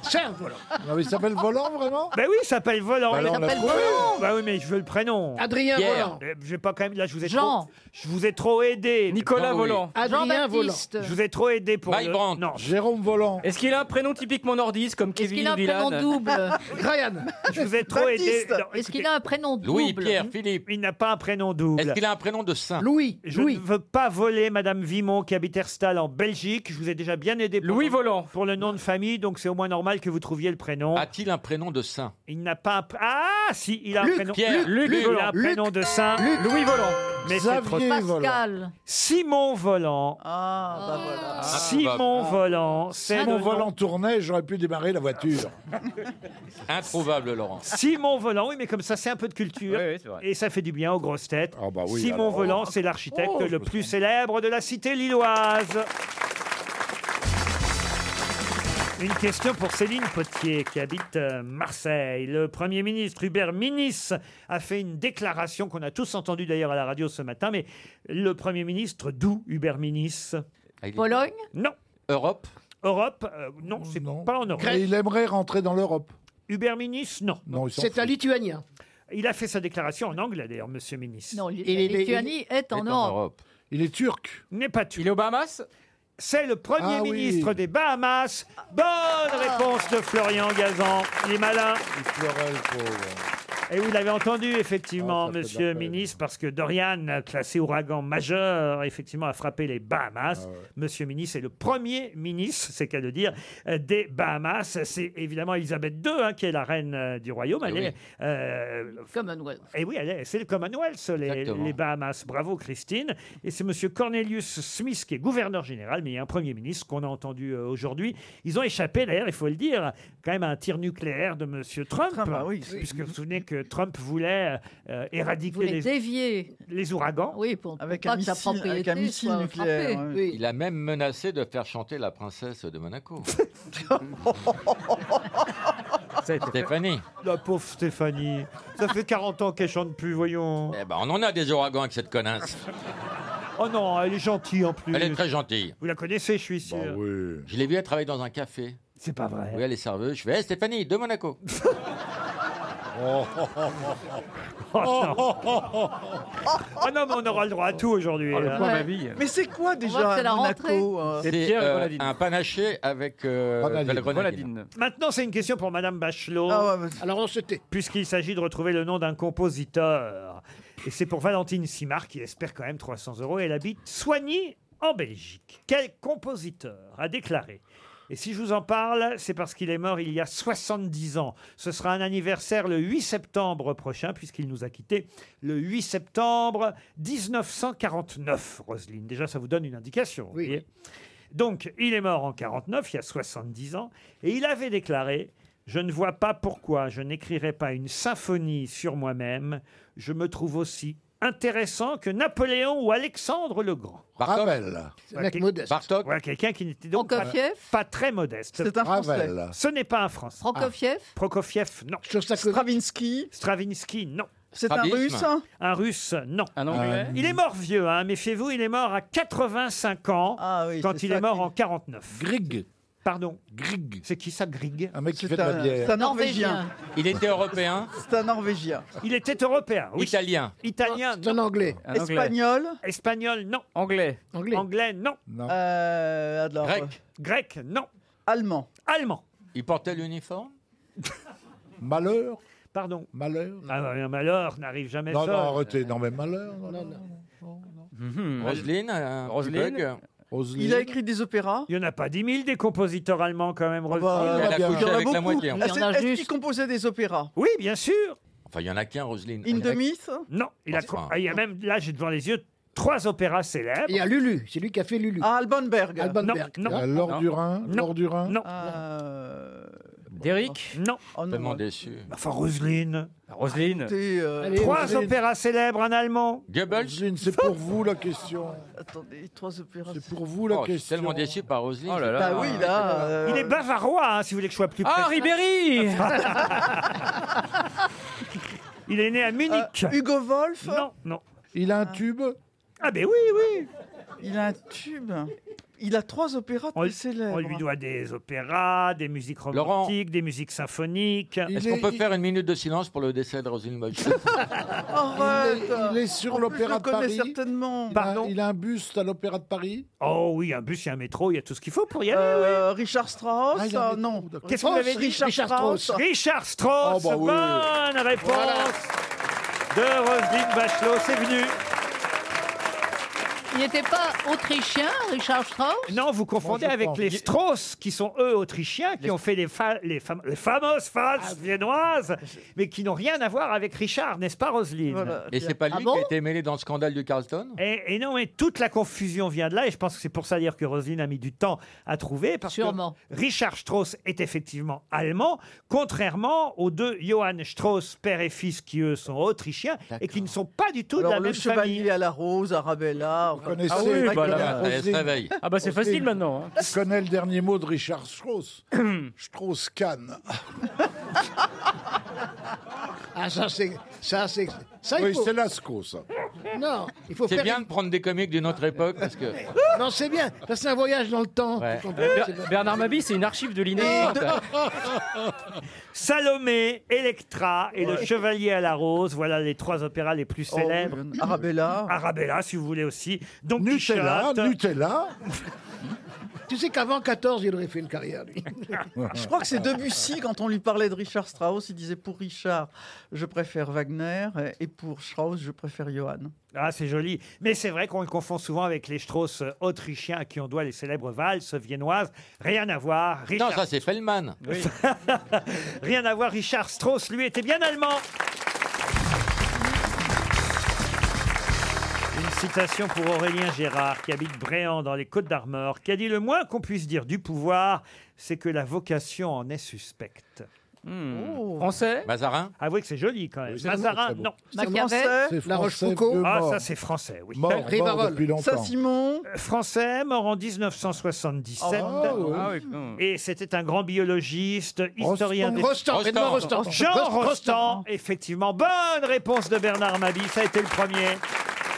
Speaker 3: Serge, volant.
Speaker 5: Non, mais il s'appelle Volant, vraiment
Speaker 2: Ben oui, il s'appelle Volant.
Speaker 5: Bah non, on l'a
Speaker 9: s'appelle
Speaker 5: trouvé.
Speaker 9: Volant.
Speaker 2: Bah oui, mais je veux le prénom.
Speaker 3: Adrien
Speaker 4: Pierre.
Speaker 3: Volant.
Speaker 2: Euh, Je vais pas quand même. Là, je vous ai
Speaker 9: Jean.
Speaker 2: trop. Je vous ai trop aidé.
Speaker 6: Nicolas
Speaker 4: Non, oui.
Speaker 6: Volant.
Speaker 3: Adrien Volant.
Speaker 9: Jean-Baptiste.
Speaker 2: Je vous ai trop aidé pour.
Speaker 4: Mike
Speaker 2: le-
Speaker 4: Brandt.
Speaker 2: Non. je-
Speaker 5: Jérôme Volant.
Speaker 6: Est-ce qu'il a un prénom typiquement nordiste comme
Speaker 9: Est-ce
Speaker 6: Kevin
Speaker 9: qu'il a
Speaker 6: ou
Speaker 9: un prénom
Speaker 6: Dylan
Speaker 9: <laughs> double
Speaker 3: Ryan.
Speaker 2: Je vous ai trop aidé.
Speaker 7: Baptiste.
Speaker 2: Non,
Speaker 9: Est-ce
Speaker 2: écoutez,
Speaker 9: qu'il a un prénom double
Speaker 4: Louis, Pierre, Philippe.
Speaker 2: Il n'a pas un prénom double.
Speaker 4: Est-ce qu'il a un prénom de saint
Speaker 3: Louis.
Speaker 2: Je
Speaker 3: Louis.
Speaker 2: ne veux pas voler Madame Vimon qui habite Herstal en Belgique. Je vous ai déjà bien aidé pour,
Speaker 6: Louis Volant.
Speaker 2: pour le nom de famille, donc c'est au moins normal que vous trouviez le prénom. A-t-il un prénom de saint Il n'a pas un... pr- Ah, si, il a un
Speaker 6: Luc,
Speaker 2: prénom.
Speaker 6: Pierre, Luc, Luc,
Speaker 2: il a un
Speaker 6: Luc,
Speaker 2: prénom de saint.
Speaker 6: Luc, Louis Volant.
Speaker 2: Mais c'est trop
Speaker 6: Xavier
Speaker 2: tard.
Speaker 6: Volant. Pascal.
Speaker 2: Simon Volant.
Speaker 7: Ah, bah voilà.
Speaker 5: Ah,
Speaker 2: Simon Volant.
Speaker 5: Si mon volant tournait, j'aurais pu démarrer la voiture.
Speaker 2: Ah,
Speaker 4: Introuvable, Laurent.
Speaker 2: Simon Volant, oui, mais comme ça, c'est un peu de culture. Et ça fait du bien aux grosses têtes.
Speaker 4: Ah bah oui,
Speaker 2: Simon
Speaker 4: alors.
Speaker 2: Volant, c'est l'architecte
Speaker 4: Oh, je
Speaker 2: le plus célèbre de la cité lilloise. Une question pour Céline Potier qui habite euh, Marseille. Le Premier ministre Hubert Minis a fait une déclaration qu'on a tous entendue d'ailleurs à la radio ce matin. Mais le Premier ministre d'où Hubert Minis
Speaker 9: Pologne
Speaker 2: Non. Europe Europe euh, Non, c'est pas en Europe.
Speaker 5: Et il aimerait rentrer dans l'Europe.
Speaker 2: Hubert Minis Non.
Speaker 5: Non, il s'en
Speaker 9: C'est un
Speaker 5: fout.
Speaker 9: Lituanien.
Speaker 2: Il a fait sa déclaration en anglais, d'ailleurs, monsieur ministre.
Speaker 9: Non, li- la Lituanie est en Europe.
Speaker 2: Il est turc. N'est pas turc. Il est aux Bahamas C'est le premier
Speaker 6: Ah oui.
Speaker 2: ministre des Bahamas. Bonne
Speaker 9: Ah.
Speaker 2: réponse de Florian Gazan. Il est malin. Il <laughs> pleurait le Et vous l'avez entendu,
Speaker 5: Ah,
Speaker 2: effectivement, monsieur ministre, parce que Dorian, classé ouragan majeur, effectivement, a frappé les Bahamas.
Speaker 7: Ah
Speaker 2: Monsieur ministre est le premier ministre, c'est qu'à le dire, euh, des Bahamas. C'est évidemment Elisabeth II, hein, qui est la reine euh, du royaume. Elle
Speaker 9: Eh oui.
Speaker 2: est, euh,
Speaker 9: Commonwealth.
Speaker 2: et oui, elle est- c'est le Commonwealth, les,
Speaker 9: Exactement.
Speaker 2: les Bahamas. Bravo, Christine. Et c'est Monsieur Cornelius Smith qui est gouverneur général, mais il y a un Premier ministre qu'on a entendu euh, aujourd'hui. Ils ont échappé, d'ailleurs, il faut le dire, quand même à un tir nucléaire de Monsieur Trump.
Speaker 7: Trump, ah oui.
Speaker 2: puisque vous vous souvenez que Trump voulait euh, éradiquer
Speaker 9: Vous les
Speaker 2: les,
Speaker 9: déviez.
Speaker 2: les ouragans.
Speaker 9: Oui, pour, pour
Speaker 7: Avec
Speaker 9: pas
Speaker 7: un
Speaker 9: que sa
Speaker 7: missile- avec
Speaker 9: propriété
Speaker 7: un missile
Speaker 9: soit
Speaker 7: nucléaire,
Speaker 9: frappée.
Speaker 7: ouais.
Speaker 4: Il a même menacé de faire chanter la princesse de
Speaker 2: <laughs>
Speaker 4: Monaco. Stéphanie.
Speaker 2: La pauvre Stéphanie. Ça fait 40 ans qu'elle chante plus, voyons.
Speaker 4: Eh ben, on en a des ouragans avec cette connasse.
Speaker 2: Oh non, elle est gentille en plus.
Speaker 4: Elle est très gentille.
Speaker 2: Vous la connaissez, je suis sûr.
Speaker 4: Je l'ai vue, elle travaille dans un café.
Speaker 2: C'est pas vrai.
Speaker 4: Oui, elle est serveuse. Je fais, Hey, Stéphanie, de Monaco.
Speaker 2: <laughs>
Speaker 4: <laughs> Oh,
Speaker 2: Oh, non. Oh non, mais on aura le droit à tout aujourd'hui.
Speaker 4: Oh, le
Speaker 2: hein.
Speaker 4: point ma vie.
Speaker 7: Mais c'est quoi
Speaker 9: On voit
Speaker 7: déjà
Speaker 9: que c'est la
Speaker 7: à Monaco euh,
Speaker 4: C'est euh, un panaché avec euh, Val- grenadine.
Speaker 2: Maintenant, c'est une question pour Madame Bachelot.
Speaker 3: Alors on se tait.
Speaker 2: Puisqu'il s'agit de retrouver le nom d'un compositeur. Et c'est pour Valentine Simard qui espère quand même 300 euros. Elle habite Soigny en Belgique. Quel compositeur a déclaré et si je vous en parle, c'est parce qu'il est mort il y a 70 ans. Ce sera un anniversaire le 8 septembre prochain, puisqu'il nous a quittés le 8 septembre 1949, Roselyne. Déjà, ça vous donne une indication. vous voyez. Donc, il est mort en 49, il y a 70 ans, et il avait déclaré Je ne vois pas pourquoi je n'écrirais pas une symphonie sur moi-même. Je me trouve aussi intéressant que Napoléon ou Alexandre le Grand.
Speaker 5: Ravel.
Speaker 2: Ah, ben C'est un mec modeste. Ouais, quelqu'un qui n'était donc pas,
Speaker 9: Prokofiev
Speaker 2: pas très modeste.
Speaker 7: C'est un Français. Ravel.
Speaker 2: Ce n'est pas un Français.
Speaker 9: Prokofiev
Speaker 2: Ah. Prokofiev, non.
Speaker 7: Stravinsky
Speaker 2: Stravinsky, non.
Speaker 7: C'est un Strabisme Russe, hein
Speaker 2: Un russe, non. Euh,
Speaker 7: Anglais
Speaker 2: Il est mort vieux, hein, méfiez-vous, il est mort à 85 ans quand
Speaker 7: c'est
Speaker 2: il est
Speaker 7: ça
Speaker 2: mort en 49.
Speaker 5: Grig.
Speaker 2: Pardon Grig. C'est qui ça, Grig
Speaker 5: Un mec qui fait de
Speaker 7: un-
Speaker 5: la bière.
Speaker 7: c'est un Norvégien.
Speaker 4: Il était européen.
Speaker 7: C'est un Norvégien.
Speaker 2: Il était européen, oui.
Speaker 4: Italien.
Speaker 2: Italien,
Speaker 3: C'est un anglais.
Speaker 4: Un Anglais.
Speaker 7: Espagnol
Speaker 2: Espagnol, non.
Speaker 6: Anglais.
Speaker 3: Anglais.
Speaker 2: Anglais, non.
Speaker 7: Euh, alors,
Speaker 4: Grec.
Speaker 2: Grec, non.
Speaker 7: Allemand.
Speaker 2: Allemand.
Speaker 4: Il portait l'uniforme
Speaker 5: Malheur.
Speaker 2: Pardon.
Speaker 5: Malheur.
Speaker 2: Ah, un malheur n'arrive jamais
Speaker 5: Non,
Speaker 2: seul.
Speaker 5: non, arrêtez. Non, mais malheur.
Speaker 4: Roselyne, un petit
Speaker 5: Roselyne.
Speaker 4: bug.
Speaker 7: Il a écrit des opéras
Speaker 2: Il n'y en a pas 10 000 des compositeurs allemands quand même.
Speaker 7: bah,
Speaker 2: Roselyne.
Speaker 4: Elle a
Speaker 7: Il y en
Speaker 4: couché
Speaker 7: a
Speaker 4: avec la
Speaker 7: beaucoup.
Speaker 4: moitié. hein.
Speaker 7: Est-ce est-ce qu'il composait des opéras
Speaker 2: Oui, bien sûr.
Speaker 4: Enfin, il n'y en a qu'un, Roselyne.
Speaker 7: In the Myth
Speaker 2: Non, il a,
Speaker 4: Enfin.
Speaker 2: ah, il y a même, là j'ai devant les yeux, trois opéras célèbres.
Speaker 3: Il y a Lulu, c'est lui qui a fait Lulu.
Speaker 7: Ah, Albanberg.
Speaker 3: Albanberg.
Speaker 2: Non, non.
Speaker 5: L'or
Speaker 2: Non.
Speaker 5: du Rhin. L'or du Rhin.
Speaker 2: Non.
Speaker 7: Euh.
Speaker 6: Derrick.
Speaker 2: Non.
Speaker 4: Tellement déçu.
Speaker 2: Enfin, Roselyne. Ah,
Speaker 6: Roselyne.
Speaker 7: Écoutez, euh,
Speaker 2: Trois opéras célèbres, un allemand.
Speaker 4: Goebbels
Speaker 5: Roselyne, c'est pour vous la question.
Speaker 7: Attendez, trois opéras.
Speaker 5: C'est pour vous la
Speaker 4: Oh, je suis
Speaker 5: question.
Speaker 4: tellement déçu par Roselyne.
Speaker 6: Oh là là.
Speaker 7: Bah oui, là. euh,
Speaker 2: Ah, Il est bavarois, hein, si vous voulez que je sois plus
Speaker 6: Ah,
Speaker 2: précis.
Speaker 6: Ribéry
Speaker 2: <laughs> Il est né à Munich.
Speaker 7: Euh, Hugo Wolf
Speaker 2: Non, non.
Speaker 5: Il a un tube.
Speaker 2: Ah ben oui, oui.
Speaker 7: Il a un tube. Il a trois opéras
Speaker 2: On,
Speaker 7: très célèbres.
Speaker 2: on lui doit des opéras, des musiques
Speaker 4: Laurent.
Speaker 2: romantiques, des musiques symphoniques.
Speaker 4: Est-ce qu'on peut faire une minute de silence pour le décès de Roselyne Bachelot
Speaker 7: Arrête
Speaker 5: Il est, il est sur
Speaker 7: En plus, je
Speaker 5: l'Opéra
Speaker 7: le
Speaker 5: de
Speaker 7: connais
Speaker 5: Paris.
Speaker 7: certainement.
Speaker 5: Il a, il a un buste à l'Opéra de Paris.
Speaker 2: <laughs> Oh oui, un bus, il y a un métro, il y a tout ce qu'il faut pour y aller.
Speaker 7: Euh, Richard Strauss
Speaker 5: Ah, il y en a
Speaker 7: euh, Non.
Speaker 5: beaucoup, d'accord.
Speaker 2: Qu'est-ce que vous avez dit
Speaker 7: Richard, Strauss. Ah,
Speaker 2: Richard Strauss,
Speaker 5: Oh, bah oui.
Speaker 2: bonne réponse
Speaker 5: Voilà.
Speaker 2: de Roselyne Bachelot, c'est venu.
Speaker 9: Il n'était pas autrichien, Richard Strauss
Speaker 2: Non, vous confondez
Speaker 9: Moi, je
Speaker 2: avec
Speaker 9: pense.
Speaker 2: les Strauss, qui sont eux autrichiens, qui ont fait les, fa- les, fam- les fameuses valses viennoises, mais qui n'ont rien à voir avec Richard, n'est-ce pas, Roselyne
Speaker 4: Et c'est pas lui qui a été mêlé dans le scandale du Carlton
Speaker 2: Et, et non, mais toute la confusion vient de là, et je pense que c'est pour ça d'ailleurs que Roselyne a mis du temps à trouver, parce que Richard Strauss est effectivement allemand, contrairement aux deux Johann Strauss, père et fils, qui eux sont autrichiens, et qui ne sont pas du tout de la
Speaker 7: Alors, le
Speaker 2: même
Speaker 7: chevalier
Speaker 2: famille.
Speaker 7: à la rose, Arabella. Vous
Speaker 5: connaissez
Speaker 4: Ah bah
Speaker 6: Ah bah, c'est facile maintenant, hein.
Speaker 5: Je connais le dernier mot de
Speaker 6: <clears throat>
Speaker 5: Richard Strauss. Strauss-Kahn.
Speaker 3: Ah, ça, c'est. Ça, c'est. Ça, il
Speaker 5: Oui,
Speaker 3: faut-
Speaker 5: c'est Lascaux, ça.
Speaker 3: Non, il faut
Speaker 4: C'est
Speaker 3: faire.
Speaker 4: bien de prendre des comiques d'une autre époque parce que.
Speaker 3: Non, c'est bien. Ça, c'est un voyage dans le temps.
Speaker 4: Ouais.
Speaker 3: tu comprends
Speaker 6: Euh,
Speaker 3: C'est-
Speaker 6: Ber- Bernard Mabie, c'est une archive de l'INE.
Speaker 2: <laughs> Salomé, Electra et
Speaker 6: Ouais.
Speaker 2: Le Chevalier à la Rose, voilà les trois opéras les plus
Speaker 7: Oh,
Speaker 2: célèbres.
Speaker 7: oui, Arabella.
Speaker 2: Arabella, si vous voulez aussi. Donc
Speaker 5: Nutella, Nutella.
Speaker 3: Tu sais qu'avant 14, il aurait fait une carrière, lui.
Speaker 7: Je crois que c'est Debussy, quand on lui parlait de Richard Strauss, il disait pour Richard, je préfère Wagner, et pour Strauss, je préfère Johann.
Speaker 2: Ah, c'est joli. Mais c'est vrai qu'on le confond souvent avec les Strauss euh, autrichiens à qui on doit les célèbres valses viennoises. Rien à voir. Richard...
Speaker 4: Non, ça c'est Fellman.
Speaker 2: <laughs> Rien à voir. Richard Strauss, lui, était bien allemand. Une citation pour Aurélien Gérard, qui habite Bréant dans les Côtes d'Armor, qui a dit Le moins qu'on puisse dire du pouvoir, c'est que la vocation en est suspecte.
Speaker 6: Français
Speaker 4: Mazarin
Speaker 2: Avouez que c'est joli quand même.
Speaker 4: c'est
Speaker 2: Mazarin,
Speaker 4: très beau.
Speaker 2: non. Euh,
Speaker 7: C'est Machiavel français,
Speaker 5: La Rochefoucauld. de
Speaker 2: Ah,
Speaker 5: mort.
Speaker 2: ça c'est français, oui. Euh,
Speaker 5: Mort, mort Rivarol. depuis longtemps.
Speaker 7: Saint-Simon.
Speaker 2: <laughs> Français, mort en 1977.
Speaker 3: Oh,
Speaker 5: Ah, ouais. Ah, oui,
Speaker 2: Et c'était un grand biologiste, historien. des-
Speaker 3: Rostand, Rostand. Edmond Rostand.
Speaker 2: Jean
Speaker 3: Rostand.
Speaker 2: Rostand, effectivement. Bonne réponse de Bernard Mabi, ça a été le premier.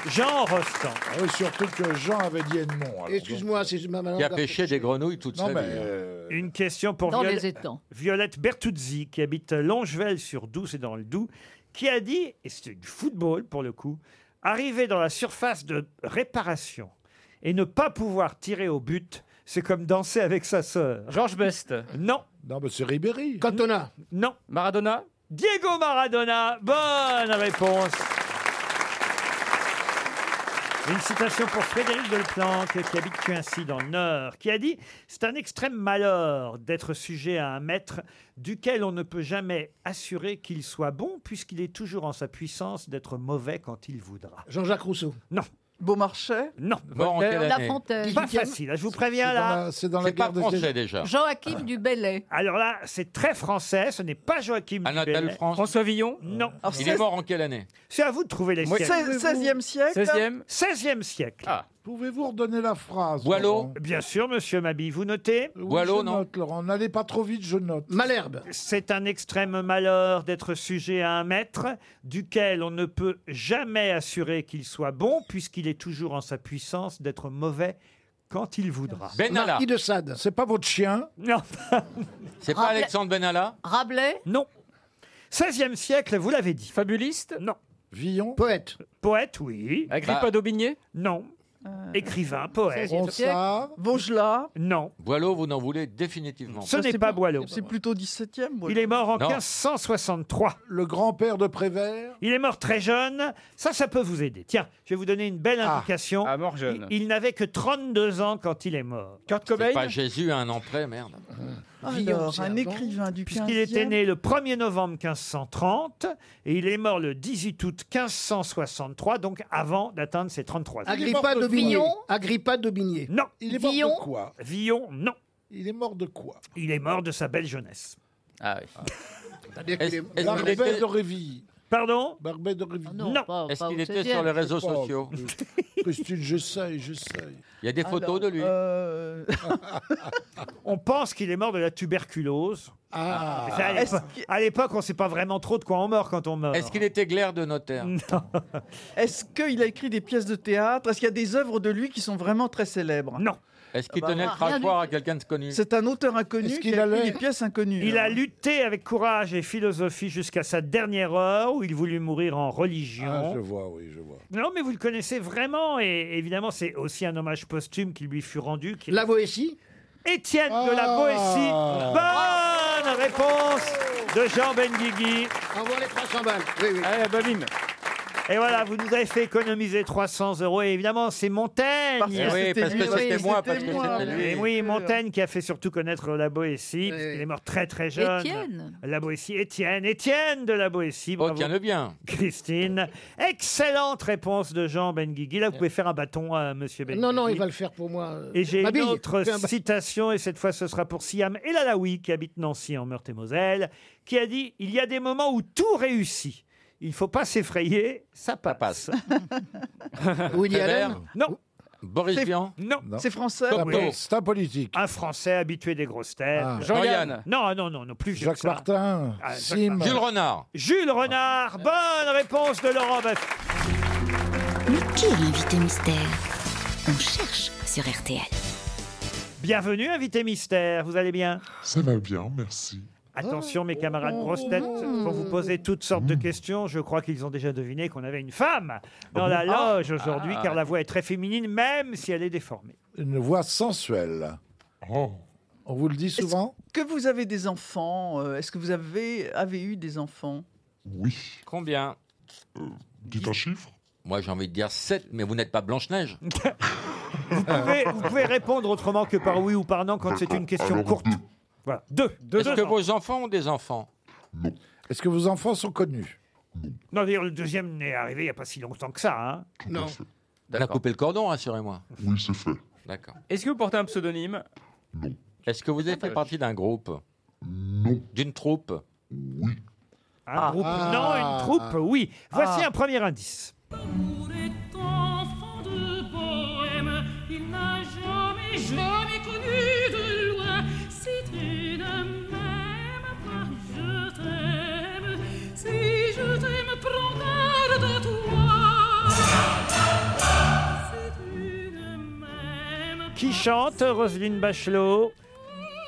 Speaker 2: Jean Rostand.
Speaker 5: Ah oui, surtout que Jean avait dit Edmond. alors.
Speaker 3: Excuse-moi, c'est ma
Speaker 4: Qui a pêché des grenouilles toute
Speaker 5: Non,
Speaker 4: sa
Speaker 5: mais, euh,
Speaker 4: vie. hein.
Speaker 2: Une question pour
Speaker 9: Dans
Speaker 2: Violette-
Speaker 9: les étangs.
Speaker 2: Violette Bertuzzi, qui habite Longevel-sur-Douce et dans le Doubs, qui a dit, et c'était du football pour le coup, arriver dans la surface de réparation et ne pas pouvoir tirer au but, c'est comme danser avec sa sœur.
Speaker 6: Georges Best.
Speaker 2: Non.
Speaker 5: Non, mais c'est Ribéry.
Speaker 3: Cantona.
Speaker 2: Non.
Speaker 6: Maradona
Speaker 2: Diego Maradona, bonne réponse. Une citation pour Frédéric Delplanque, qui habite Cuincy dans le Nord, qui a dit C'est un extrême malheur d'être sujet à un maître duquel on ne peut jamais assurer qu'il soit bon, puisqu'il est toujours en sa puissance d'être mauvais quand il voudra.
Speaker 3: Jean-Jacques Rousseau.
Speaker 2: Non.
Speaker 7: Beaumarchais
Speaker 2: Non.
Speaker 4: Mort en quelle année
Speaker 9: Lafontaine.
Speaker 2: Pas facile, là, je vous préviens
Speaker 5: C'est dans
Speaker 2: là. Ah.
Speaker 5: la- c'est dans la
Speaker 4: C'est pas
Speaker 5: guerre de
Speaker 4: français déjà. Ah.
Speaker 9: Joachim du Bellay.
Speaker 2: Alors là, c'est très français, ce n'est pas Joachim
Speaker 4: Anatole
Speaker 2: Dubélé.
Speaker 4: France.
Speaker 6: François Villon
Speaker 2: Non.
Speaker 4: Il est mort en quelle année
Speaker 2: C'est à vous de trouver les
Speaker 4: Moi,
Speaker 2: siècles.
Speaker 7: 16e siècle.
Speaker 6: 16e
Speaker 2: 16e siècle.
Speaker 4: Ah.
Speaker 5: Pouvez-vous redonner la phrase
Speaker 4: Boileau
Speaker 2: Bien sûr, monsieur Mabi, vous notez
Speaker 5: Laurent Oui,
Speaker 4: Boileau,
Speaker 5: je
Speaker 4: non
Speaker 5: note, Laurent. N'allez pas trop vite, je note.
Speaker 3: Malherbe.
Speaker 2: C'est un extrême malheur d'être sujet à un maître duquel on ne peut jamais assurer qu'il soit bon puisqu'il est toujours en sa puissance d'être mauvais quand il voudra.
Speaker 4: Benalla.
Speaker 3: Marquis de Sade.
Speaker 5: C'est pas votre chien
Speaker 2: Non,
Speaker 4: C'est pas
Speaker 9: Rappelez-
Speaker 4: Alexandre Ben Benalla
Speaker 9: Rabelais.
Speaker 2: non. 16e siècle, vous l'avez dit.
Speaker 6: Fabuliste
Speaker 2: Non.
Speaker 5: Villon
Speaker 3: Poète.
Speaker 2: Poète, oui.
Speaker 6: Agrippa
Speaker 4: Bah.
Speaker 6: d'Aubigné Euh,
Speaker 2: Non. Écrivain, poète.
Speaker 9: 16e siècle.
Speaker 5: Ronsard
Speaker 7: Vaugelas.
Speaker 2: Non.
Speaker 4: Boileau, vous n'en voulez définitivement.
Speaker 2: Ce
Speaker 7: Ça,
Speaker 2: n'est
Speaker 7: c'est
Speaker 2: pas
Speaker 7: bon.
Speaker 2: Boileau.
Speaker 7: C'est plutôt 17e. Boileau.
Speaker 2: Il est mort en
Speaker 4: Non.
Speaker 2: 1563.
Speaker 5: Le grand-père de Prévert
Speaker 2: Il est mort très jeune. Ça, ça peut vous aider. Tiens, je vais vous donner une belle
Speaker 5: Ah,
Speaker 2: indication.
Speaker 6: à mort jeune.
Speaker 2: Il, il n'avait que 32 ans quand il est mort.
Speaker 6: Kurt
Speaker 4: C'est
Speaker 6: Cobain
Speaker 4: pas Jésus à un an près, merde.
Speaker 5: Ah,
Speaker 7: Alors,
Speaker 3: c'est
Speaker 7: un
Speaker 5: hein.
Speaker 3: avant.
Speaker 7: écrivain du 15e.
Speaker 2: Puisqu'il était né le 1er novembre 1530 et il est mort le 18 août 1563, donc avant d'atteindre ses 33 ans.
Speaker 5: Ah,
Speaker 3: Agrippa
Speaker 5: de
Speaker 3: d'Aubigné.
Speaker 9: Villon.
Speaker 3: Agrippa d'Aubigné.
Speaker 2: Non,
Speaker 5: Il est mort
Speaker 9: Villon
Speaker 5: de quoi
Speaker 2: Villon, non.
Speaker 5: Il est mort de quoi
Speaker 2: Il est mort de sa belle jeunesse.
Speaker 4: Ah oui.
Speaker 3: C'est-à-dire
Speaker 4: Est-ce
Speaker 3: qu'il est-
Speaker 4: est-ce qu'il
Speaker 5: Barbet
Speaker 4: était-
Speaker 5: de Réville.
Speaker 2: Pardon
Speaker 5: Barbet de
Speaker 3: Ah
Speaker 5: Réville.
Speaker 9: Non,
Speaker 2: Non.
Speaker 9: pas-
Speaker 4: est-ce
Speaker 9: pas
Speaker 4: qu'il
Speaker 9: au
Speaker 4: était
Speaker 9: 16e.
Speaker 4: sur les réseaux
Speaker 5: Je sais pas,
Speaker 4: sociaux
Speaker 5: euh, Christine, j'essaye, j'essaye.
Speaker 4: Il y a des photos
Speaker 7: Alors,
Speaker 4: de lui.
Speaker 7: euh,
Speaker 2: <laughs> On pense qu'il est mort de la tuberculose.
Speaker 5: Ah,
Speaker 2: Ça, à
Speaker 7: Est-ce
Speaker 2: l'époque-
Speaker 7: qu'il-
Speaker 2: à l'époque, on ne sait pas vraiment trop de quoi on meurt quand on meurt.
Speaker 4: Est-ce qu'il était glaire de notaire
Speaker 7: <laughs> Est-ce qu'il a écrit des pièces de théâtre Est-ce qu'il y a des œuvres de lui qui sont vraiment très célèbres
Speaker 2: Non.
Speaker 4: Est-ce qu'il
Speaker 7: Ah bah,
Speaker 4: tenait le
Speaker 7: rien du
Speaker 4: crachoir à quelqu'un de connu
Speaker 7: C'est un auteur inconnu
Speaker 5: Est-ce
Speaker 7: qui
Speaker 5: qu'il
Speaker 7: a
Speaker 5: allait-
Speaker 7: écrit des pièces inconnues.
Speaker 4: hein
Speaker 2: Il a
Speaker 7: Alors,
Speaker 2: lutté avec courage et philosophie jusqu'à sa dernière heure où il voulut mourir en religion.
Speaker 5: Ah, je vois, oui, je vois.
Speaker 2: Non, mais vous le connaissez vraiment, et évidemment, c'est aussi un hommage posthume qui lui fut rendu. qui-
Speaker 3: La Boétie.
Speaker 2: Étienne de la
Speaker 5: Ah.
Speaker 4: Ah.
Speaker 2: Boétie. Bonne réponse de Jean Benguigui.
Speaker 3: Envoie les 300 balles. Oui, oui.
Speaker 6: Allez, la babine.
Speaker 2: Et voilà, vous nous avez fait économiser 300 euros. Et évidemment, c'est Montaigne.
Speaker 4: Parce que Eh oui, c'était parce que lui, c'était oui, moi, c'était parce que moi. c'était lui.
Speaker 2: Et oui, Montaigne qui a fait surtout connaître la Boétie, parce qu'il est mort très très jeune.
Speaker 4: Étienne.
Speaker 2: La Boétie, Étienne, Étienne de la Boétie. Bravo.
Speaker 4: Oh, tiens-le bien.
Speaker 2: Christine. Excellente réponse de Jean Benguigui. Là, vous pouvez faire un bâton à Monsieur Benguigui.
Speaker 3: Non, non, il va le faire pour moi. euh,
Speaker 2: Et j'ai une
Speaker 3: Mabille,
Speaker 2: autre
Speaker 3: fais un ba-
Speaker 2: citation, et cette fois ce sera pour Siam Elalaoui, qui habite Nancy en Meurthe-et-Moselle, qui a dit Il y a des moments où tout réussit. Il ne faut pas s'effrayer, ça passe.
Speaker 4: Woody Prévert Allen
Speaker 2: Non.
Speaker 4: Boris
Speaker 2: C'est-
Speaker 4: Vian
Speaker 2: Non.
Speaker 4: Non. C'est français Coppola.
Speaker 2: C'est un politique. Un français habitué des grosses têtes.
Speaker 4: Ah. Jean Yann.
Speaker 2: Non, non, non, non, plus vieux
Speaker 5: Jacques
Speaker 2: que ça.
Speaker 5: Martin,
Speaker 2: Ah, Jacques
Speaker 5: Sim.
Speaker 2: Martin.
Speaker 5: Jules
Speaker 4: Renard.
Speaker 2: Jules Renard. Bonne réponse de Laurent Baffie.
Speaker 1: Mais qui est l'invité mystère On cherche sur RTL.
Speaker 2: Bienvenue, invité mystère. Vous allez bien
Speaker 16: Ça va bien, merci.
Speaker 2: Attention, mes camarades grosses têtes vont vous poser toutes sortes
Speaker 5: Hmm.
Speaker 2: de questions. Je crois qu'ils ont déjà deviné qu'on avait une femme dans la
Speaker 5: Ah.
Speaker 2: loge aujourd'hui,
Speaker 5: Ah.
Speaker 2: car la voix est très féminine, même si elle est déformée.
Speaker 5: Une voix sensuelle.
Speaker 16: Oh.
Speaker 5: On vous le dit souvent
Speaker 7: Que vous avez des enfants euh, Est-ce que vous avez, avez eu des enfants
Speaker 4: Oui. Combien Dites un chiffre. Moi, j'ai envie de dire 7, mais vous n'êtes pas Blanche-Neige.
Speaker 2: Vous
Speaker 5: Ah.
Speaker 2: pouvez, vous pouvez répondre autrement que par oui ou par non quand c'est une question courte.
Speaker 5: hmm.
Speaker 2: Voilà. Deux. deux
Speaker 4: Est-ce que
Speaker 2: ans.
Speaker 4: vos enfants ont des enfants
Speaker 5: Est-ce que vos enfants sont connus
Speaker 2: Non, d'ailleurs, le deuxième n'est arrivé il n'y a pas si longtemps que ça. hein.
Speaker 4: Non. On a coupé le cordon, rassurez-moi. Oui, c'est fait. D'accord.
Speaker 6: Est-ce que vous portez un pseudonyme
Speaker 4: Est-ce que vous avez fait partie d'un groupe Non. D'une troupe
Speaker 2: Un Hein groupe, non, une troupe, oui. Voici
Speaker 4: Ah.
Speaker 2: un premier indice.
Speaker 17: enfant de bohème, il n'a jamais, jamais connu de loin. Si tu ne m'aimes pas, je t'aime. Si je t'aime, prends garde à toi.
Speaker 2: Qui chante Roselyne Bachelot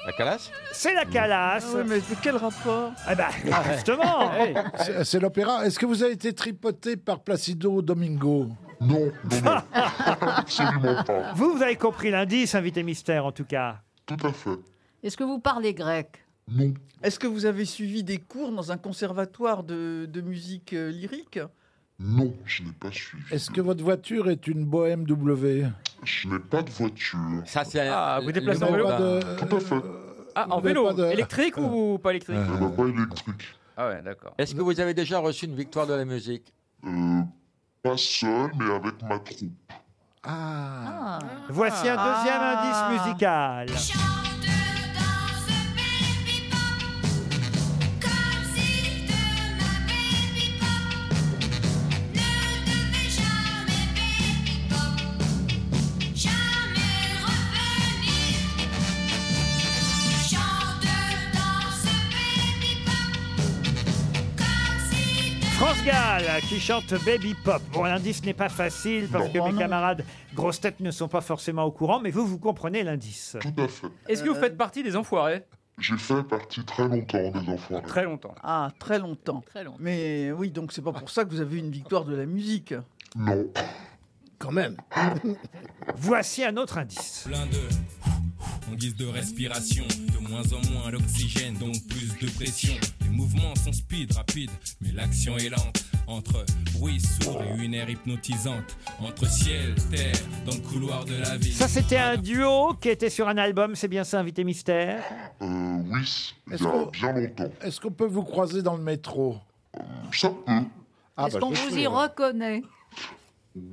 Speaker 4: La calasse
Speaker 2: C'est la calasse.
Speaker 7: Ah oui, mais de quel rapport
Speaker 2: Ah bah, justement.
Speaker 5: <laughs> C'est- C'est l'opéra. Est-ce que vous avez été tripoté par Placido Domingo Non, non, non.
Speaker 16: <laughs>
Speaker 5: Absolument pas.
Speaker 2: Vous, vous avez compris l'indice, invité mystère, en tout cas.
Speaker 16: Tout à fait.
Speaker 7: Est-ce que vous parlez grec
Speaker 16: Non.
Speaker 7: Est-ce que vous avez suivi des cours dans un conservatoire de, de musique euh, lyrique
Speaker 16: Non, je n'ai pas suivi.
Speaker 5: Est-ce que votre voiture est une Bohème W
Speaker 16: Je n'ai pas de voiture.
Speaker 4: Ça, c'est.
Speaker 6: Ah, vous déplacez
Speaker 5: Vous
Speaker 6: en
Speaker 5: n'avez
Speaker 6: vélo
Speaker 5: pas de-
Speaker 16: Tout à fait.
Speaker 6: Ah,
Speaker 5: vous
Speaker 6: en
Speaker 5: n'avez
Speaker 6: vélo
Speaker 5: pas de-
Speaker 6: Électrique ou pas électrique
Speaker 16: Elle n'a pas électrique.
Speaker 6: Ah ouais, d'accord.
Speaker 4: Euh, Est-ce que vous avez déjà reçu une victoire de la musique
Speaker 16: Euh, pas seul, mais avec ma troupe.
Speaker 6: Ah.
Speaker 2: Voici un deuxième indice musical. France Gall qui chante Baby Pop. Bon, l'indice n'est pas facile parce que mes camarades grosses têtes ne sont pas forcément au courant, mais vous, vous comprenez l'indice.
Speaker 16: Tout à fait.
Speaker 6: Est-ce que vous faites partie des enfoirés
Speaker 16: J'ai fait partie très longtemps des enfants.
Speaker 6: Très longtemps.
Speaker 7: Ah, très longtemps. Mais oui, donc c'est pas pour ça que vous avez eu une victoire de la musique.
Speaker 16: Non.
Speaker 7: Quand même.
Speaker 2: <laughs> Voici un autre indice.
Speaker 18: Plein de en guise de respiration, de moins en moins l'oxygène, donc plus de pression. Les mouvements sont speed, rapides, mais l'action est lente. Entre bruit sourd et une air hypnotisante, entre ciel, terre, dans le couloir de la ville.
Speaker 2: Ça, c'était un duo qui était sur un album, c'est bien ça, Invité Mystère
Speaker 16: Euh, oui, il y
Speaker 5: Est-ce
Speaker 16: a
Speaker 5: que-
Speaker 16: bien longtemps. Euh,
Speaker 5: Est-ce qu'on peut vous croiser dans le métro Ah, bah.
Speaker 16: Ça peut.
Speaker 9: Est-ce qu'on vous y reconnaît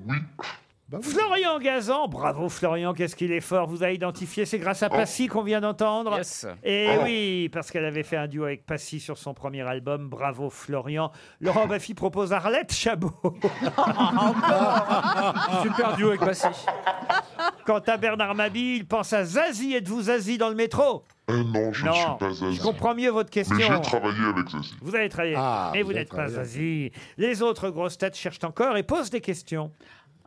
Speaker 16: Bah
Speaker 2: Florian Gazan, bravo Florian, qu'est-ce qu'il est fort, vous a identifié, c'est grâce à
Speaker 16: Oh.
Speaker 2: Passy qu'on vient d'entendre.
Speaker 6: Yes.
Speaker 2: Et
Speaker 16: Ah
Speaker 17: Ah
Speaker 6: Oh.
Speaker 2: Eh oui, parce qu'elle avait fait un duo avec Passy sur son premier album, bravo Florian. Laurent Baffy propose Arlette Chabot. <laughs>
Speaker 6: Super duo avec Passy.
Speaker 2: Quant à Bernard Mabille, il pense à Zazie, êtes-vous Zazie dans le métro
Speaker 16: Eh non, je ne suis
Speaker 2: Non,
Speaker 16: pas Zazie.
Speaker 2: je comprends mieux votre question.
Speaker 16: Mais j'ai travaillé avec Zazie.
Speaker 2: Vous avez travaillé,
Speaker 16: Ah,
Speaker 2: mais vous
Speaker 16: vous avez
Speaker 2: n'êtes pas
Speaker 16: travaillé.
Speaker 2: Zazie. Les autres grosses têtes cherchent encore et posent des questions.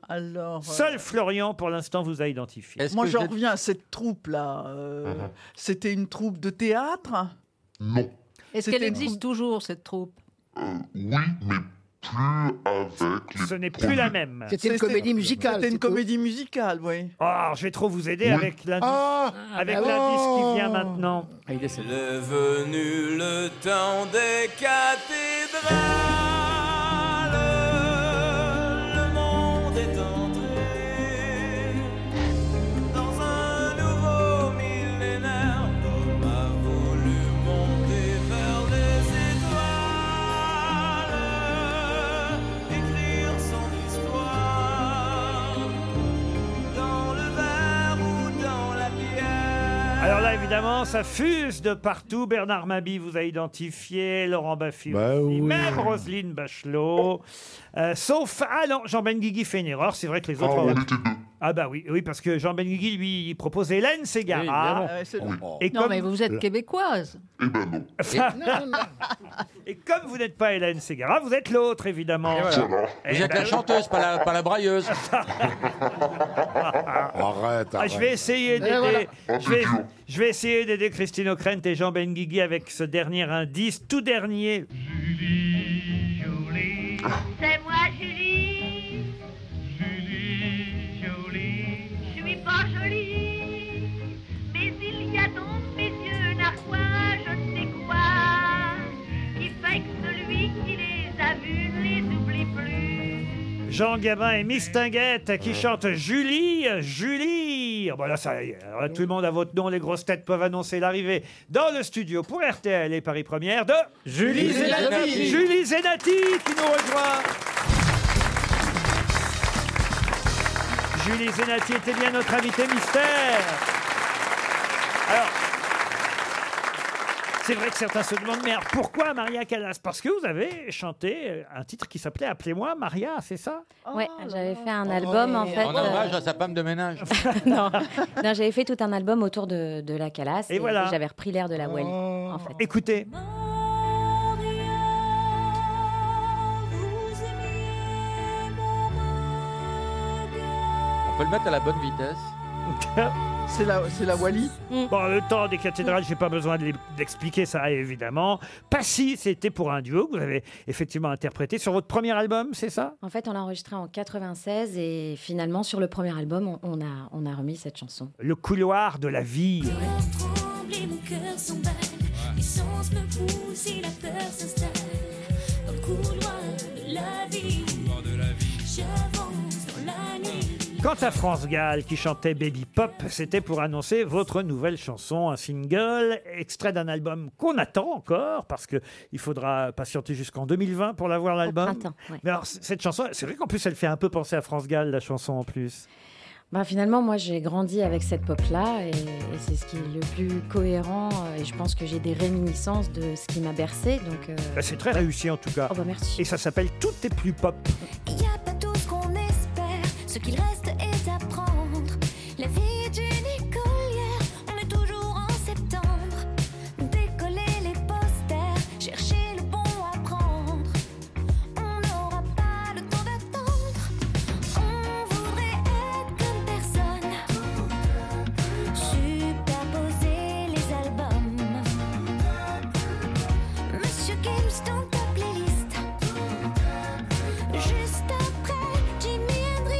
Speaker 7: Alors. euh,
Speaker 2: Seul Florian, pour l'instant, vous a identifié.
Speaker 7: Moi, j'en reviens à cette troupe-là. euh,
Speaker 2: Mhm.
Speaker 7: C'était une troupe de théâtre
Speaker 16: Uh-huh. Non.
Speaker 9: Est-ce
Speaker 7: C'était
Speaker 9: qu'elle
Speaker 7: une
Speaker 9: existe toujours, cette troupe
Speaker 16: Oui, mais plus avec les.
Speaker 2: Ce n'est plus la même.
Speaker 7: C'était une comédie musicale, oui.
Speaker 2: Oh, alors, je vais trop vous aider
Speaker 7: Oui.
Speaker 2: avec l'indice
Speaker 7: Ah,
Speaker 2: avec
Speaker 7: ah bah
Speaker 2: l'indice qui
Speaker 7: oui.
Speaker 2: vient maintenant.
Speaker 18: Le venu le temps des cathédrales.
Speaker 2: ça, évidemment, ça fuse de partout. Bernard Mabi vous a identifié, Laurent Baffy
Speaker 5: Bah
Speaker 2: aussi,
Speaker 5: oui.
Speaker 2: même Roselyne Bachelot. Euh, sauf, ah non, Jean Benguigui fait une erreur, c'est vrai que les autres...
Speaker 16: on
Speaker 2: ont- Ah bah oui, oui, parce que Jean Benguigui, lui, il propose Hélène Ségara.
Speaker 9: Ah ouais, c'est-
Speaker 2: Et
Speaker 9: non,
Speaker 2: comme-
Speaker 9: mais vous êtes québécoise.
Speaker 2: Et comme vous n'êtes pas Hélène Ségara, vous êtes l'autre, évidemment. Eh ben,
Speaker 4: Vous êtes la chanteuse, pas la, pas la brailleuse.
Speaker 5: Arrête,
Speaker 2: Ah, je vais essayer d'aider. je, vais,
Speaker 4: idiot.
Speaker 2: je vais essayer d'aider Christine O'Krent et Jean Benguigui avec ce dernier indice, tout dernier.
Speaker 17: C'est moi, Julie. Julie, jolie. Je suis pas jolie. Mais il y a dans mes yeux narquois, je ne sais quoi, qui fait que celui qui les a vus ne les oublie plus.
Speaker 2: Jean Gabin et Miss Tinguette qui chantent Julie, Julie. Ah bah là, ça y est. Alors là, tout le monde à votre nom, les grosses têtes peuvent annoncer l'arrivée dans le studio pour RTL et Paris Première de
Speaker 17: Julie Zenati.
Speaker 2: Julie Zenati qui nous rejoint. Julie Zenati était bien notre invitée mystère. Alors, c'est vrai que certains se demandent, mais alors pourquoi Maria Callas Parce que vous avez chanté euh, un titre qui s'appelait Appelez-moi Maria, c'est ça
Speaker 4: Oh
Speaker 19: Ouais, j'avais fait un album en fait.
Speaker 4: En
Speaker 19: euh,
Speaker 4: hommage à Ah, sa femme de ménage.
Speaker 19: non, j'avais fait tout un album autour de, de la calasse.
Speaker 4: Et voilà. Oh.
Speaker 19: J'avais repris l'air de la Wally. En fait.
Speaker 2: Écoutez.
Speaker 4: <laughs> On peut le mettre à la bonne vitesse.
Speaker 2: <laughs> C'est la, c'est la Wally. Bon, le temps des cathédrales, j'ai pas besoin de l'é- d'expliquer ça, évidemment. Passy, c'était pour un duo que vous avez effectivement interprété sur votre premier album, c'est ça
Speaker 19: En fait, on l'a enregistré en 96 et finalement, sur le premier album, on, on a, on a remis cette chanson.
Speaker 2: Le couloir de la vie.
Speaker 17: Les mon cœur s'emballe, les sens me poussent et la peur s'installe. Dans le couloir de la vie, j'avance dans la nuit.
Speaker 2: Quant à France Gall qui chantait Baby Pop, c'était pour annoncer votre nouvelle chanson, un single, extrait d'un album qu'on attend encore parce que il faudra patienter jusqu'en 2020 pour l'avoir l'album.
Speaker 19: printemps, ouais.
Speaker 2: Mais alors c- cette chanson, c'est vrai qu'en plus elle fait un peu penser à France Gall la chanson en plus.
Speaker 19: Bah, finalement, moi, j'ai grandi avec cette pop-là et, et c'est ce qui est le plus cohérent. euh, Et je pense que j'ai des réminiscences de ce qui m'a bercé. Donc, euh,
Speaker 2: Bah, c'est très réussi en tout cas.
Speaker 19: Oh, bah,
Speaker 2: Et ça s'appelle Tout est plus pop.
Speaker 17: Il n'y a pas tout ce qu'on espère, ce qu'il reste est à prendre. La vie est une écolière, on est toujours en septembre. Décoller les posters, chercher le bon à prendre. On n'aura pas le temps d'attendre. On voudrait être comme personne. Superposer les albums. Monsieur Gims dans ta playlist. Juste après Jimi Hendrix.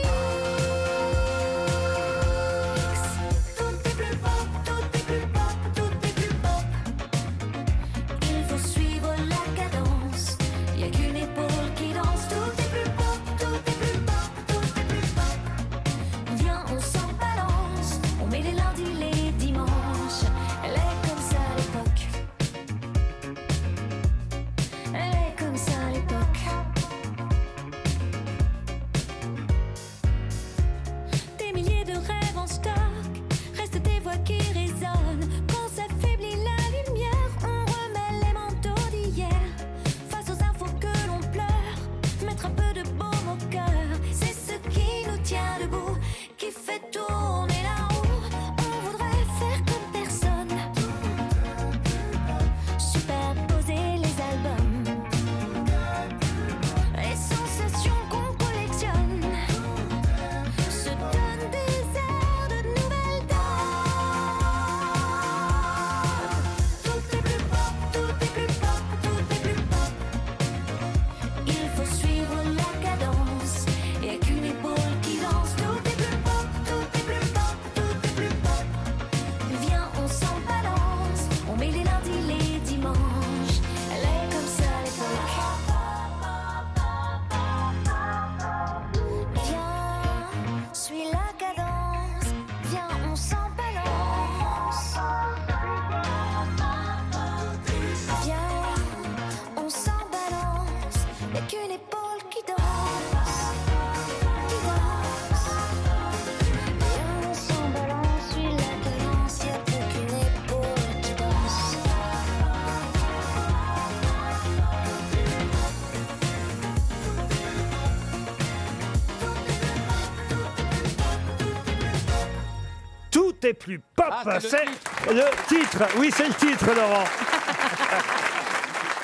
Speaker 2: t'es plus pop.
Speaker 17: Ah, c'est
Speaker 2: c'est
Speaker 17: le
Speaker 2: le, titre. Oui, c'est le titre, Laurent.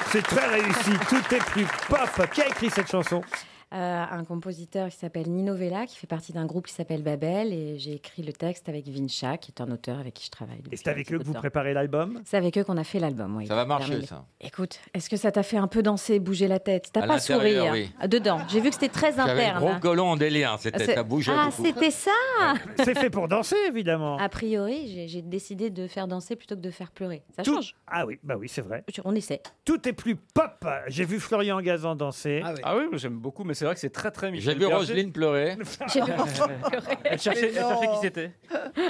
Speaker 2: <laughs> c'est très réussi. Tout est plus pop. Qui a écrit cette chanson
Speaker 19: Euh, un compositeur qui s'appelle Nino Vella, qui fait partie d'un groupe qui s'appelle Babel, et j'ai écrit le texte avec Vincha, qui est un auteur avec qui je travaille.
Speaker 2: Et c'est avec eux que vous préparez l'album
Speaker 19: C'est avec eux qu'on a fait l'album, oui.
Speaker 4: Ça va marcher,
Speaker 19: Dernier.
Speaker 4: ça.
Speaker 19: Écoute, est-ce que ça t'a fait un peu danser, bouger la tête T'as
Speaker 4: À
Speaker 19: pas souri
Speaker 4: l'intérieur,
Speaker 19: hein,
Speaker 4: oui.
Speaker 19: à- dedans. J'ai vu que c'était très
Speaker 4: J'avais le
Speaker 19: interne.
Speaker 4: gros colon en délire, hein,
Speaker 19: Ah,
Speaker 4: c'était
Speaker 19: c'est-
Speaker 4: ta bouge.
Speaker 19: Ah, c'était ça
Speaker 2: C'est fait pour danser, évidemment.
Speaker 19: A priori, j'ai- j'ai décidé de faire danser plutôt que de faire pleurer. Ça
Speaker 2: Tout-
Speaker 19: change.
Speaker 2: Ah oui, bah oui, c'est vrai.
Speaker 19: On essaie.
Speaker 2: Tout est plus pop. J'ai vu Florian Gazan danser.
Speaker 19: Ah oui.
Speaker 6: Ah oui, moi, j'aime beaucoup, mais c'est vrai que c'est très très
Speaker 4: J'ai
Speaker 6: Michel
Speaker 4: vu
Speaker 6: Berger. <laughs>
Speaker 4: Roselyne pleurer.
Speaker 19: J'ai vu Roselyne
Speaker 6: Elle
Speaker 19: <laughs>
Speaker 6: cherchait, elle
Speaker 4: Mais non.
Speaker 6: cherchait qui c'était.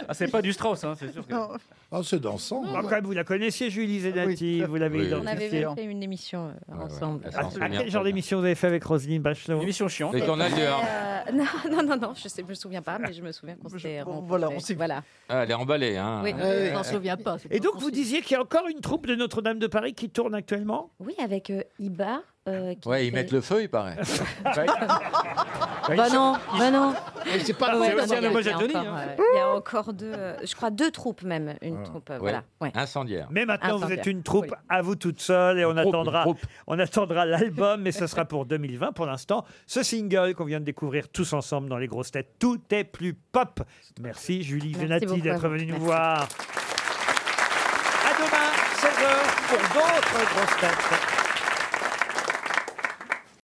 Speaker 6: Ah, c'est pas du Strauss, hein, c'est sûr. Que...
Speaker 19: Oh.
Speaker 5: Ah, c'est dansant. Ah
Speaker 2: Bon, quand même, vous la connaissiez, Julie Zenati. vous l'avez
Speaker 6: Oui.
Speaker 19: On avait
Speaker 2: identifiée.
Speaker 19: même fait une émission euh, ensemble.
Speaker 2: À,
Speaker 4: Ah,
Speaker 2: à quel genre d'émission vous avez fait avec Roselyne Bachelot Émission chiante.
Speaker 4: Les tournages de Hearst.
Speaker 19: Euh, <laughs> non, non, non, non, je ne me souviens pas, mais je me souviens qu'on s'était rencontrés. Voilà, on s'est voilà.
Speaker 4: Ah, elle est emballée. Hein.
Speaker 19: Oui,
Speaker 4: Euh,
Speaker 19: on s'en souvient pas. c'est
Speaker 2: Et
Speaker 19: pas
Speaker 2: donc, vous disiez qu'il y a encore une troupe de Notre-Dame de Paris qui tourne actuellement
Speaker 19: Oui, avec euh, Iba. euh, qui
Speaker 4: Ouais, ils
Speaker 19: fait-
Speaker 4: mettent le feu,
Speaker 3: <laughs>
Speaker 4: il paraît.
Speaker 19: Bah non, bah non.
Speaker 3: Et c'est pas
Speaker 19: Ah
Speaker 3: le
Speaker 19: ouais,
Speaker 3: même
Speaker 19: non,
Speaker 3: c'est
Speaker 19: non,
Speaker 3: un hommage
Speaker 19: il y a
Speaker 3: à Johnny,
Speaker 19: encore,
Speaker 3: hein.
Speaker 19: euh, Il y a encore deux, euh, je crois deux troupes même, une troupe. euh, Voilà. Ouais.
Speaker 4: Incendiaire.
Speaker 2: Mais maintenant, vous
Speaker 19: Incendiaire,
Speaker 2: êtes une troupe
Speaker 19: oui.
Speaker 2: à vous toute seule et on
Speaker 4: troupe,
Speaker 2: attendra,
Speaker 4: une troupe.
Speaker 2: on attendra l'album, mais ce
Speaker 4: <laughs>
Speaker 2: sera pour 2020. Pour l'instant, ce single qu'on vient de découvrir tous ensemble dans les grosses têtes, tout est plus pop. Merci Julie
Speaker 17: Merci
Speaker 2: Venati
Speaker 17: beaucoup à
Speaker 2: d'être
Speaker 17: vous.
Speaker 2: venue nous
Speaker 17: Merci.
Speaker 2: voir. À demain, 16h, pour d'autres grosses têtes.